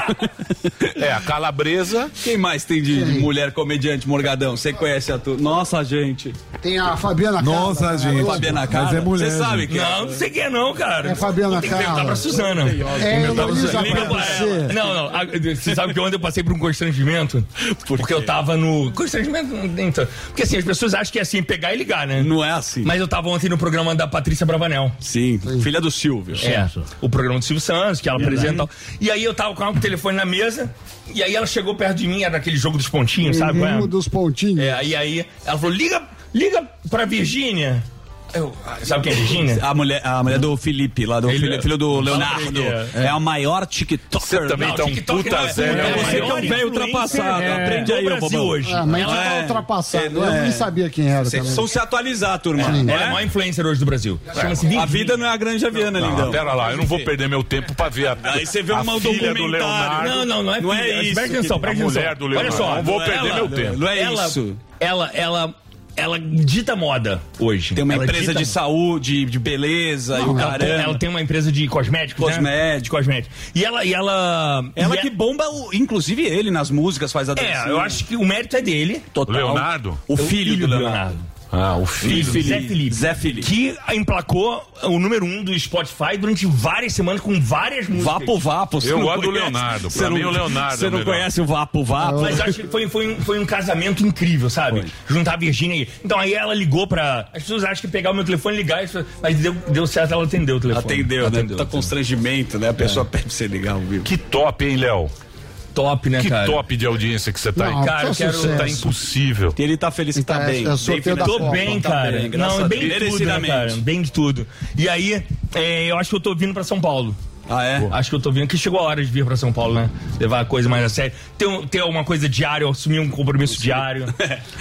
É, a Calabresa.
Quem mais tem de, de mulher comediante, Morgadão? Você conhece a tua. Nossa, gente.
Tem a Fabiana
Nossa,
Carla,
gente.
né?
Fabiana Carla. Mas é mulher,
Você
gente.
sabe quem é?
Não, não
sei quem é não, cara.
É Fabiana
Tem que perguntar
Carla.
pra Suzana.
É,
Tem que perguntar pra
Heloísa
Suzana. Liga pra
Aparecida.
ela. Não, não. a- Você sabe que ontem eu passei por um constrangimento? porque eu tava no... Constrangimento... Então, porque assim, as pessoas acham que é assim, pegar e ligar, né?
Não é assim.
Mas eu tava ontem no programa da Patrícia Bravanel.
Sim, filha do Silvio.
É, o programa do Silvio Santos, que ela
Verdade.
apresenta. E aí eu tava com o telefone na mesa, e aí ela chegou perto de mim, era aquele jogo dos pontinhos, sabe? qual é?
Um dos pontinhos.
É, aí, aí ela falou: liga, liga pra Virgínia. Eu, sabe quem é Virgínia?
A mulher, a mulher do Felipe, lá do
Ele-
filho, filho do
Fala
Leonardo.
pra ele,
É. a maior TikToker.
Você também
Não,
tá um
TikToker
puta
não é
Zé,
puta,
né?
Você que é um é. velho ultrapassado. Aprende aí, ô bobão.
Ah, mas já tá
É.
ultrapassado.
É,
Eu nem sabia quem era
Vocês
também.
precisam se atualizar, turma.
É.
não
Ela é Tá. a maior influencer hoje do Brasil. Chama-se
A
Virgínia.
vida não é a granja Viana,
Não,
lindão. É.
pera lá, eu não vou perder meu tempo pra ver a.
Aí você vê
a
uma
filha do
documentário.
Leonardo.
Não, não, não é
Não é
filha.
isso,
Presta atenção,
querido.
presta
A
atenção.
mulher do Leonardo.
Olha só.
Não vou perder meu tempo. Não é
ela-
isso.
Ela, ela, ela dita moda hoje.
Tem uma
Ela
empresa
dita
de saúde, de beleza e o
ela, tem,
caramba.
ela tem uma empresa de cosméticos, né?
Cosméticos.
De cosméticos. E ela... E ela
Ela
e
que bomba, o- inclusive ele, nas músicas, faz a dancinha.
É, eu acho que o mérito é dele.
Total.
Leonardo?
O filho, do Leonardo.
Ah, o
Filho, Zé Felipe.
Zé Felipe.
Que emplacou o número um do Spotify durante várias semanas com várias músicas.
Vapo Vapo. você
Eu
não
gosto do
conhece?
Leonardo,
Você
pra
não-
mim o Leonardo
Você
é o
não
melhor.
conhece o Vapo Vapo?
Mas acho que foi, foi, um- foi um casamento incrível, sabe? Juntar a Virgínia aí. Então aí ela ligou pra. As pessoas acham que pegar o meu telefone e ligar, isso- mas deu, deu certo, ela atendeu o telefone.
Atendeu, né? Tá constrangimento, né? A pessoa pede pra você ligar ao vivo.
Que top, hein, Léo?
Top, né,
que
cara?
top de audiência que você tá
Não, é
aí.
Cara, eu quero-
Você tá impossível.
Ele tá feliz que tá
É,
Tá
bem. Tá
bem, tô bem,
Tá
cara. não, bem de tudo, né, cara?
Merecidamente.
Bem de tudo. E aí, é, eu acho que eu tô vindo pra São Paulo.
Ah, é?
Acho que eu tô vindo, que chegou a hora de vir pra São Paulo, né? Levar a coisa mais a sério. Ter, um- ter alguma coisa diária, eu assumir um compromisso diário.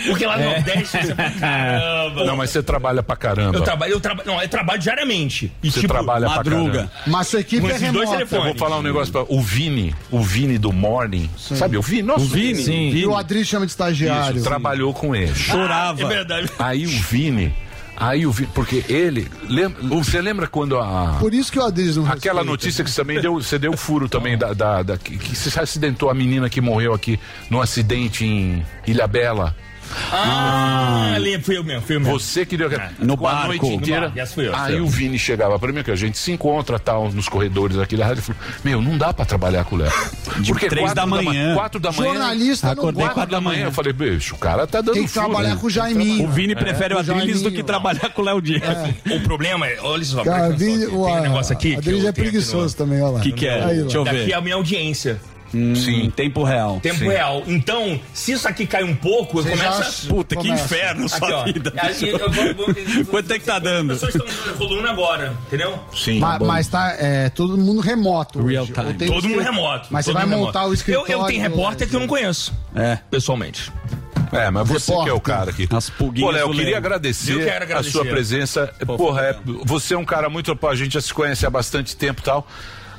Porque lá no
É.
Nordeste, você fala, caramba.
Não, mas você trabalha pra caramba.
Eu trabalho, eu trabalho, não, eu trabalho diariamente. E
Você
tipo,
trabalha pra
madruga.
caramba.
Mas sua equipe
Com
é
esses dois
remota.
telefones.
Eu vou falar um negócio pra. O Vini, o Vini do Morning. Sabe, o Vini? Nossa,
O Vini?
Sim.
E o Adri chama de estagiário.
Isso, trabalhou com ele.
Chorava.
é verdade.
Aí o Vini. Aí o Vini. Porque ele. lem- você lembra quando a.
Por isso que o Adri não
Aquela
respeita.
né?
notícia que você também deu, você deu furo também da, da, da- que, que se acidentou a menina que morreu aqui num acidente em Ilhabela.
Ah, ali foi eu mesmo, foi eu mesmo. Ah,
Você que deu aquela-
No
Ficou a
barco.
noite inteira.
No barco, essa foi eu, essa
aí
foi eu.
o Vini chegava pra mim, que a gente se encontra tal, nos corredores aqui da rádio. e Falou, Meu, não dá pra trabalhar com o Léo.
De três
quatro
da
ma-
manhã.
Quatro da manhã.
Jornalista não
Acordei
gosta.
quatro da manhã. Eu falei, bicho, o cara tá dando
Tem que
furo,
trabalhar
né?
com o Jaiminho.
O Vini
É,
prefere o
com
Adriles do
Jaiminho.
que trabalhar com o Léo Dias.
É. O problema é, olha só,
Cara,
presta atenção
Adriles-
aqui, tem
ué,
um negócio aqui.
Adriles
que eu
é
tenho aqui
preguiçoso também, olha lá.
Que que é?
Aí, ó.
Deixa eu ver. Daqui é a minha audiência.
Sim. Hum, Tempo real.
Tempo
Sim.
real. Então, se isso aqui cai um pouco, eu
Você
começo.
já-
a-
Puta, que inferno
Aqui,
sua
ó.
vida,
Aí,
bicho.
eu- eu vou- vou- eu-
Quanto é que tá dando?
As pessoas estão evoluindo agora, entendeu?
Sim.
Ma- mas tá é, todo mundo remoto. hoje.
Real time.
Ou tem
Todo
um
mundo
escri-
remoto.
Mas
todo
você vai
mundo
montar
remoto.
o escritório.
Eu, eu tenho repórter que eu não conheço.
É.
Pessoalmente.
É, mas você que é o cara aqui.
As
Pô,
pulguinhas
Léo,
do
eu queria
Léo.
agradecer,
Eu quero
a
agradecer.
sua presença. Porra, é- você é um cara muito. A gente já se conhece há bastante tempo e tal.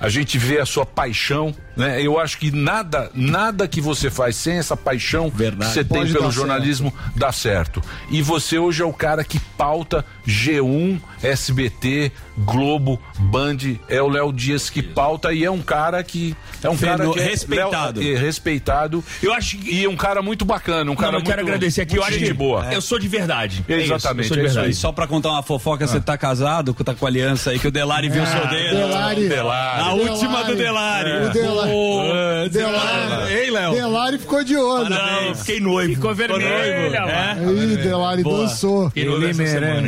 A gente vê a sua paixão, né? Eu acho que nada, nada que você faz sem essa paixão que você tem
Pode
pelo
dar
jornalismo dá certo. E você hoje é o cara que pauta G1, SBT, Globo, Band. É o Léo Dias que pauta e é um cara que é um cara
Fenô-
que é-
respeitado.
Léo- é, respeitado.
Eu acho que...
e é um cara muito bacana, um
Não,
cara
eu
muito
quero agradecer aqui. Eu
muito
acho
gente
que
boa.
eu sou de verdade. É isso,
Exatamente,
eu sou de
é isso
verdade.
E só pra contar uma fofoca, você tá casado, tá com a aliança aí que o Delari viu o seu
Ah,
dedo.
Delari.
A
Delari.
última do Delari.
O Delari. É,
Pô,
Delari.
Ei, Léo.
Delari ficou de olho.
Não, fiquei noivo. Ficou vermelho. É?
Ih, Delari
Boa.
dançou.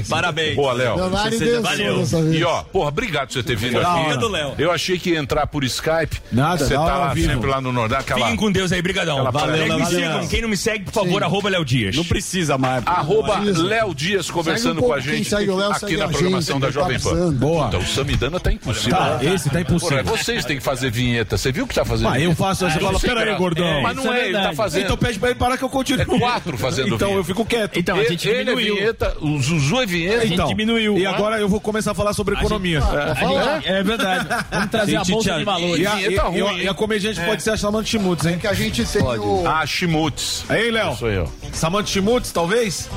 Parabéns. Boa, Léo.
Delari
Você
dançou
valeu.
dessa vez.
E ó, porra, obrigado por você ter vindo
Da
aqui.
hora do Léo.
Eu achei que ia entrar por Skype.
Nada,
Você
da
tá
hora
lá
ao vivo.
sempre lá no Nordeste. Aquela...
Fiquem com Deus aí, brigadão.
Aquela
Valeu,
parada.
Léo Me Dias. sigam. Quem não me segue, por favor, arroba Léo Dias.
Não precisa mais.
Arroba
Precisa.
Léo Dias
Segue um
conversando
pouco
com a gente
quem segue o Léo,
aqui
segue
na
a
programação
gente,
da
ele
Jovem
tá
Pan.
passando. Boa.
Puta, o Samidana tá impossível.
Tá, esse tá impossível.
Porra, vocês têm que fazer vinheta. Você viu o que tá fazendo?
Ah, eu faço, aí você
Não
fala,
sei,
"Pera aí,
cara."
gordão.
É, Mas não
Isso é
é, ele tá
verdade.
fazendo.
Então pede pra ele parar que eu continuo.
É quatro fazendo
Então,
vinheta.
eu fico quieto.
Então, a gente ele, diminuiu. Ele é vinheta, o Zuzu é vinheta.
Então, E agora eu vou começar a falar sobre
A gente-
economia.
Ah, a gente-
É.
é verdade. Vamos trazer a bolsa de valores.
E a,
Vinheta
e- e-
ruim,
e a comediante pode ser a Samantha Schmutz, hein? É. Que
a gente tem o...
Ah, Schmutz.
Aí, Léo.
Sou eu.
Samantha Schmutz, talvez?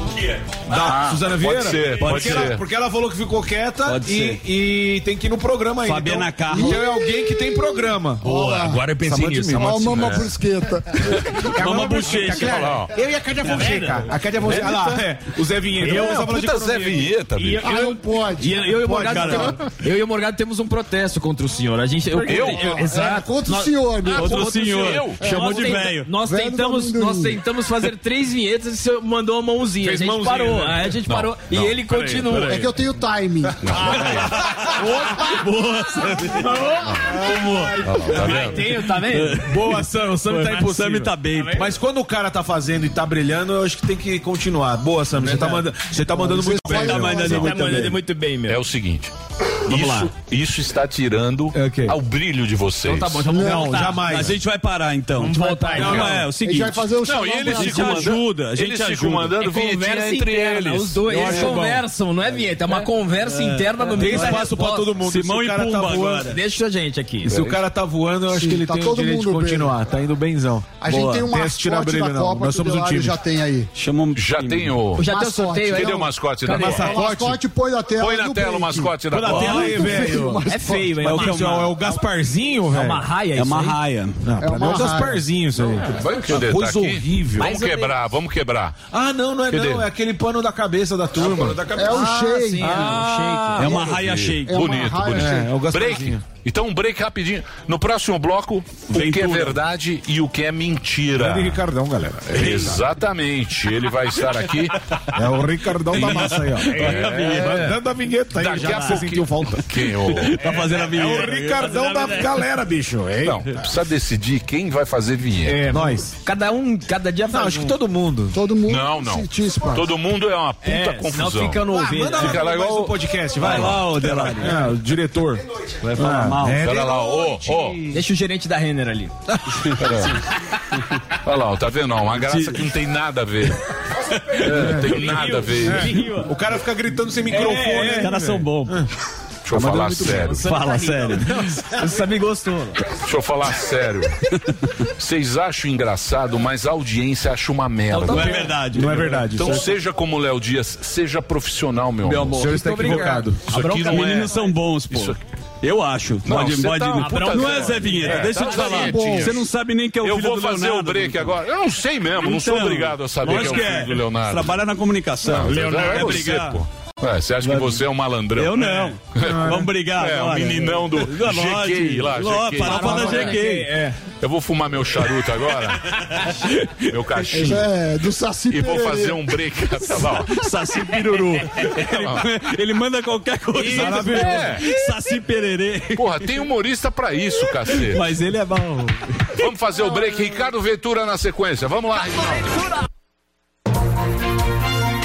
Da
Ah,
Suzana
pode
Vieira?
ser, pode
porque,
ser.
Ela, porque ela falou que ficou quieta
Pode
e,
ser.
e tem que ir no programa ainda.
Fabiana
então,
Carmo.
Então é alguém que tem programa.
Boa, agora eu pensei
Samantha
nisso,
Schmutz.
Samantha Schmutz.
Mama brusqueta.
Mama bochecha.
Eu e a
Tá
Cádia Fonseca. A Cádia Fonseca. Olha
Ah,
lá. É, o Zé Vinheta.
Eu,
Vamos começar a falar de
puta Zé
economia.
Vinheta,
E-
bicho.
Ah, não
E
pode.
eu, eu e o
Pode,
Morgado
cara.
temos- eu e o Morgado temos um protesto contra o senhor. A gente,
Eu? É,
exato.
contra o
Nós-
senhor, meu.
Ah,
Contra o senhor.
É.
Chamou
Nós
de
tenta-
velho.
Nós
Velho do
tentamos,
amendoim.
nós tentamos fazer três vinhetas e o senhor mandou a mãozinha.
Fez
a gente
mãozinha,
parou.
né?
aí A gente
Não,
parou.
não,
e ele
peraí,
continua.
peraí.
É que eu tenho timing.
Opa!
Boa,
Tá
tá
Aí tem, eu- tá vendo?
Boa, Sam. O Sam
Foi,
tá
mas
impossível.
Sam tá bem.
Mas quando o cara tá fazendo e tá brilhando, eu acho que tem que continuar. Boa, Sam. Você tá mandando, você tá mandando muito bem. tá
muito bem, meu.
É o seguinte.
Vamos
isso,
lá.
isso está tirando
É
ao brilho de vocês.
Então tá bom, então vamos Não, voltar. jamais. A gente vai parar então. Vamos voltar então. Não, é, é o seguinte.
Ele vai fazer o
Não,
xalão
e eles
pra
ficam
gente.
ajuda, a gente
Eles ficam
ajuda.
mandando
É
vinhetinha
conversa
entre
interna,
eles.
Os dois,
Eu
eles
acho bom.
conversam, não é vinheta, é uma conversa interna no
Tem
meio da
espaço pra
resposta.
todo mundo. Se o cara tá voando-
Deixa a gente aqui.
Se o cara tá voando, eu acho
Sim,
que ele
tá
tem o
todo
direito de
mundo
continuar. Tá indo benzão.
A gente
Boa.
tem uma
esse tirar
mascote
brilho,
da
não.
Copa
Nós
que o
somos um
Delari
time.
já tem aí.
Chamamos
Já tem o.
Já tem o sorteio,
Cadê
não?
o mascote da
Cadê?
Copa?
O mascote põe na tela.
Põe na
do
tela o
break.
mascote da
Põe na
Copa.
tela aí,
Muito
velho.
feio,
É feio, hein?
É
É
o
o,
que é uma-
Gasparzinho, velho.
uma raia
É
isso
uma
aí?
raia. Não,
É
pra mim é
uma
o
raia.
Gasparzinho isso aí.
Vai o que o dedo tá
Coisa
aqui?
horrível.
Vamos quebrar, vamos quebrar.
Ah, não, não é
Cadê?
não. É aquele pano da cabeça da turma.
É o shake.
Ah,
É
uma raia shake.
Bonito, bonito.
É, é o
break.
Gasparzinho.
Então, um break rapidinho. No próximo bloco, o que é verdade e o que é mentira.
Grande Ricardão, galera.
Exatamente. Ele vai estar aqui.
É o Ricardão da massa aí, ó.
É.
Mandando a vinheta aí.
Daqui
já
a
você
pouquinho.
sentiu falta.
Quem, ô?
Tá fazendo a
É
vinheta.
o Ricardão da galera, bicho. hein?
Não, precisa decidir quem vai fazer vinheta.
É, nós.
Cada um, cada dia faz.
Não, acho que todo mundo.
Todo mundo.
Não, não. Todo mundo é uma puta
É,
confusão.
senão fica no
Ah,
ouvido.
manda
Fica
lá
lá
igual
igual
o-
o podcast, vai.
Vai lá, ô,
Delari.
É, o diretor. Ah, é Vai falar mal.
Pera lá, ô, ô.
Deixa o gerente da Renner ali.
Olha lá, ó, tá vendo? Ó, Uma graça que não tem nada a ver. É, tem nada a ver.
É. O cara fica gritando sem microfone.
É,
Tá
Os caras tá são bons.
Deixa eu falar sério.
Fala sério.
né?
Você me gostou.
Deixa eu falar sério. Vocês acham engraçado, mas a audiência acha uma merda.
Não é verdade.
Não é verdade.
Então
Isso é-
seja como o Léo Dias, seja profissional, meu,
Meu
amor.
amor, O senhor está muito obrigado. equivocado.
Isso aqui não é...
Meninos são bons, pô.
Isso,
Eu acho.
Não,
pode,
você
pode,
tá um puta
não é
cara.
Zé Vinheta,
É,
deixa
tá
eu te falar.
Vinhetinha.
Você não sabe nem que é o
Eu
filho
vou
do
fazer
Leonardo.
o break agora. Eu não sei mesmo, não sou obrigado a saber
lógico
que é o filho do Leonardo.
Trabalha na comunicação.
Não,
Leonardo
é
é
você,
brigar.
pô. Ué, você acha que você é um malandrão?
Eu não. Vamos brigar
É, o
agora.
meninão do
Lógico.
GQ lá.
Lógico,
GQ.
farofa da GQ.
É. Eu vou fumar meu charuto agora. meu
tá
Isso
cachinho.
é do Saci
E vou
Pererê.
fazer um break até lá. ó.
Saci Piruru.
Tá
Ele, ele manda qualquer coisa.
Maravilhoso.
Saci Pererê.
É. Porra, tem humorista pra isso, cacete.
Mas ele é bom.
Vamos fazer o break. Ricardo Ventura na sequência. Vamos lá, Ricardo.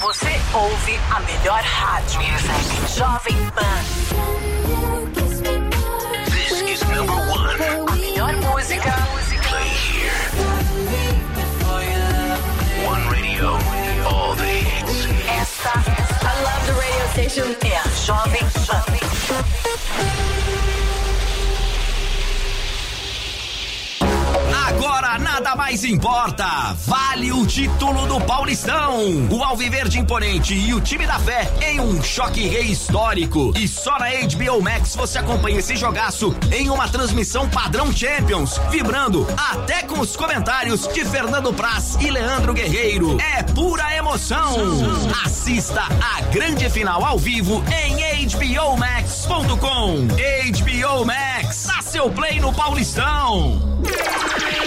Você ouve a melhor rádio. Jovem Pan. This is number one. A melhor música. Play here. One radio. All the hits. Essa. I love the radio station. É a Jovem Pan.
Agora nada mais importa. Vale o título do Paulistão. O Alviverde Imponente e o time da fé em um choque rei histórico. E só na HBO Max você acompanha esse jogaço em uma transmissão padrão Champions, vibrando até com os comentários de Fernando Praz e Leandro Guerreiro. É pura emoção. Assista a grande final ao vivo em hbomax.com. HBO Max, dá seu play no Paulistão.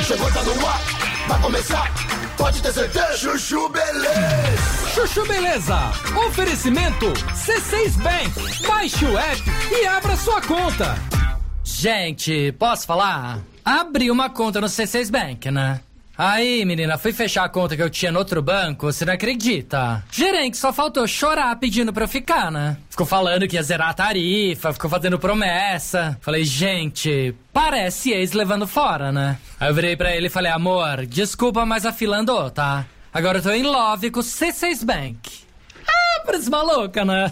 Chegou, tá no ar, vai começar, pode ter certeza. Chuchu Beleza.
Chuchu Beleza, oferecimento C6 Bank. Baixe o app e abra sua conta. Gente, posso falar? Abri uma conta no C6 Bank, né? Aí, menina, fui fechar a conta que eu tinha no outro banco, você não acredita? Gerente, só faltou chorar pedindo pra eu ficar, né? Ficou falando que ia zerar a tarifa, ficou fazendo promessa. Falei, gente, parece ex levando fora, né? Aí eu virei pra ele e falei, amor, desculpa, mas a fila andou, tá? Agora eu tô em love com o C6 Bank. Ah, parece maluca, né?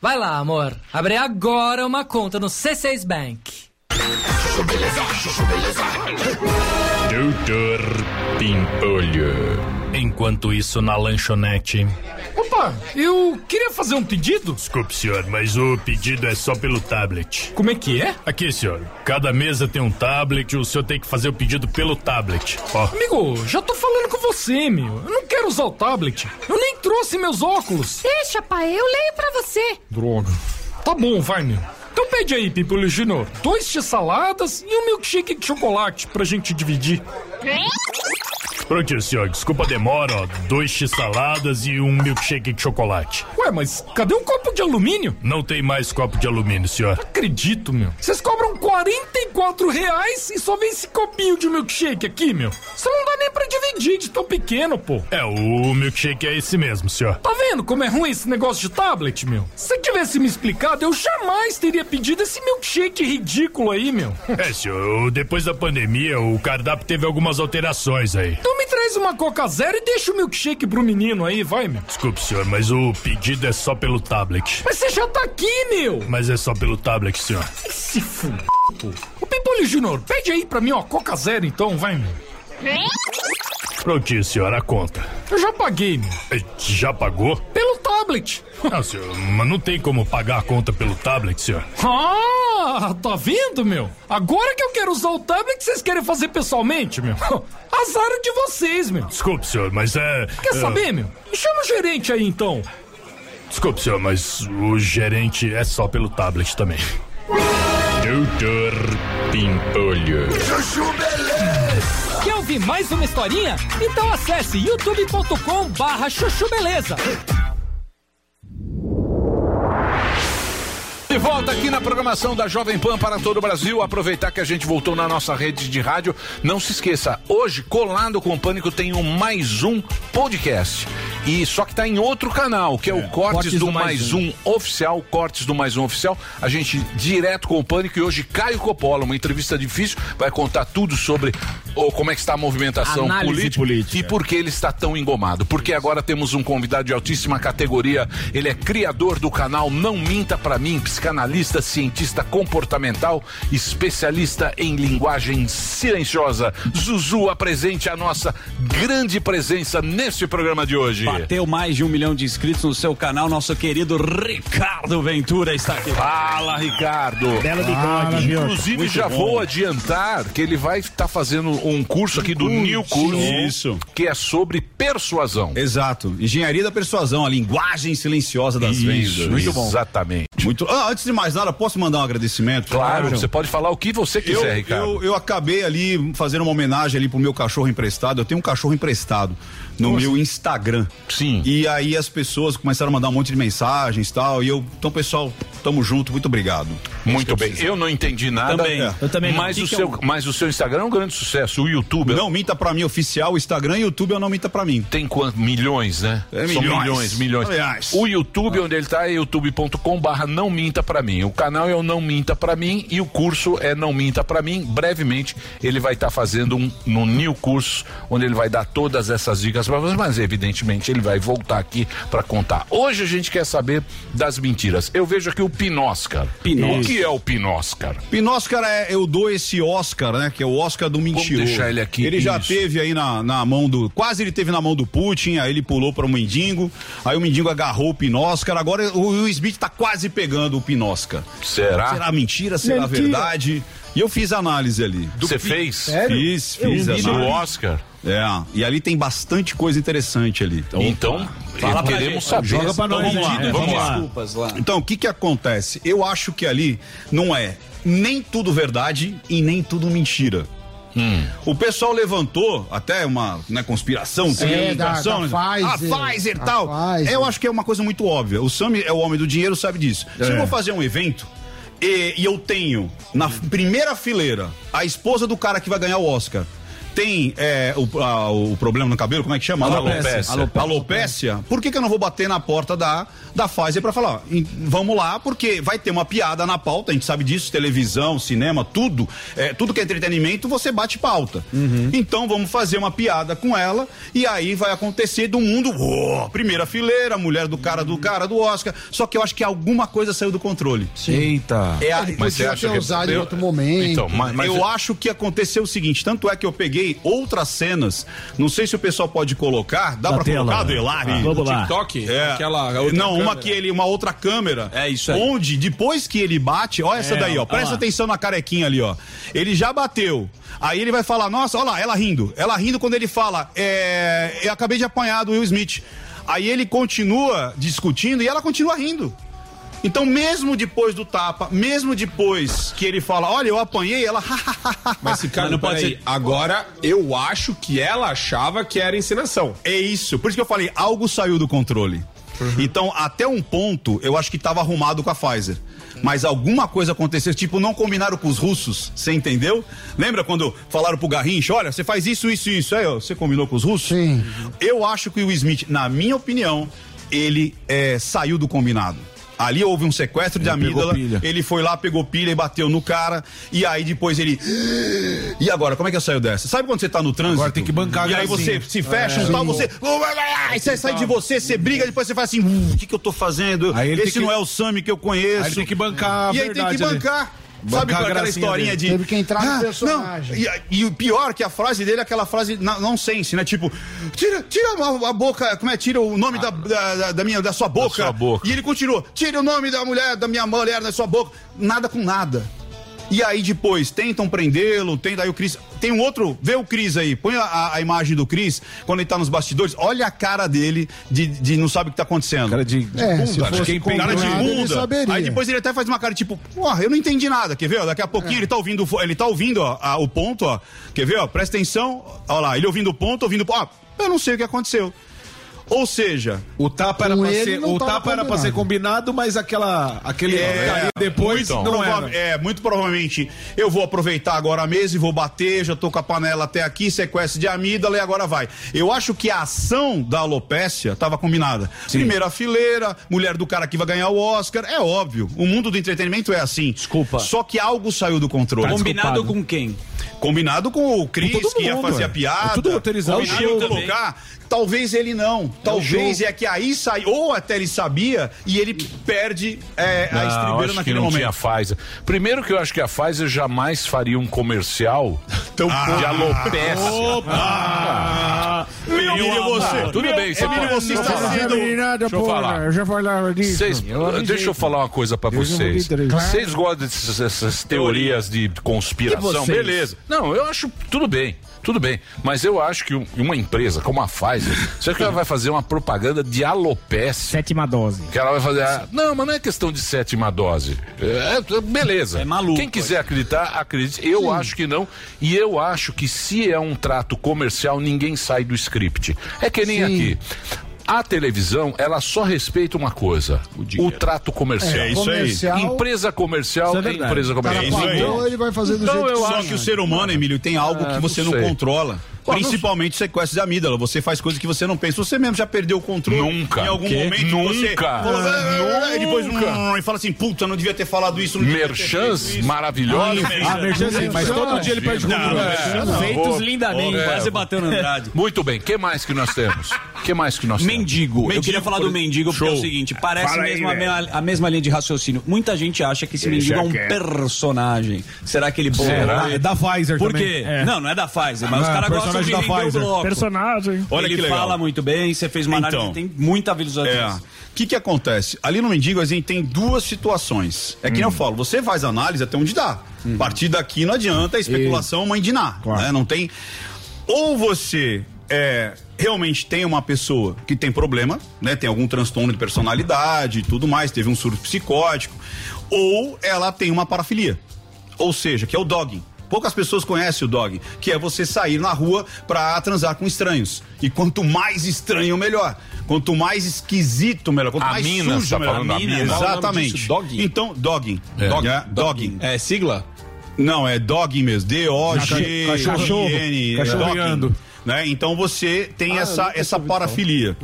Vai lá, amor. Abre agora uma conta no C6 Bank.
Chuchu Beleza, Chuchu Beleza.
Doutor Pimpolho. Enquanto isso, na lanchonete.
Opa, eu queria fazer um pedido.
Desculpe, senhor, mas o pedido é só pelo tablet.
Como é que é?
Aqui, senhor. Cada mesa tem um tablet e o senhor tem que fazer o pedido pelo tablet. Ó.
Amigo, já tô falando com você, meu. Eu não quero usar o tablet. Eu nem trouxe meus óculos.
Deixa, pai, eu leio pra você.
Droga. Tá bom, vai, meu. Então pede aí, Pimpolho Junior. Dois saladas e um milkshake de chocolate pra gente dividir.
Pronto, senhor. Desculpa a demora, ó. Dois x-saladas e um milkshake de chocolate.
Ué, mas cadê um copo de alumínio?
Não tem mais copo de alumínio, senhor.
Acredito, meu. Vocês cobram 44 reais e só vem esse copinho de milkshake aqui, meu. Isso não dá nem pra dividir de tão pequeno, pô.
É, o milkshake é esse mesmo, senhor.
Tá vendo como é ruim esse negócio de tablet, meu? Se você tivesse me explicado, eu jamais teria pedido esse milkshake ridículo aí, meu.
É, senhor, depois da pandemia, o cardápio teve algumas alterações aí.
Então me traz uma Coca Zero e deixa o milkshake pro menino aí, vai, meu.
Desculpe, senhor, mas o pedido é só pelo tablet.
Mas você já tá aqui, meu!
Mas é só pelo tablet, senhor.
Se f... pô. Ô, Pimpolho Junior, pede aí pra mim, ó, Coca Zero então, vai, meu.
Prontinho, senhor, a conta.
Eu já paguei, meu.
Eh, Já pagou?
Pelo tablet.
Não, senhor, mas não tem como pagar a conta pelo tablet, senhor.
Ah, tá vendo, meu? Agora que eu quero usar o tablet, vocês querem fazer pessoalmente, meu? Azar de vocês, meu.
Desculpe, senhor, mas é.
Quer
é,
saber, meu? Me Chama o gerente aí, então.
Desculpe, senhor, mas o gerente é só pelo tablet também. Doutor Pimpolho.
Quer ouvir mais uma historinha? Então acesse youtube.com barra chuchu beleza.
De volta aqui na programação da Jovem Pan para todo o Brasil. Aproveitar que a gente voltou na nossa rede de rádio. Não se esqueça, hoje, colado com o Pânico, tem um mais um podcast. E só que tá em outro canal, que é, o Cortes, do, Mais um. Oficial. Cortes do Mais Um Oficial. A gente direto com o Pânico e hoje Caio Coppola, uma entrevista difícil, vai contar tudo sobre o, como é que está a movimentação
Análise
política, e por que ele está tão engomado. Porque agora temos um convidado de altíssima categoria. Ele é criador do canal Não Minta Pra Mim, psicanalista, cientista comportamental, especialista em linguagem silenciosa. Zuzu apresente a nossa grande presença neste programa de hoje.
Bateu mais de um milhão de inscritos no seu canal. Nosso querido Ricardo Ventura está aqui.
Fala, Ricardo. Ah,
Belo bigode.
Inclusive,
Muito
já
bom.
vou adiantar que ele vai estar fazendo um curso aqui do
Curso.
New Curso.
Isso.
Que é sobre persuasão.
Exato. Engenharia da persuasão, a linguagem silenciosa das
Isso,
vendas. Muito bom.
Exatamente.
Muito. Ah, antes de mais nada, posso mandar um agradecimento?
Claro, você pode falar o que você quiser,
eu,
Ricardo.
Eu, eu acabei ali fazendo uma homenagem ali pro meu cachorro emprestado. Eu tenho um cachorro emprestado no meu Instagram.
assim? Sim.
E aí as pessoas começaram a mandar um monte de mensagens e tal. E eu, então, pessoal, tamo junto, muito obrigado.
Muito bem. Eu não entendi nada.
Também.
É.
Eu também não.
Mas
O que
o,
que é
seu,
um-
mas o seu Instagram é um grande sucesso. O YouTube. é-
Não minta pra mim oficial, o Instagram e o YouTube é o não minta pra mim.
Tem quantos? Milhões, né?
É,
São
milhões.
milhões, milhões.
Aliás.
O YouTube, onde ele tá, é youtube.com barra não minta pra mim. O canal é o Não Minta Pra Mim e o curso é Não Minta Pra Mim. Brevemente, ele vai estar fazendo um, um new curso, onde ele vai dar todas essas dicas pra vocês, mas evidentemente ele vai voltar aqui pra contar. Hoje a gente quer saber das mentiras. Eu vejo aqui o Pinoscar.
Pinóscar.
O que é o Pinoscar?
Pinóscar é, eu dou esse Oscar, né? Que é o Oscar do mentiroso.
deixar ele aqui,
Ele já
isso.
teve aí na, na mão do. Quase ele teve na mão do Putin, aí ele pulou para o mendigo, aí o mendigo agarrou o Pinóscar. Agora o Will Smith tá quase pegando o Pinóscar.
Será?
Será mentira? Será
Mentira.
verdade? E eu fiz a análise ali.
Você fez? Sério?
Fiz,
Eu
fiz.
vi
a
isso.
análise.
Do Oscar?
É, e ali tem bastante coisa interessante ali.
Então, Fala pra queremos gente. saber. Joga pra Então, nós, vamos lá, Didi, vamos lá. desculpas lá.
Então, o que que acontece? Eu acho que ali não é nem tudo verdade e nem tudo mentira. O pessoal levantou até uma né, conspiração,
Sim,
teoria
da-
conspiração,
da
né?
Pfizer.
a Pfizer e
A
tal.
Pfizer.
Eu acho que é uma coisa muito óbvia. O Sam é o homem do dinheiro, sabe disso. Se
É.
eu vou fazer um evento e, e eu tenho na primeira fileira a esposa do cara que vai ganhar o Oscar. Tem é, o, a- o problema no cabelo, como é que chama?
Alopecia.
Alopecia. Alopecia. Por que, que eu não vou bater na porta da, da Pfizer pra falar, ó, em- vamos lá, porque vai ter uma piada na pauta, a gente sabe disso, televisão, cinema, tudo, é, tudo que é entretenimento, você bate pauta.
Uhum.
Uhum.
Então vamos fazer uma piada com ela e aí vai acontecer do mundo, uou, primeira fileira, mulher do cara do cara do Oscar, só que eu acho que alguma coisa saiu do controle.
Eita.
É a-
Ele
Mas você
podia
acha
ter
que-
usado em
eu-
outro momento.
Então, mas, eu acho que aconteceu o seguinte, tanto é que eu peguei outras cenas, não sei se o pessoal pode colocar, dá
Na
pra
tela.
colocar do Elari?
Ah, vamos lá.
TikTok?
É.
Aquela
outra
não, uma
câmera.
que ele, uma outra câmera. É
isso aí.
Onde depois que ele bate, ó essa
É,
daí, ó,
ó
presta
lá.
atenção na carequinha ali, ó. Ele já bateu. Aí ele vai falar, nossa, ó lá, ela rindo. Ela rindo quando ele fala, é, eu acabei de apanhar do Will Smith. Aí ele continua discutindo e ela continua rindo. Então, mesmo depois do tapa, mesmo depois que ele fala, olha, eu apanhei, ela.
Mas esse cara não pode ser. Agora, eu acho que ela achava que era encenação.
É isso. Por isso que eu falei, algo saiu do controle. Então, até um ponto, eu acho que estava arrumado com a Pfizer. Mas alguma coisa aconteceu, tipo, não combinaram com os russos, você entendeu? Lembra quando falaram pro Garrincha, olha, você faz isso, isso, isso. Aí, ó, você combinou com os russos? Sim. Eu acho que o Smith, na minha opinião, ele eh, saiu do combinado. Ali houve um sequestro de amígdola, ele foi lá, pegou pilha e bateu no cara, e aí depois ele... E agora, como é que eu saio dessa? Sabe quando você tá no trânsito? Agora tem que
bancar
E aí
gracinha.
você se fecha,
É.
um tal,
Sim.
você... Aí você sai de você, você briga, depois você faz assim, "Hum, o que, que eu tô fazendo?
Aí ele
Esse
tem que-
não é o Sami que eu conheço.
Aí ele tem que bancar a
E aí tem que
verdade ali.
bancar.
Bancar
Sabe
a
com aquela
gracinha
historinha
dele.
de. Ah,
Teve que entrar
Ah,
no
não,
personagem."
e a- E, o pior que a frase dele é aquela frase na- nonsense, né? Tipo, tira, tira a, a boca, como é? Tira o nome da, da, da- da minha, da sua boca.
sua boca.
E ele continua, tira o nome da mulher, da minha mulher na sua boca. Nada com nada. E aí depois tentam prendê-lo, tem daí o Cris. Tem um outro, vê o Cris aí, põe a- a, a imagem do Cris quando ele tá nos bastidores, olha a cara dele de, de não sabe o que tá acontecendo. Cara de,
É, se fosse
quem
comprado,
cara de
ele
bunda.
saberia.
Aí depois ele até faz uma cara tipo, porra, eu não entendi nada, quer ver? ó? Daqui a pouquinho ele tá ouvindo, o fo- ele tá ouvindo ó, a- o ponto, ó. Quer ver? Ó? Presta atenção, ó lá, ele ouvindo o ponto, ouvindo o ponto. Ah, eu não sei o que aconteceu. Ou seja,
o tapa era pra ser, o tapa era pra ser combinado, mas aquela aquele
é,
cair depois
muito
não
prova-
era.
é, muito provavelmente eu vou aproveitar agora a mesa e vou bater, já tô com a panela até aqui, sequestro de amígdala e agora vai. Eu acho que a ação da alopécia estava combinada. Primeira fileira, mulher do cara que vai ganhar o Oscar, é óbvio. O mundo do entretenimento é assim. Desculpa. Só que algo saiu do controle.
Tá Combinado desculpado.
com quem? Combinado com o Cris,
Com todo
que ia
mundo,
fazer
é.
a piada.
É tudo autorizado.
Combinado
É o show
em colocar. Talvez ele não. Talvez é, que aí sai, ou até ele sabia, e ele perde é, a
Não,
estribeira
acho que
naquele
não
momento.
tinha Pfizer. Primeiro que eu acho que a Pfizer jamais faria um comercial
Tão
de
pouco. Ah,
alopécia.
Opa!
Meu
Emílio, é
amado.
você-
Tudo
Meu
bem, você-
amado.
você está
Não
sendo...
sabe nada,
Deixa eu
porra.
falar.
Eu já falava disso.
Vocês-
Eu avisei.
deixa eu falar uma coisa pra
Eu já
vocês.
mudei três.
Vocês gostam dessas essas teorias de
E
conspiração?
vocês?
Beleza. Não, eu acho tudo bem. Tudo bem, mas eu acho que um- uma empresa como a Pfizer, será que ela vai fazer uma propaganda de alopecia?
Sétima dose.
Que ela vai fazer. ah, não, mas não é questão de sétima dose. É, é, beleza. É maluco. Quem quiser acreditar, acredite. Eu acho que não. E eu acho que se é um trato comercial, ninguém sai do script. É que nem aqui. A televisão, ela só respeita uma coisa: o, trato comercial.
É, isso aí. Comercial-
Empresa comercial é,
Tá
empresa comercial.
Isso aí.
então, eu
Só
acho
que o ser humano, Emílio, tem algo
Ah,
que você
não
não,
sei.
controla.
Pô, não-
Principalmente sequestro de amígdala. Você faz coisas que você não pensa. Você mesmo já perdeu o controle.
Nunca.
Em algum
Quê?
momento você
Nunca.
falou, "Ah, ah, ah",
Nunca.
E depois "Hum", e fala assim, puta, não devia ter falado isso. não devia ter
Merchans
feito isso."
maravilhosos.
Ah,
Ah, merchans sim, mas todo dia ele perde
Não,
controle.
né?
merchan não.
Feitos
Ô,
lindamente.
ô,
Quase bateu no Andrade. Muito bem, que mais que nós temos? que mais que nós
mendigo.
temos?
Eu queria falar do mendigo porque é o seguinte, parece mesmo a, mesma, a mesma linha de raciocínio. Muita gente acha que esse
Deixa
mendigo é um
quieto.
personagem. Será que ele
Será? É da Pfizer
Por
também.
quê?
É.
Não, não é da Pfizer, mas
Ah,
os caras gostam de
personagem da
vender o
Pfizer.
bloco.
Personagem.
Olha
Olha
ele
que legal. Então,
fala muito bem, você fez uma análise que tem muita visualização.
É. O que, que acontece? Ali no Mendigo, a gente tem duas situações. É
Hum.
que nem eu falo, você faz análise até onde dá.
Uhum.
A partir daqui não adianta, é especulação, mãe de nada. né? Não tem. Ou você é, realmente tem uma pessoa que tem problema, né? Tem algum transtorno de personalidade e tudo mais, teve um surto psicótico, ou ela tem uma parafilia. Ou seja, que é o dogging. Poucas pessoas conhecem o dog, que é você sair na rua pra transar com estranhos. E quanto mais estranho, melhor. Quanto mais esquisito, melhor. Quanto
A
mais
mina,
sujo,
tá
melhor.
falando da mina? Qual é o nome
Exatamente.
disso?
Dogging. Então, dogging.
É.
Dog- dogging. É sigla? Não, é dogging mesmo. D-O-G.
Cachorro. Cachorro.
I-N, é
Cachorro
dogging.
miando.
Né? Então você tem
Ah, eu
essa,
nunca
essa
tinha ouvido falar.
parafilia.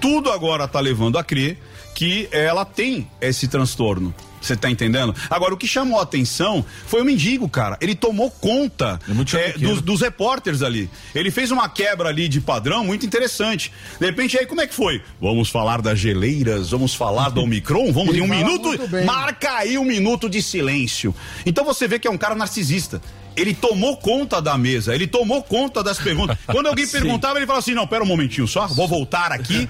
Tudo agora tá levando a crer que ela tem esse transtorno. Você tá entendendo? Agora, o que chamou a atenção foi o mendigo, cara. Ele tomou conta
É
eh, dos, dos repórteres ali. Ele fez uma quebra ali de padrão muito interessante. De repente, aí, como é que foi? Vamos falar das geleiras, vamos falar do Omicron, vamos
Ele
em um
fala
minuto.
muito bem.
Marca aí um minuto de silêncio. Então você vê que é um cara narcisista. Ele tomou conta da mesa, ele tomou conta das perguntas. Quando alguém
Sim.
perguntava, ele falava assim: não, pera um momentinho só, vou voltar aqui.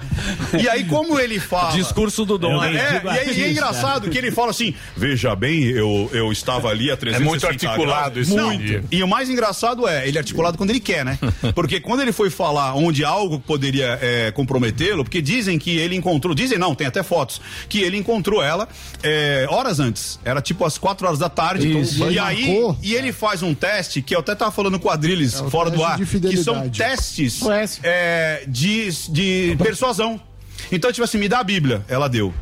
E aí, como ele fala.
Discurso do Dom.
É, e aí e é engraçado que ele fala assim: veja bem, eu, eu estava ali a
É
360
muito articulado
graus.
isso aí.
Muito. E o mais engraçado é, ele é articulado quando ele quer, né? Porque quando ele foi falar onde algo poderia é, comprometê-lo, porque dizem que ele encontrou, dizem não, tem até fotos, que ele encontrou ela é, horas antes. Era tipo às 4 horas da tarde.
Isso,
Então,
ele
e aí,
marcou. É
e ele faz um teste, que eu até tava falando com o Adriles,
o
fora do
teste
ar,
de
que são
fidelidade.
testes é, de, de persuasão. Então, tipo assim, me dá a Bíblia, ela deu.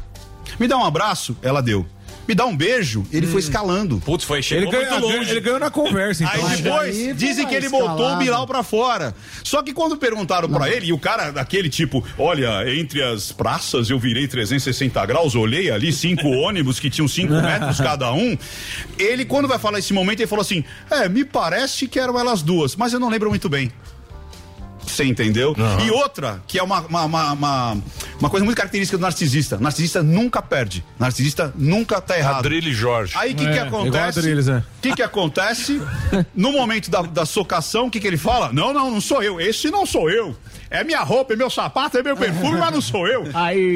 Me dá um abraço, ela deu. Me dá um beijo, ele foi escalando. Putz, foi
Ele ganhou, ele ganhou na conversa, então.
Aí depois dizem que ele botou o Bilal pra fora. Só que quando perguntaram pra ele, e o cara daquele tipo, olha, entre as praças eu virei 360 graus, olhei ali cinco ônibus que tinham cinco metros cada um. Ele, quando vai falar esse momento, ele falou assim: É, me parece que eram elas duas, mas eu não lembro muito bem. Você entendeu? E outra, que é uma, uma, uma, uma- uma coisa muito característica do narcisista. Narcisista nunca perde. Narcisista nunca tá errado.
Adrilles Jorge.
Aí o que,
É,
que
igual
acontece?
Adrilles,
né?
é.
O que, que acontece? No momento da, da socação, o que, que ele fala? Não, não, não sou eu. Esse não sou eu. É minha roupa, é meu sapato, é meu perfume, mas não sou eu.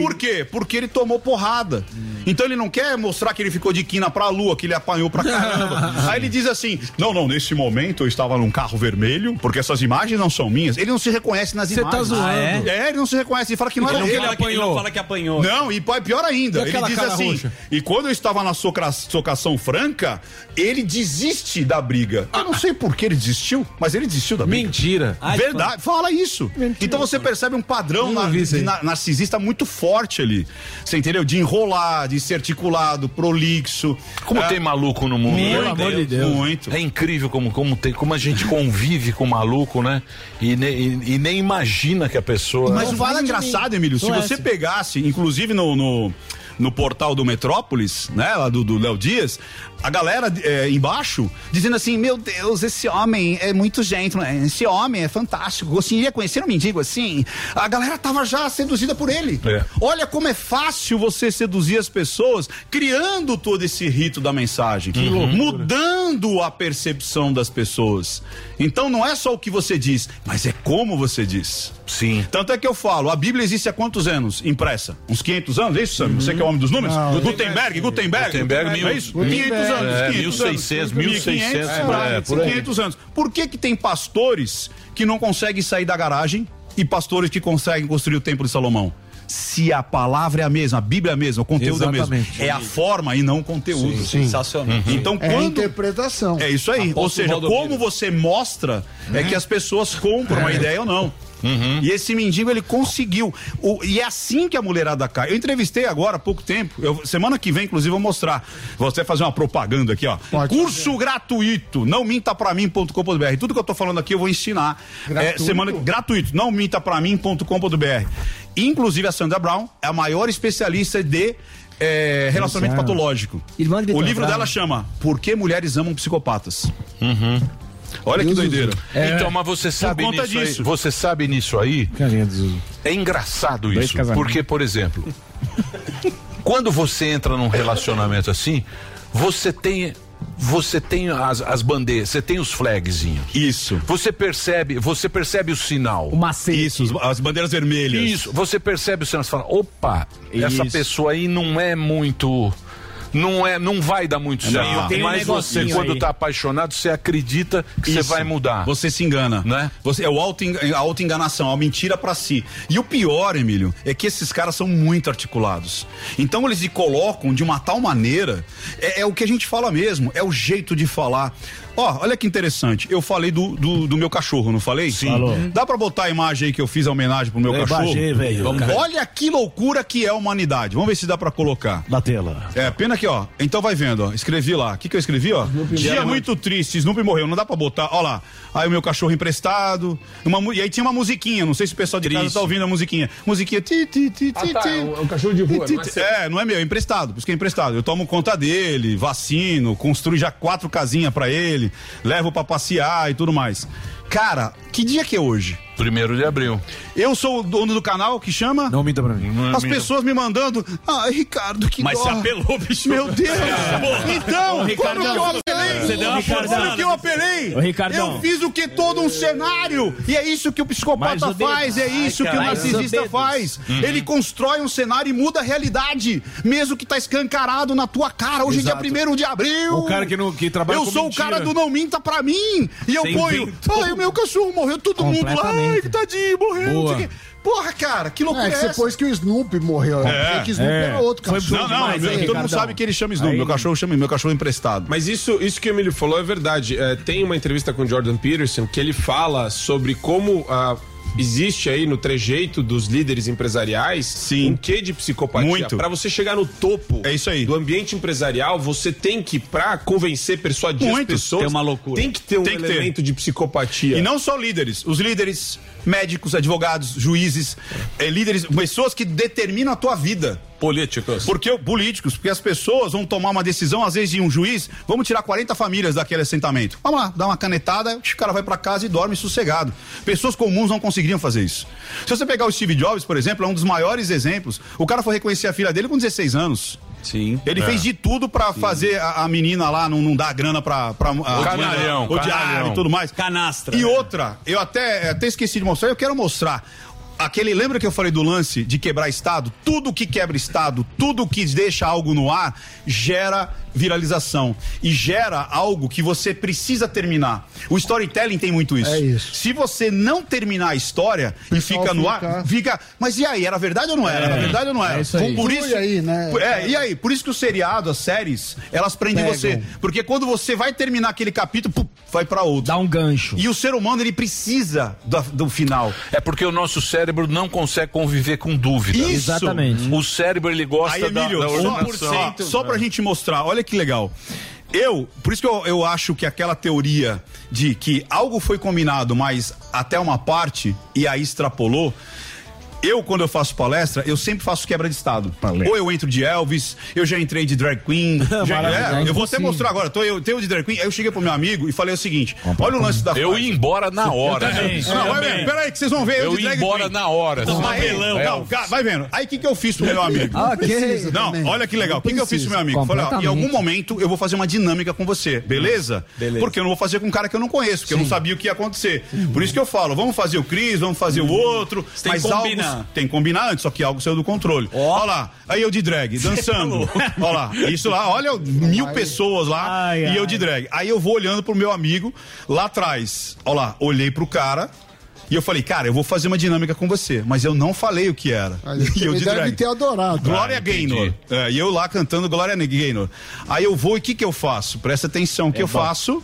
Por quê? Porque ele tomou porrada. Então ele não quer mostrar que ele ficou de quina pra lua, que ele apanhou pra caramba. Aí ele diz assim: não, não, nesse momento eu estava num carro vermelho, porque essas imagens não são minhas. Ele não se reconhece nas
Você tá
imagens.
zoando.
Ah, é? é, ele não se reconhece. Ele fala que não
Ele
era
não fala que- ele não fala que apanhou.
Não, e pô, é pior
E
ainda. Ele
aquela
diz
cara
assim:
roxa?
e quando eu estava na socra- socação franca, ele desiste da briga. Eu não sei por que ele desistiu, mas ele desistiu da briga.
Mentira.
Ai, Verdade, fala isso. Então você percebe um padrão na- de na- narcisista muito forte ali. Você entendeu? De enrolar, de ser articulado, prolixo. É.
Como tem maluco no mundo, né?
Muito.
É incrível como, como, tem, como a gente convive com maluco, né? E, ne- e- e nem imagina que a pessoa. é.
Mas o é mais engraçado, Emílio, se você pegasse, inclusive no, no, no portal do Metrópolis, né, lá do do Léo Dias, a galera é, embaixo dizendo assim: Meu Deus, esse homem é muito gentil, né? esse homem é fantástico, gostaria de conhecer um mendigo assim. A galera tava já seduzida por ele.
É.
Olha como é fácil você seduzir as pessoas criando todo esse rito da mensagem,
Que loucura.
mudando a percepção das pessoas. Então não é só o que você diz, mas é como você diz.
Sim.
Tanto é que eu falo, a Bíblia existe há quantos anos impressa? Uns 500 anos, é isso, Sam? Você que é o homem dos números?
Não,
Gutenberg, Gutenberg.
Gutenberg, mil-
é isso?
mil-
500 anos.
é,
500
1600,
anos.
1600,
500
é, por aí.
500 anos. Por que que tem pastores que não conseguem sair da garagem e pastores que conseguem construir o Templo de Salomão? Se a palavra é a mesma, a Bíblia é a mesma, o conteúdo é o
Exatamente.
mesmo. É a forma e não o conteúdo.
Sim, sim. Sensacional.
Uhum. Então,
É a
quando
interpretação.
é isso aí. Ou seja, como você mostra é que as pessoas compram a ideia ou não. E esse mendigo ele conseguiu. O- e é assim que a mulherada cai. Eu entrevistei agora há pouco tempo. eu- semana que vem, inclusive, eu vou mostrar. Vou até fazer uma propaganda aqui, ó. Curso gratuito, não minta pra mim.com.br. Tudo que eu tô falando aqui eu vou ensinar.
Gratuito?
É, semana gratuito, não minta pra mim.com.br. Inclusive a Sandra Brown é a maior especialista de é, relacionamento
Luciano.
patológico.
Irmã de Vitor
o livro
Fraga.
dela chama Por que mulheres amam psicopatas?
Uhum.
Olha que
Deus
doideira.
É. Hum. Então, mas você sabe
Por conta
nisso
disso.
aí, você sabe nisso aí? É engraçado
Dois
isso,
casamentos.
porque por exemplo, quando você entra num relacionamento assim, você tem você tem as, as bandeiras, você tem os flagzinhos.
Isso.
Você percebe, você percebe o sinal. O
macete. Isso, as bandeiras vermelhas.
Isso, você percebe o sinal, você fala, opa, essa
Isso.
pessoa aí não é muito não é, não vai dar muito
Não,
certo.
tem um
Mas você
negocinho
quando
aí.
tá apaixonado, você acredita que você
Isso.
vai mudar.
Você se engana. Né? Você, é o auto, a auto-enganação, a mentira pra si. E o pior, Emílio, é que esses caras são muito articulados. Então eles se colocam de uma tal maneira, é, é o que a gente fala mesmo, é o jeito de falar. Ó, olha que interessante, eu falei do, do, do meu cachorro, não falei? Sim.
Falou.
Dá pra botar a imagem aí que eu fiz a homenagem pro meu
Eu
cachorro?
baixei, velho.
Vamos
Cara.
Olha que loucura que é a humanidade. Vamos ver se dá pra colocar.
Na tela.
É, pena aqui, ó. Então vai vendo, ó. Escrevi lá. O que, que eu escrevi, ó? Dia
morreu.
muito triste, Snoopy morreu. Não dá pra botar. Ó lá. Aí o meu cachorro emprestado. Uma mu- E aí tinha uma musiquinha. Não sei se o pessoal de casa tá ouvindo a musiquinha. Musiquinha. Ti, ti, ti, ti,
tá,
ti.
é um- é um cachorro de rua,
Ti,
não é
ti,
seu.
É, não é meu, é emprestado. Por isso que é emprestado. Eu tomo conta dele, vacino, construo já quatro casinhas pra ele, levo pra passear e tudo mais. Cara, que dia que é hoje?
Primeiro de abril.
Eu sou o dono do canal que chama? Não
minta pra mim.
As pessoas me mandando. Ai, Ricardo, que
Mas
dó.
você apelou, bicho.
Meu Deus.
É.
Então,
Ô,
como que
Ricardão.
eu apelei?
Você deu uma
como
forçada.
que eu apelei?
Ô, Ricardão.
Eu fiz o que todo um cenário. E é isso que o
Mais o
psicopata
dedo.
faz, é
Ai,
isso que o
cara. Mais o
narcisista
dedo.
faz.
Uhum.
Ele constrói um cenário e muda a realidade, mesmo que tá escancarado na tua cara. Hoje
Exato.
é dia 1 de abril.
O cara que não- que trabalha
Eu
com
sou
mentira.
o cara do não minta pra mim. E eu
Você
ponho,
inventou.
ai, o meu cachorro morreu, todo mundo lá, ai,
Completamente.
que tadinho, morreu. não
Boa.
sei o quê. Porra, cara, que loucura
É,
é
que
essa?
depois que o Snoopy morreu, é. que Snoopy era outro
Foi
cachorro.
não, não, meu- todo mundo sabe que ele chama Snoop. Meu cachorro chama meu cachorro emprestado.
Mas isso, isso que o Emílio falou é verdade. É, tem uma entrevista com o Jordan Peterson que ele fala sobre como ah, existe aí no trejeito dos líderes empresariais um quê de psicopatia.
Muito. É
Pra você chegar no topo do ambiente empresarial, você tem que, pra convencer, persuadir as
Muito.
pessoas,
Tem uma loucura.
tem que ter um
Tem que ter.
elemento de psicopatia.
E não só líderes, os líderes, médicos, advogados, juízes, eh, líderes, pessoas que determinam a tua vida.
Políticos.
Porque o- políticos, porque as pessoas vão tomar uma decisão, às vezes de um juiz, vamos tirar 40 famílias daquele assentamento. Vamos lá, dá uma canetada, o cara vai pra casa e dorme sossegado. Pessoas comuns não conseguiriam fazer isso. Se você pegar o Steve Jobs, por exemplo, é um dos maiores exemplos. O cara foi reconhecer a filha dele com 16 anos.
Sim.
Ele
É.
fez de tudo pra fazer a, a menina lá não, não dar grana pra. pra a-
Canalhão,
odiar
canalhão.
e tudo mais.
Canastra.
eh, E outra, eu até, até esqueci de mostrar, eu quero mostrar. Aquele, lembra que eu falei do lance de quebrar Estado? Tudo que quebra Estado, tudo que deixa algo no ar, gera viralização. E gera algo que você precisa terminar. O storytelling tem muito
É
isso. Se você não terminar a história e fica no ar, fica. Mas e aí? Era verdade ou não era?
É.
Era verdade ou não era?
É isso aí.
Por
Conclui
isso.
aí, né?
Por- É, e aí? Por isso que o seriado, as séries, elas prendem
Pegam.
você. Porque quando você vai terminar aquele capítulo, pum, vai pra outro. Dá
um gancho.
E o ser humano, ele precisa da- do, final.
É porque o nosso cérebro não consegue conviver com dúvida.
Isso. Exatamente.
O cérebro ele gosta
Aí,
da,
Emílio,
da
só,
ordenação. É.
só,
é.
só pra gente mostrar, olha que legal. Eu, por isso que eu, eu acho que aquela teoria de que algo foi combinado, mas até uma parte e aí extrapolou. Eu, quando eu faço palestra, eu sempre faço quebra de estado. Ou eu entro de Elvis, eu já entrei de drag queen. já,
Maravilhoso.
é, eu vou até
então Sim.
mostrar agora. Tô, eu tenho de drag queen. Aí eu cheguei pro meu amigo e falei o seguinte: olha o lance da.
Eu ia embora na hora.
Eu também,
Eu
não, vai
também.
vendo. Peraí, que vocês vão ver.
Eu
de
ia
drag
embora
queen.
na hora.
Não,
Os
vai,
papelão.
não, cara, vai vendo. Aí o que, que eu fiz pro meu amigo?
Ah, ok. Precisa
Não,
também.
olha que legal. O que, que eu fiz pro meu amigo? Falei, ó, em
Completamente.
algum momento eu vou fazer uma dinâmica com você, beleza? Porque eu não vou fazer com um cara que eu não conheço, porque eu não sabia o que ia acontecer. Por isso que eu falo, vamos fazer o Cris, vamos fazer o outro.
Hum. Você tem
mas
que combinar.
algo tem que combinar antes, só que algo saiu do controle. Olha lá, aí eu de drag,
é
dançando. Olha lá, isso lá, olha mil pessoas lá e eu de drag. Aí eu vou olhando pro meu amigo lá atrás. Olha lá, olhei pro cara. E eu falei, cara, eu vou fazer uma dinâmica com você, mas eu não falei o que era. E eu
Ele
de
deve
drag.
ter adorado.
Glória
Ah,
Gaynor. É, e eu lá cantando Glória Gaynor. Aí eu vou e o que, que eu faço? Presta atenção, o que eu faço?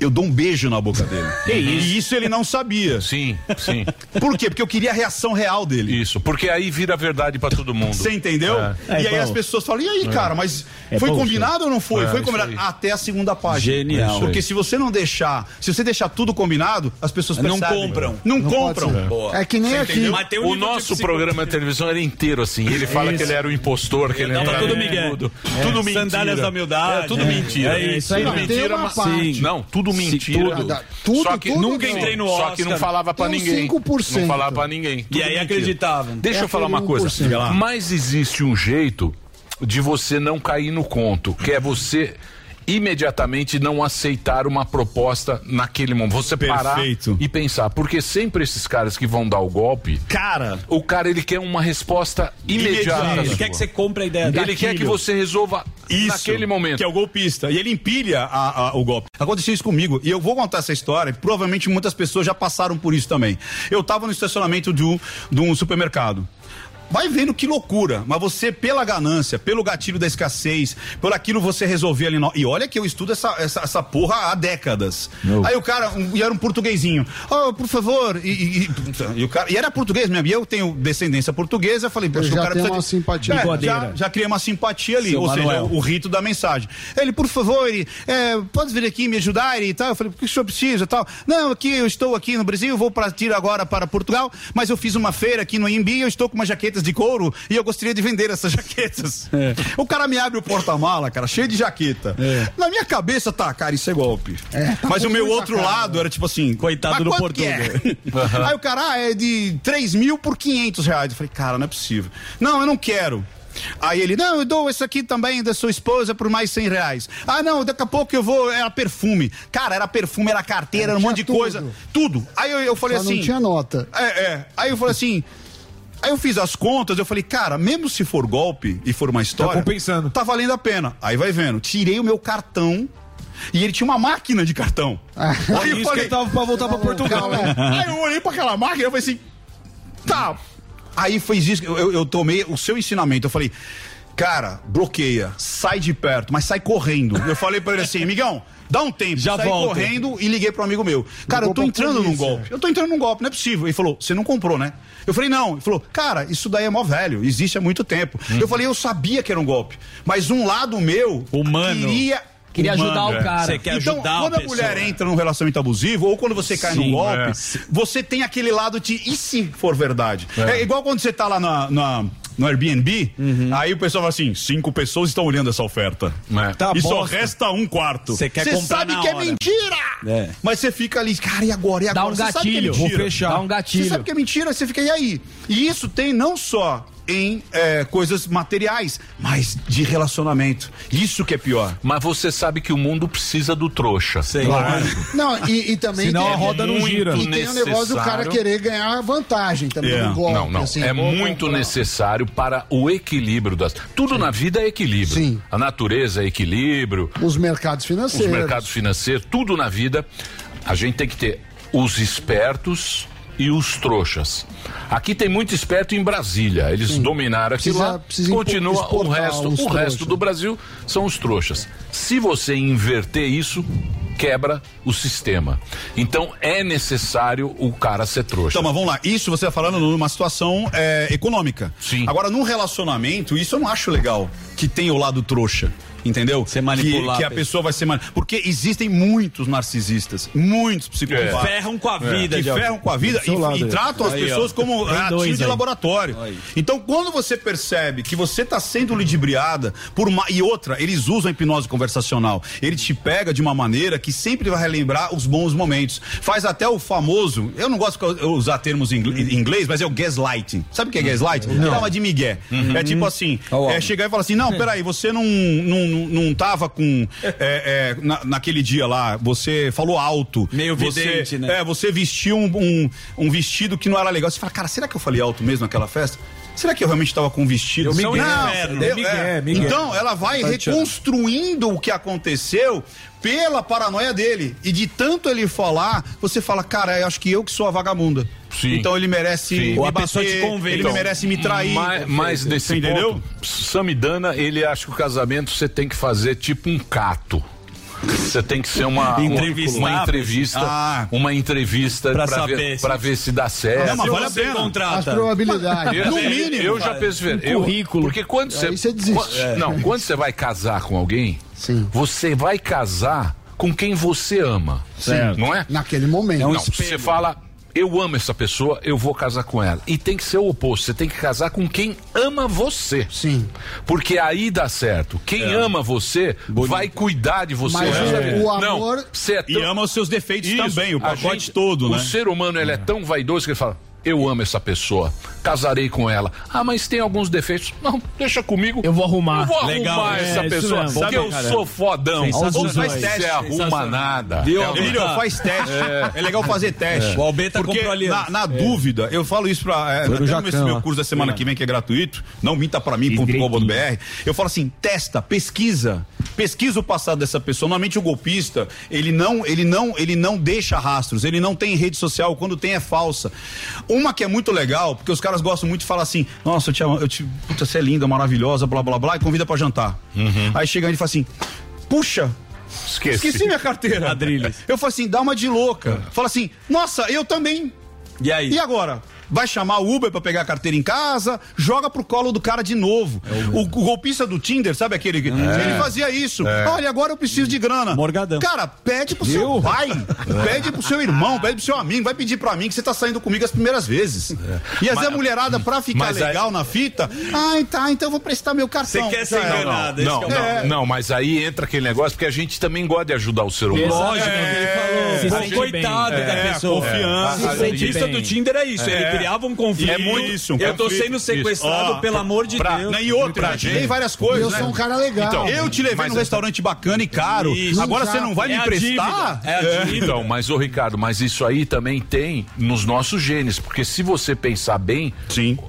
Eu dou um beijo na boca dele. E isso ele não sabia.
Sim, sim.
Por quê? Porque eu queria a reação um real dele.
Isso, porque aí vira verdade pra todo mundo.
Você entendeu?
É.
e
É
aí
então,
bom.
as pessoas falam, e aí,
É.
cara, mas
É
foi
bom,
combinado
sim.
ou não foi?
É,
foi
isso
combinado.
aí.
Até a segunda página.
Genial.
Isso aí. Porque
Isso aí.
se você não deixar, se você deixar tudo combinado, as pessoas
Não
percebem.
compram.
Não,
Não pode
compram.
ser. Boa.
É que nem
Você
aqui.
entendeu?
Mas tem um
o
nível de
nosso
psicopata.
programa de televisão era inteiro assim. Ele fala
Isso.
que ele era o impostor, que ele
Não,
entrava
tudo
em
Miguel.
tudo.
É.
Tudo mentira.
Sandálias da humildade.
É, tudo
É.
mentira.
É isso aí.
Tudo
Não, tem
mentira,
uma
mas-
parte.
Sim. Não, tudo
Sim,
mentira.
tudo.
Tudo,
Só que
tudo
nunca
não.
entrei no
Só
Oscar.
que não falava pra
Tem um uns
ninguém.
5%.
Não falava pra ninguém. Tudo
E aí
mentira.
acreditavam.
Deixa
É
eu falar uma
aquele
coisa.
1%. Diga lá.
Mas existe um jeito de você não cair no conto, que é você imediatamente não aceitar uma proposta naquele momento. Você parar
Perfeito.
e pensar, porque sempre esses caras que vão dar o golpe,
cara,
o cara ele quer uma resposta imediata.
Imediato. Ele
sua.
quer que você compre a ideia
Ele
daquilo.
quer que você resolva
Isso,
naquele momento.
Que é o golpista. E ele empilha a- a- o golpe. Aconteceu isso comigo. E eu vou contar essa história. e Provavelmente muitas pessoas já passaram por isso também. Eu tava no estacionamento de um, de um supermercado. Vai vendo que loucura, mas você, pela ganância, pelo gatilho da escassez, por aquilo você resolver ali. No... E olha que eu estudo essa, essa, essa porra há décadas. Aí o cara, um, e era um portuguesinho, oh, por favor, e, e- e- puta, e o cara, e era português mesmo, e eu tenho descendência portuguesa, eu falei,
Eu
poxa, o
já
cara
tenho
precisa.
uma simpatia.
É, já,
Bigodeira.
já criei uma simpatia ali,
Seu
ou seja,
Manuel.
o, o rito da mensagem. Ele, por favor, ele, é, pode vir aqui me ajudar e tal. Eu falei, o que o senhor precisa e tal? Não, aqui eu estou aqui no Brasil, vou partir agora para Portugal, mas eu fiz uma feira aqui no Imbi, eu estou com umas jaquetas de couro e eu gostaria de vender essas jaquetas.
É.
O cara me abre o porta-mala, cara, cheio de jaqueta. Na minha cabeça tá, cara, isso é golpe.
tá
mas o meu
muito
outro
sacado.
lado era tipo assim, coitado
do
Aí o cara, ah, é de 3 mil por 500 reais. Eu falei, cara, não é possível. Não, eu não quero. Aí ele, não, eu dou esse aqui também da sua esposa por mais 100 reais. Ah, não, daqui a pouco eu vou, era perfume. Cara, era perfume, era carteira, era um monte de coisa, tudo. Aí eu, eu falei
Só
assim...
não tinha nota.
É, é. Aí eu falei assim... Aí eu fiz as contas, eu falei, cara, mesmo se for golpe e for uma história. compensando. Tá valendo a pena. Aí vai vendo. Tirei o meu cartão e ele tinha uma máquina de cartão. Aí
Ah. isso que ele tava pra voltar pra Portugal,
é.
né?
Aí eu olhei pra aquela máquina e eu falei assim, tá. Aí fez isso, eu, eu- eu tomei o seu ensinamento, eu falei, cara, bloqueia, sai de perto, mas sai correndo. Eu falei pra ele assim, amigão, dá um tempo,
Já
saí
volto.
correndo e liguei pro amigo meu. Cara, eu tô
pra
entrando num
polícia.
golpe. Eu tô entrando num golpe, não é possível. Ele falou, você não comprou, né? Eu falei, não. Ele falou, cara, isso daí é mó velho, existe há muito tempo.
Uhum.
Eu falei, eu sabia que era um golpe, mas um lado meu humano queria
Queria ajudar o cara. Você quer
então,
ajudar a
quando a,
pessoa.
mulher entra num relacionamento abusivo ou quando você cai
Sim,
num golpe,
é.
você tem aquele lado de e se for verdade? É, igual quando você tá lá na- na- no Airbnb,
Uhum.
aí o pessoal fala assim: cinco pessoas estão olhando essa oferta.
Tá
e só
bosta.
resta um quarto.
Você quer comprar
sabe
na
que é
hora.
mentira!
É.
Mas você fica ali, cara, e agora? E
Dá
agora?
um
Você sabe que é
gatilho.
um
mentira.
Vou fechar. Dá um gatilho.
Você sabe que é mentira, você fica, e aí? E isso tem não só em eh, coisas materiais, mas de relacionamento. Isso que é pior.
Mas você sabe que o mundo precisa do trouxa. é? Sei
Não, e, e também
Senão
tem,
a roda não
e
gira.
tem o negócio do cara
Necessário.
querer ganhar vantagem também.
É.
no golpe,
não, não.
assim,
é
vou
muito
comprar.
necessário para o equilíbrio das. Tudo na vida é equilíbrio. A natureza é equilíbrio,
Os mercados financeiros.
os mercados financeiros, tudo na vida. A gente tem que ter os espertos e os trouxas. Aqui tem muito esperto em Brasília. Eles dominaram aqui
Precisa-
lá.
precisa impo-
continua o
exportar
resto.
os
O resto
trouxas.
do Brasil são os trouxas. Se você inverter isso, quebra o sistema. Então é necessário o cara ser trouxa.
Então, mas vamos lá. Isso você tá falando numa situação é, econômica. Sim. Agora, num relacionamento, isso eu não acho legal. Que tem o lado trouxa. Entendeu? Você
manipular
Que, que
a
a pessoa vai ser manipulada. Porque existem muitos narcisistas, muitos
É.
psicopatas.
Que ferram com a vida
Que
de alguém.
ferram com a vida
Do
e,
seu lado,
e
aí.
tratam as
Aí, ó.
pessoas como
Tem
ratinho
dois
de
aí.
laboratório.
Aí.
Então, quando você percebe que você está sendo ludibriada por uma. E outra, eles usam a hipnose conversacional. Ele te pega de uma maneira que sempre vai relembrar os bons momentos. Faz até o famoso. Eu não gosto de usar termos em ingl- em inglês, mas é o gaslighting. Sabe o que é gaslighting?
Não.
É uma de migué.
Uhum.
É tipo assim:
Ó, ó.
é chegar e falar assim, não, peraí, você não, não, não tava com. é, é, na- naquele dia lá, você falou alto.
Meio
você,
vidente, né?
É, você vestiu um, um- um vestido que não era legal. Você fala, cara, será que eu falei alto mesmo naquela festa? Será que eu realmente estava com um vestido?
Eu me
Não,
guerro.
não,
É,
eu-
Miguel,
é.
Miguel. Tá,
Então, ela vai
Tatiana.
reconstruindo o que aconteceu pela paranoia dele. E de tanto ele falar, você fala, cara, eu acho que eu que sou a vagamunda. Então ele merece
Sim.
me
Ou a
bater,
pessoa te convence.
ele
Então,
merece me trair.
Mais, mais desse
Entendeu?
ponto, Samidana, ele acha que o casamento você tem que fazer tipo um cato. Você tem que ser uma uma-
Entrevistar.
uma entrevista,
Ah.
uma entrevista
Pra
para
saber
ver,
se-
pra ver se dá certo.
Não, mas vale a Se você pena. contrata. As
probabilidades.
Eu,
No
eu-
mínimo,
eu já
cara.
penso
Um
ver. eu-
currículo.
Porque quando você,
Aí você desiste.
quan-
É.
Não, quando você vai casar com alguém, você vai casar com quem você ama.
Certo.
Não é?
Naquele momento.
não, você fala, eu amo essa pessoa, eu vou casar com ela. E tem que ser o oposto, você tem que casar com quem ama você.
Sim.
Porque aí dá certo. Quem
É.
ama você vai cuidar de você.
Mas
É.
o- o
Não,
amor-
você é
E
tão-
ama os seus defeitos também, o
a
pacote todo, né?
O ser humano, ele é tão vaidoso que ele fala, eu amo essa pessoa, casarei com ela. Ah, mas tem alguns defeitos. Não, deixa comigo. Eu vou arrumar. Eu vou arrumar
Legal.
essa
É, isso
pessoa,
mesmo.
porque
Sabe,
eu
cara,
sou fodão.
sensacional.
Ou faz
Sensacional.
teste, você arruma
Sensacional.
nada.
Deu,
É uma-
Emílio, faz teste. É. legal fazer teste.
É. O Albeta
Porque
comprou aliança.
na, na
É.
dúvida, eu falo isso pra. É,
Foi do
até no
Jacão,
meu, meu
ó.
curso da semana
É.
que vem, que é gratuito, não minta pra mim.com.br. Eu falo assim: testa, pesquisa. Pesquisa o passado dessa pessoa. Normalmente o golpista, ele não, ele não, ele não deixa rastros, ele não tem rede social, quando tem é falsa. Uma que é muito legal, porque os caras gostam muito de falar assim: "Nossa, eu te amo, eu te, puta, você é linda, maravilhosa, blá blá blá", e convida pra jantar. Aí chega ele e fala assim: "Puxa,
Uhum. Esqueci. Ah.
Esqueci minha carteira.
Ladrilhos.
Eu falo assim, dá uma de louca. Fala assim, nossa, eu também.
E aí?
E agora? Vai chamar o Uber pra pegar a carteira em casa, joga pro colo do cara de novo.
É
o, o golpista do Tinder, sabe aquele? que Ele fazia isso.
É.
Olha, agora eu preciso de grana. Morgadão. Cara, pede pro seu pai, pede pro seu irmão, pede pro seu amigo, vai pedir pra mim que você tá saindo comigo as primeiras vezes. E às vezes a mulherada, pra ficar
É. mas aí-
legal na fita,
Ah,
ai tá, então eu vou prestar meu cartão. Já era.
Não, não,
É.
não, não, mas aí entra aquele negócio porque a gente também gosta de ajudar o ser humano.
Lógico, é,
Se
ele falou.
sente
Pô, coitado
bem.
da
É,
pessoa.
confiança.
O
Se sente
golpista
bem.
do Tinder é isso. Ele
É.
criava um conflito.
É muito isso, um
eu tô
conflito.
sendo sequestrado,
Isso. Ó,
pelo amor de
pra-
Deus.
né, E outra,
Pra
tem
gente.
várias coisas.
Eu
né?
sou um cara legal.
Então, eu te levei
Mas
num
é-
restaurante bacana e caro.
Isso. É
Agora você não vai
É
me emprestar?
Então, mas ô Ricardo, mas isso aí também tem nos nossos genes, porque se você pensar bem,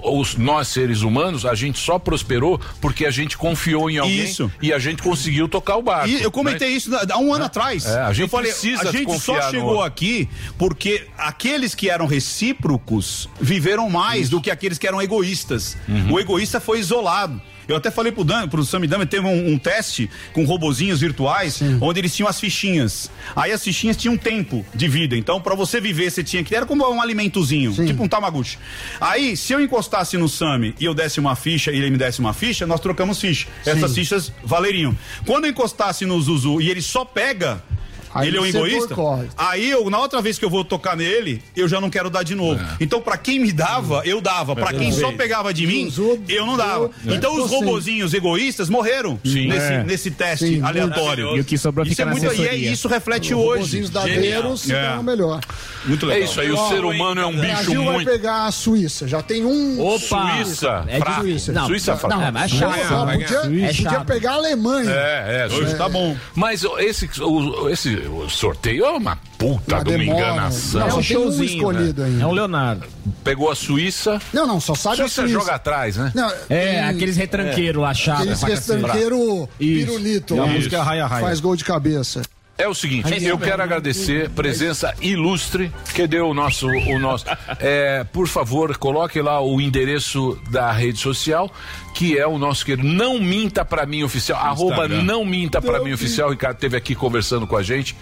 os nós seres humanos, a gente só prosperou porque a gente confiou em alguém
Isso.
e a gente conseguiu tocar o barco.
E eu comentei
né?
isso na- há um ano atrás.
É, a gente
eu falei,
precisa
a gente
confiar
só
no
chegou
outro.
aqui porque aqueles que eram recíprocos viveram mais do que aqueles que eram egoístas. O egoísta foi isolado. Eu até falei pro, Dan, pro Samidama, teve um, um teste com robozinhos virtuais, onde eles tinham as fichinhas. Aí as fichinhas tinham um tempo de vida. Então, pra você viver, você tinha que. Era como um alimentozinho, tipo um tamaguchi. Aí, se eu encostasse no Sami e eu desse uma ficha e ele me desse uma ficha, nós trocamos ficha. Essas
Sim.
fichas valeriam. Quando eu encostasse no Zuzu e ele só pega.
Aí
ele é um
você
egoísta?
boicota.
Aí eu, na outra vez que eu vou tocar nele, eu já não quero dar de novo. Então, pra quem me dava, eu dava. Pra
É
quem só
verdade.
pegava de mim, eu não dava.
né?
É.
Então, os
Sim.
robozinhos egoístas morreram
Sim.
nesse,
É.
nesse teste
Sim,
aleatório.
muito. E o que sobrou
isso
fica
é
na
muito, e é,
assessoria.
isso reflete
Os
hoje.
robozinhos dadeiros se
Genial.
dão melhor.
É. Muito legal.
É isso aí, o
Ó,
ser humano é um
O
bicho
Brasil vai
muito.
pegar a Suíça. Já tem um.
Opa! Suíça,
É
fraco.
de Suíça.
Não, Suíça fraco.
Não,
Não, é
mas
chato.
chato.
Vai ganhar.
Podia,
É
podia
chato.
pegar a Alemanha.
É, é, Suíça
É.
tá bom. Mas ó, esse, o- esse sorteio é uma puta de uma
demora.
enganação.
Não, só tem um escolhido ainda.
É o Leonardo. Pegou a Suíça.
Não, não, só sabe a
Suíça.
Suíça.
joga atrás, né?
Não,
É,
tem-
aqueles retranqueiros lá, chapa.
Aqueles
pra cacete.
retranqueiros
Isso.
pirulito.
E a
lá.
música é Raia Raia.
Faz gol de cabeça.
É o seguinte,
Aí,
eu
Silvio.
quero agradecer presença ilustre que deu o nosso, o nosso. É, por favor, coloque lá o endereço da rede social, que é o nosso querido Não Minta Pra Mim Oficial, arroba Não Minta Pra Mim Oficial. O Ricardo esteve aqui conversando com a gente.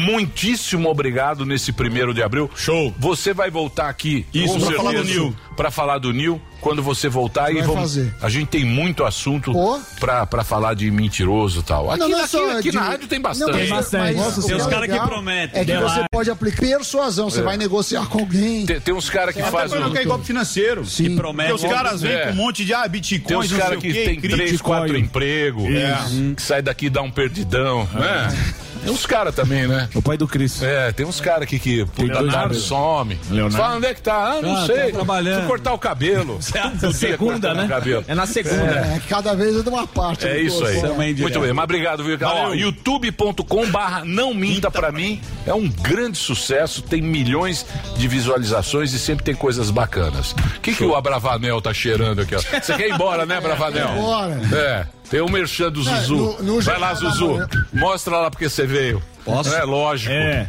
Muitíssimo obrigado nesse primeiro de abril. Show. Você vai voltar aqui
Isso,
com
pra falar
certeza,
do Nil.
pra falar do Nil quando você voltar e
vai
vamos.
fazer.
A gente tem muito assunto pra, pra falar de mentiroso e tal. Aqui,
Não, não é
aqui-
só
aqui
de-
na rádio tem
Não,
bastante.
mas- mas o
Tem os
legal
caras que prometem.
É que você
Delar.
pode aplicar persuasão, você
É.
vai negociar com alguém.
Tem, tem uns caras que
Até
fazem.
pra não cair golpe financeiro.
Sim.
um Que promete. Porque os caras vêm com um monte de, ah, bitcoins,
Tem uns
não sei
caras
o
que
quê,
tem
cripto.
três, quatro empregos,
É.
que sai daqui e dá um perdidão. né? Tem uns caras também, né? O pai do Cris. É, tem uns caras aqui que puta
Leonardo.
tarde some.
Leonardo.
Fala onde é que tá? Ah, não
Ah,
sei.
tá trabalhando.
Preciso cortar o cabelo. Todo dia
Segunda,
cortando
né?
o cabelo.
É na segunda.
É.
É, cada vez é de uma parte.
É
do né?
isso aí.
bolso.
Muito bem, mas obrigado, viu? Ó, youtube.com barra não minta pra mim. É um grande sucesso, tem milhões de visualizações e sempre tem coisas bacanas. O que, que o Abravanel tá cheirando aqui, ó? Você quer ir embora, né, Abravanel?
Quer ir embora.
É. Tem o merchan do
É,
Zuzu.
no- no
Vai lá,
Jornal da
Zuzu.
Manhã.
Mostra lá porque você veio.
Posso?
É lógico.
É.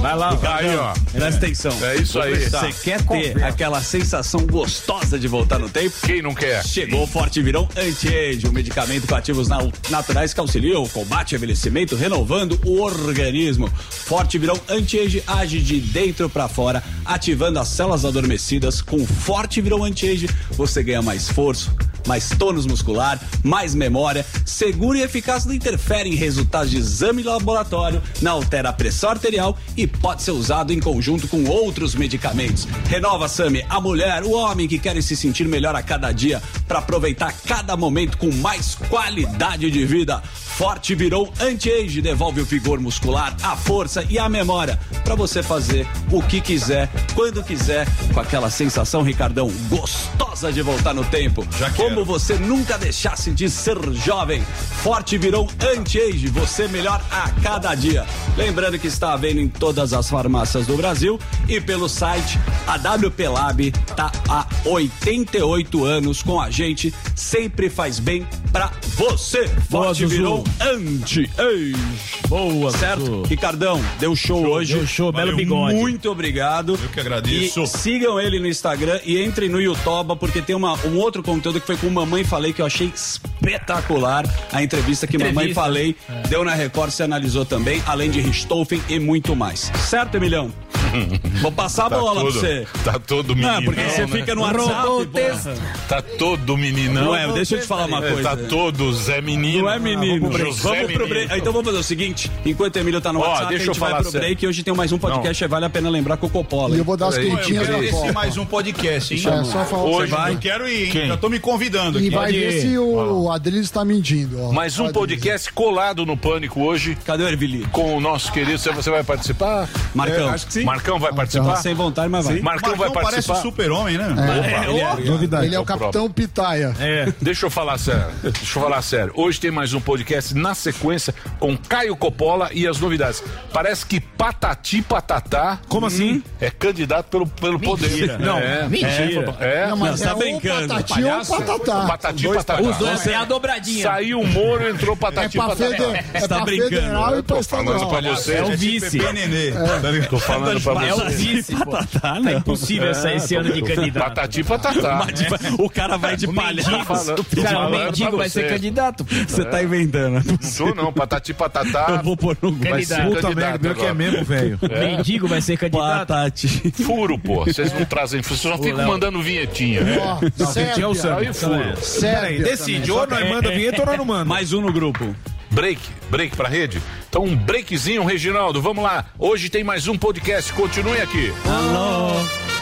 Vai
lá,
Aí, ó.
Presta atenção.
É isso aí.
Você quer ter aquela sensação gostosa de voltar no tempo?
Quem não quer?
Chegou o Forte Virão Anti-Age, um medicamento com ativos na- naturais que auxilia o combate ao envelhecimento, renovando o organismo. Forte Virão Anti-Age age de dentro pra fora, ativando as células adormecidas. Com o Forte Virão Anti-Age, você ganha mais esforço, mais tônus muscular, mais memória, seguro e eficaz, não interfere em resultados de exame de laboratório, não altera a pressão arterial e pode ser usado em conjunto com outros medicamentos. Renova Sami, a mulher, o homem que querem se sentir melhor a cada dia para aproveitar cada momento com mais qualidade de vida. Forte virou anti-age, devolve o vigor muscular, a força e a memória para você fazer o que quiser, quando quiser, com aquela sensação, Ricardão, gostosa de voltar no tempo. Como você nunca deixasse de ser jovem. Forte virou anti-age, você melhor a cada dia. Lembrando que está à venda em todas as farmácias do Brasil e pelo site a WP Lab tá há 88 anos com a gente, sempre faz bem pra você. Forte
Zuzu.
virou anti-age. Boa, certo? Ricardão, deu show, hoje. Deu show,
belo bigode.
Muito obrigado. Eu que
agradeço.
E sigam ele no Instagram e entrem no Yotoba, porque tem uma, um outro conteúdo que foi com Mamãe Falei que eu achei espetacular. A entrevista que Mamãe
Entrevista.
Falei
É.
deu na Record, você analisou também, além de Richthofen e muito mais. Certo, Emilhão? Vou passar a
Tá
bola
tudo-
pra você.
Tá todo
Não,
meninão,
porque você
né?
fica no WhatsApp, Ah,
Rodou o
pô.
texto. Tá todo meninão.
Não é, deixa eu te falar uma
É,
coisa.
Tá todo Zé Menino.
Não é menino.
José
Vamos pro break.
Menino.
Então vamos fazer o seguinte, enquanto o Emílio tá no
Ó,
WhatsApp,
deixa
a
eu
gente vai
falar
pro
sério.
break e hoje tem mais um podcast, vale a pena lembrar com o Coppola. hein?
E eu vou dar as
Peraí.
quentinhas
Eu quero
da
esse
Copa.
mais um podcast, hein?
É, só falar-
Hoje
Você vai?
eu quero ir, hein?
Quem?
Já tô me convidando
E
aqui.
vai ver se o Adriles está mentindo. Ó.
Mais um
Adriles.
podcast colado no Pânico hoje.
Cadê o Ervili?
Com o nosso querido. Você- Você vai participar?
Marcão.
É, acho que sim. Marcão vai participar?
Tá sem vontade, mas vai.
Sim. Marcão, vai
Marcão parece
participar.
o super-homem, né?
Opa.
É, ele, é, ele é o capitão Pitaia.
É. Deixa eu falar sério. Deixa eu falar sério. Hoje tem mais um podcast na sequência com Caio Coppola e as novidades. Parece que Patati Patatá. Como assim? É candidato pelo, pelo poder.
Não,
é.
mentira.
É.
Não, mas Não, tá é ou brincando. Patati ou
Palhaço?
Patatá.
Patati
Os dois
Patatá.
Os dois, é a
dobradinha.
Saiu o Moro, entrou Patati
É pra
Patatá.
feder- é Você tá pra brincando. federal e
Eu tô
pra
falando
estadual.
pra você.
É o
gente,
vice.
Pepe Nenê.
É.
Tô falando pra você.
É o vice, pô. Patatá,
não.
É impossível essa- esse ano de candidato.
Patati Patatá.
Mas de-
O cara vai de palhaço.
Cara, o mendigo vai ser candidato.
Você tá inventando.
Não sou não, patati patatá.
Tá. Eu vou pôr no
Vai ser
Puta
candidato
merda, meu que é
agora.
mesmo, velho. Mendigo vai ser candidato. Patati.
Furo, pô. Vocês não trazem furo, vocês só
Ô,
ficam
Léo.
mandando vinhetinha.
Ó,
Não,
Sérvia.
vinhetinha é o Sam. Aí furo.
Sérvia Peraí, decide, também. ou nós manda vinheta ou nós não manda.
Mais um no grupo.
Break, break pra rede? Então um breakzinho, Reginaldo. Vamos lá. Hoje tem mais um podcast. Continue aqui.
Alô,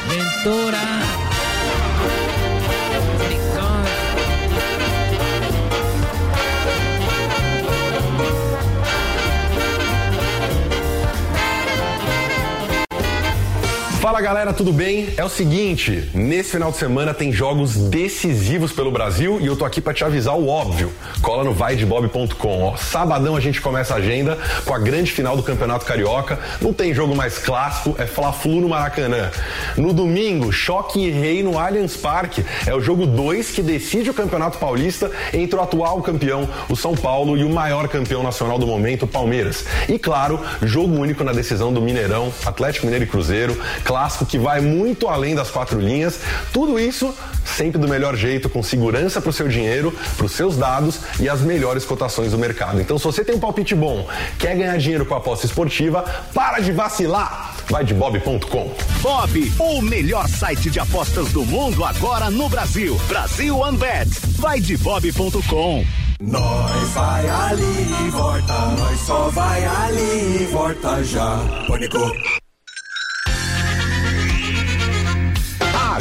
Ventura.
Fala galera, tudo bem? É o seguinte, nesse final de semana tem jogos decisivos pelo Brasil e eu tô aqui pra te avisar o óbvio. Cola no vaidebob.com, ó. Sabadão a gente começa a agenda com a grande final do Campeonato Carioca. Não tem jogo mais clássico, é Fla-Flu no Maracanã. No domingo, Choque e Rei no Allianz Parque. É o jogo 2 que decide o Campeonato Paulista entre o atual campeão, o São Paulo, e o maior campeão nacional do momento, o Palmeiras. E claro, jogo único na decisão do Mineirão, Atlético Mineiro e Cruzeiro, clássico que vai muito além das quatro linhas. Tudo isso sempre do melhor jeito, com segurança para o seu dinheiro, para os seus dados e as melhores cotações do mercado. Então, se você tem um palpite bom, quer ganhar dinheiro com a aposta esportiva, para de vacilar! Vai de bob.com. É
Bob, o melhor site de apostas do mundo agora no Brasil. Brasil Unbet. Vai de bob.com.
Nós vai ali e volta, nós só vai ali e volta já. Pânico.
A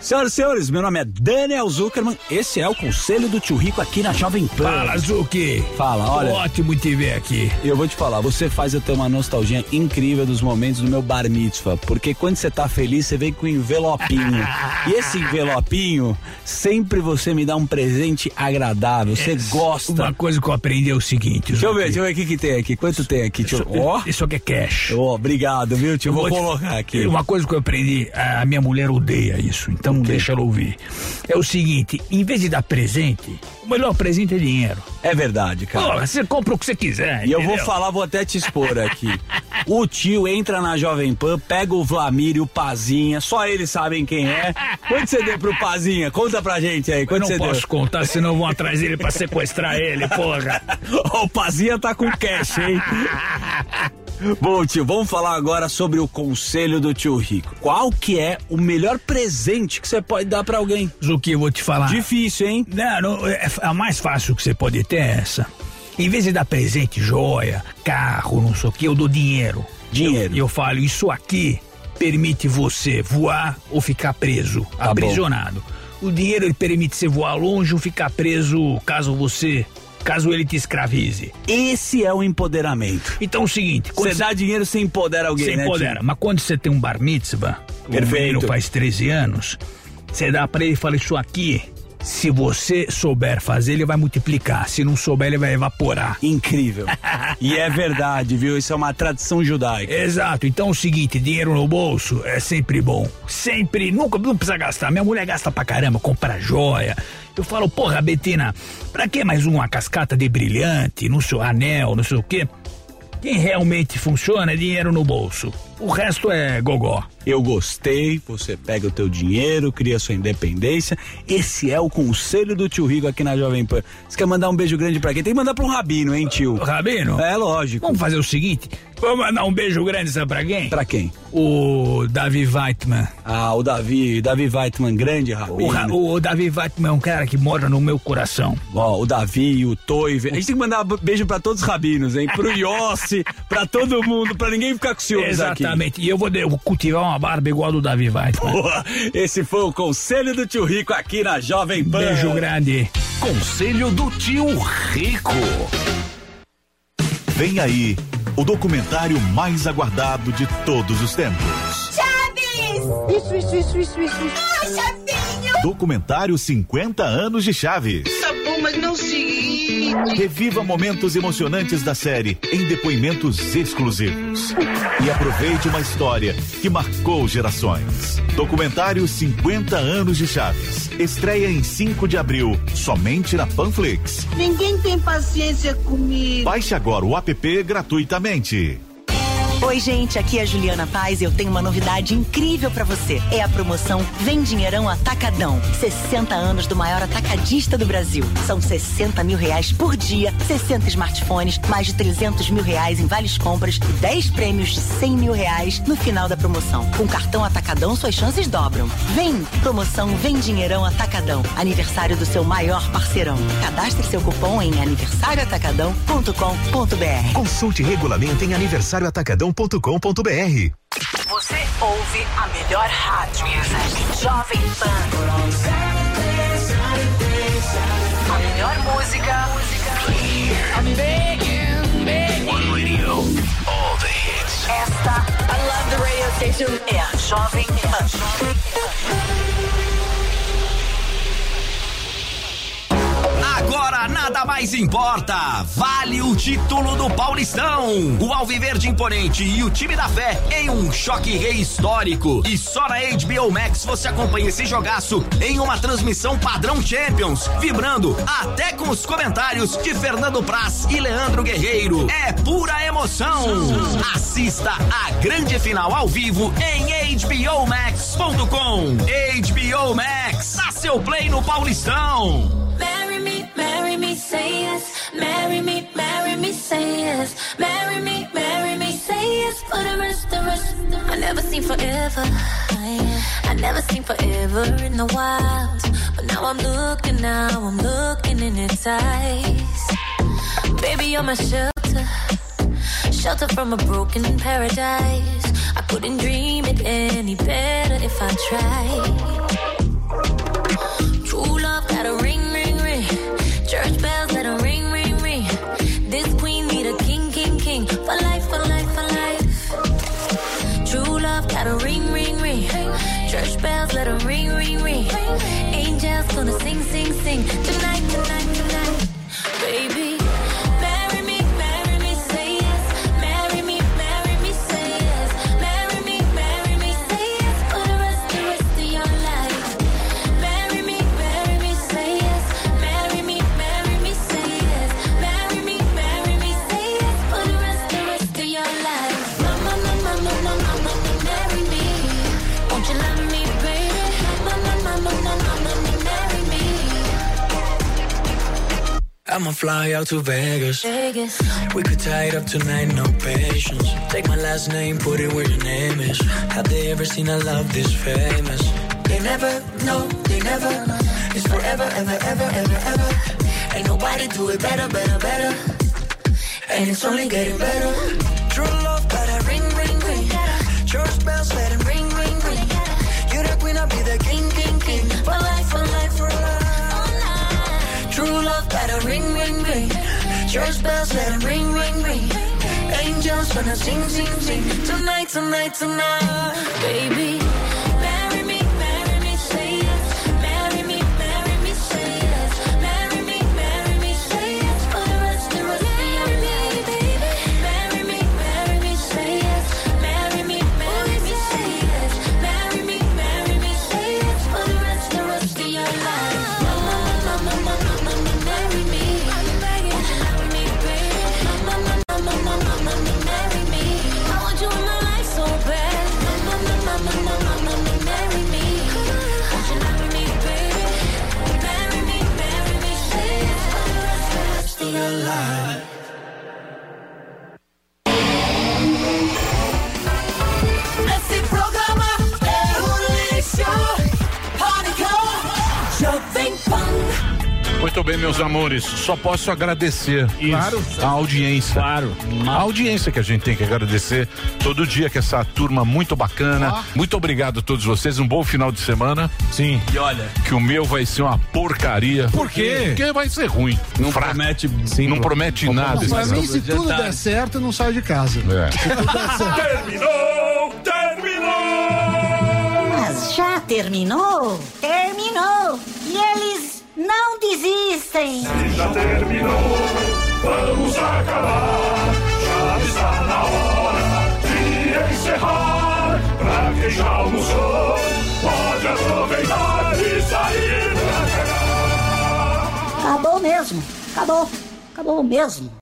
Senhoras e senhores, meu nome é Daniel Zuckerman. Esse é o Conselho do Tio Rico aqui na Jovem Pan.
Fala, Zuki.
Fala, olha.
Ótimo te ver aqui.
Eu vou te falar, você faz eu ter uma nostalgia incrível dos momentos do meu bar mitzvah. Porque quando você tá feliz, você vem com um envelopinho. e esse envelopinho, sempre você me dá um presente agradável. Você gosta.
Uma coisa que eu aprendi é o seguinte,
Deixa eu
Zucchi.
ver, deixa eu ver o que, que tem aqui. Quanto tem aqui? Deixa eu- Ó.
Isso aqui é cash.
Ó, obrigado, viu, tio?
Eu
Vou,
te-
colocar aqui.
Uma coisa que eu aprendi, a minha mulher odeia isso, então deixa ela ouvir. É o seguinte, em vez de dar presente, o melhor presente é dinheiro.
É verdade, cara.
Porra, você compra o que você quiser.
E eu vou
É, entendeu?
falar, vou até te expor aqui. O tio entra na Jovem Pan, pega o Vlamir e o Pazinha, só eles sabem quem é. Quanto você deu pro Pazinha? Conta pra gente aí,
Eu
quanto
não
você
posso
deu?
contar, senão vão atrás dele pra sequestrar ele, porra.
Ó, o Pazinha tá com cash, hein?
Ah,
Bom, tio, vamos falar agora sobre o conselho do tio Rico. Qual que é o melhor presente que você pode dar pra alguém?
Zuki, eu vou te falar.
Difícil, hein?
Não, não, é, a mais fácil que você pode ter é essa. Em vez de dar presente, joia, carro, não sei o que, eu dou dinheiro. Dinheiro. E eu, falo, isso aqui permite você voar ou ficar preso,
Tá
aprisionado. O dinheiro ele permite você voar longe ou ficar preso caso você. Caso ele te escravize.
Esse é o empoderamento.
Então é o seguinte:
Você dá dinheiro sem empodera alguém,
você
né? tio?
empodera. Mas quando você tem um bar mitzvah,
Perfeito.
o menino faz 13 anos, você dá pra ele e fala isso aqui. Se você souber fazer, ele vai multiplicar. Se não souber, ele vai evaporar.
Incrível. E é verdade, viu? Isso é uma tradição judaica.
Exato. Então é o seguinte, dinheiro no bolso é sempre bom. Sempre, nunca não precisa gastar. Minha mulher gasta pra caramba, compra joia. Eu falo, porra, Betina, pra que mais uma cascata de brilhante, no seu anel, não sei o quê? Quem realmente funciona é dinheiro no bolso. O resto é gogó.
Eu gostei, você pega o teu dinheiro, cria sua independência. Esse é o conselho do tio Rico aqui na Jovem Pan. Você quer mandar um beijo grande pra quem? Tem que mandar pra um rabino, hein, tio?
Rabino?
É, lógico.
Vamos fazer o seguinte, vamos mandar um beijo grande, sabe pra quem?
Pra quem?
O Davi Weitman.
Ah, o Davi, Davi Weitman, grande rabino.
O, Ra- o Davi Weitman é um cara que mora no meu coração.
Ó, o Davi, o Toive. A gente tem que mandar beijo pra todos os rabinos, hein? Pro Yossi, pra todo mundo, pra ninguém ficar com ciúmes aqui.
Exatamente. E eu vou, de- eu vou cultivar uma barba igual a do Davi Weitman.
Boa. Esse foi o conselho do tio Rico aqui na Jovem Pan.
Beijo grande.
Conselho do tio Rico.
Vem aí o documentário mais aguardado de todos os tempos.
Chaves! Isso, isso, isso, isso, isso. Ah, Chavinho!
Documentário 50 anos de Chaves.
Sabão, mas não se...
Reviva momentos emocionantes da série em depoimentos exclusivos. E aproveite uma história que marcou gerações. Documentário 50 anos de Chaves. Estreia em 5 de abril, somente na Panflix.
Ninguém tem paciência comigo.
Baixe agora o app gratuitamente.
Oi, gente, aqui é a Juliana Paz e eu tenho uma novidade incrível pra você. É a promoção Vem Dinheirão Atacadão. 60 anos do maior atacadista do Brasil. São 60 mil reais por dia, 60 smartphones, mais de 300 mil reais em várias compras e 10 prêmios de 100 mil reais no final da promoção. Com cartão Atacadão, suas chances dobram. Vem! Promoção Vem Dinheirão Atacadão. Aniversário do seu maior parceirão. Cadastre seu cupom em aniversarioatacadão.com.br.
Consulte regulamento em aniversarioatacadão.com.br.
Você ouve a melhor rádio. Jovem Pan. A melhor música. I'm begging, begging.
One radio, all the hits.
Esta I love the radio station. é a Jovem Pan.
Agora nada mais importa. Vale o título do Paulistão. O Alviverde Imponente e o time da fé em um choque rei histórico. E só na HBO Max você acompanha esse jogaço em uma transmissão padrão Champions, vibrando até com os comentários de Fernando Praz e Leandro Guerreiro. É pura emoção. Assista a grande final ao vivo em hbomax.com. HBO Max, dá seu play no Paulistão.
Marry me, marry me, say yes. Marry me, marry me, say yes. Marry me, marry me, say yes. For the rest, the rest. I never seen forever. I never seen forever in the wild. But now I'm looking, now I'm looking in its eyes. Baby, you're my shelter. Shelter from a broken paradise. I couldn't dream it any better if I tried. True love got a ring, ring, ring. Church bells let a ring, ring, ring. This queen need a king, king, king. For life, for life, for life. True love got a ring, ring, ring. Church bells let a ring, ring, ring. Angels gonna sing, sing, sing. Tonight, tonight, tonight. Baby. Marry me, marry me, say yes. Marry me, marry me, say yes. Marry me, marry me, say yes. For the rest, the rest of your life. Marry me, marry me, say yes. Marry me, marry me, say yes. Marry me, marry me, say yes. For the rest, the rest of your life. Mama, mama, mama, mama, marry me. Won't you love me, baby? Mama, mama, mama, mama, marry me.
I'ma fly out to Vegas. We could tie it up tonight, no patience. Take my last name, put it where your name is. Have they ever seen a love this famous? They never, no, they never. It's forever, ever, ever, ever, ever. Ain't nobody do it better, better, better. And it's only getting better. True love, but I ring, ring, ring. Church bells, let 'em ring, ring, ring. You're the queen, I'll be the king, king, king. For life, for life, for life. True love, gotta ring, ring, ring. Church bells, let 'em ring, ring, ring. Angels wanna sing, sing, sing. Tonight, tonight, tonight, baby.
Marry me, marry me, say yes. Marry me, marry me, say yes. Marry me, marry me, say yes. For the rest, the rest of your life, baby. Marry me, marry me, say yes. Marry me, marry me, say yes. Marry me, marry me, say yes. For the rest, the rest of your life. Mama, mama, mama, mama, marry me. Won't you love me, baby? Mama, mama, mama, mama, marry me. I want you in my life so bad. Mama, mama, mama, mama, mama, marry me. Won't you love me, baby? Marry me, marry me, say yes. For the rest, the rest of your life.
Esse programa é um lixo. Pânico, Jovem Pan.
Muito bem, meus amores. Só posso agradecer claro, a audiência. Claro. A audiência que a gente tem que agradecer todo dia, que essa turma muito bacana. Muito obrigado a todos vocês. Um bom final de semana. Sim. E olha. Que o meu vai ser uma porcaria. Por quê? Porque vai ser ruim. Não promete. não promete nada.
Não,
esse
pra mim, se
programa.
tudo der certo, eu não saio de casa.
Terminou, terminou.
Mas já terminou? Terminou! E eles não desistem!
Já terminou, vamos acabar. Já está na hora de encerrar. Pra quem já almoçou, pode aproveitar e sair pra cagar.
Acabou mesmo! Acabou! Acabou mesmo!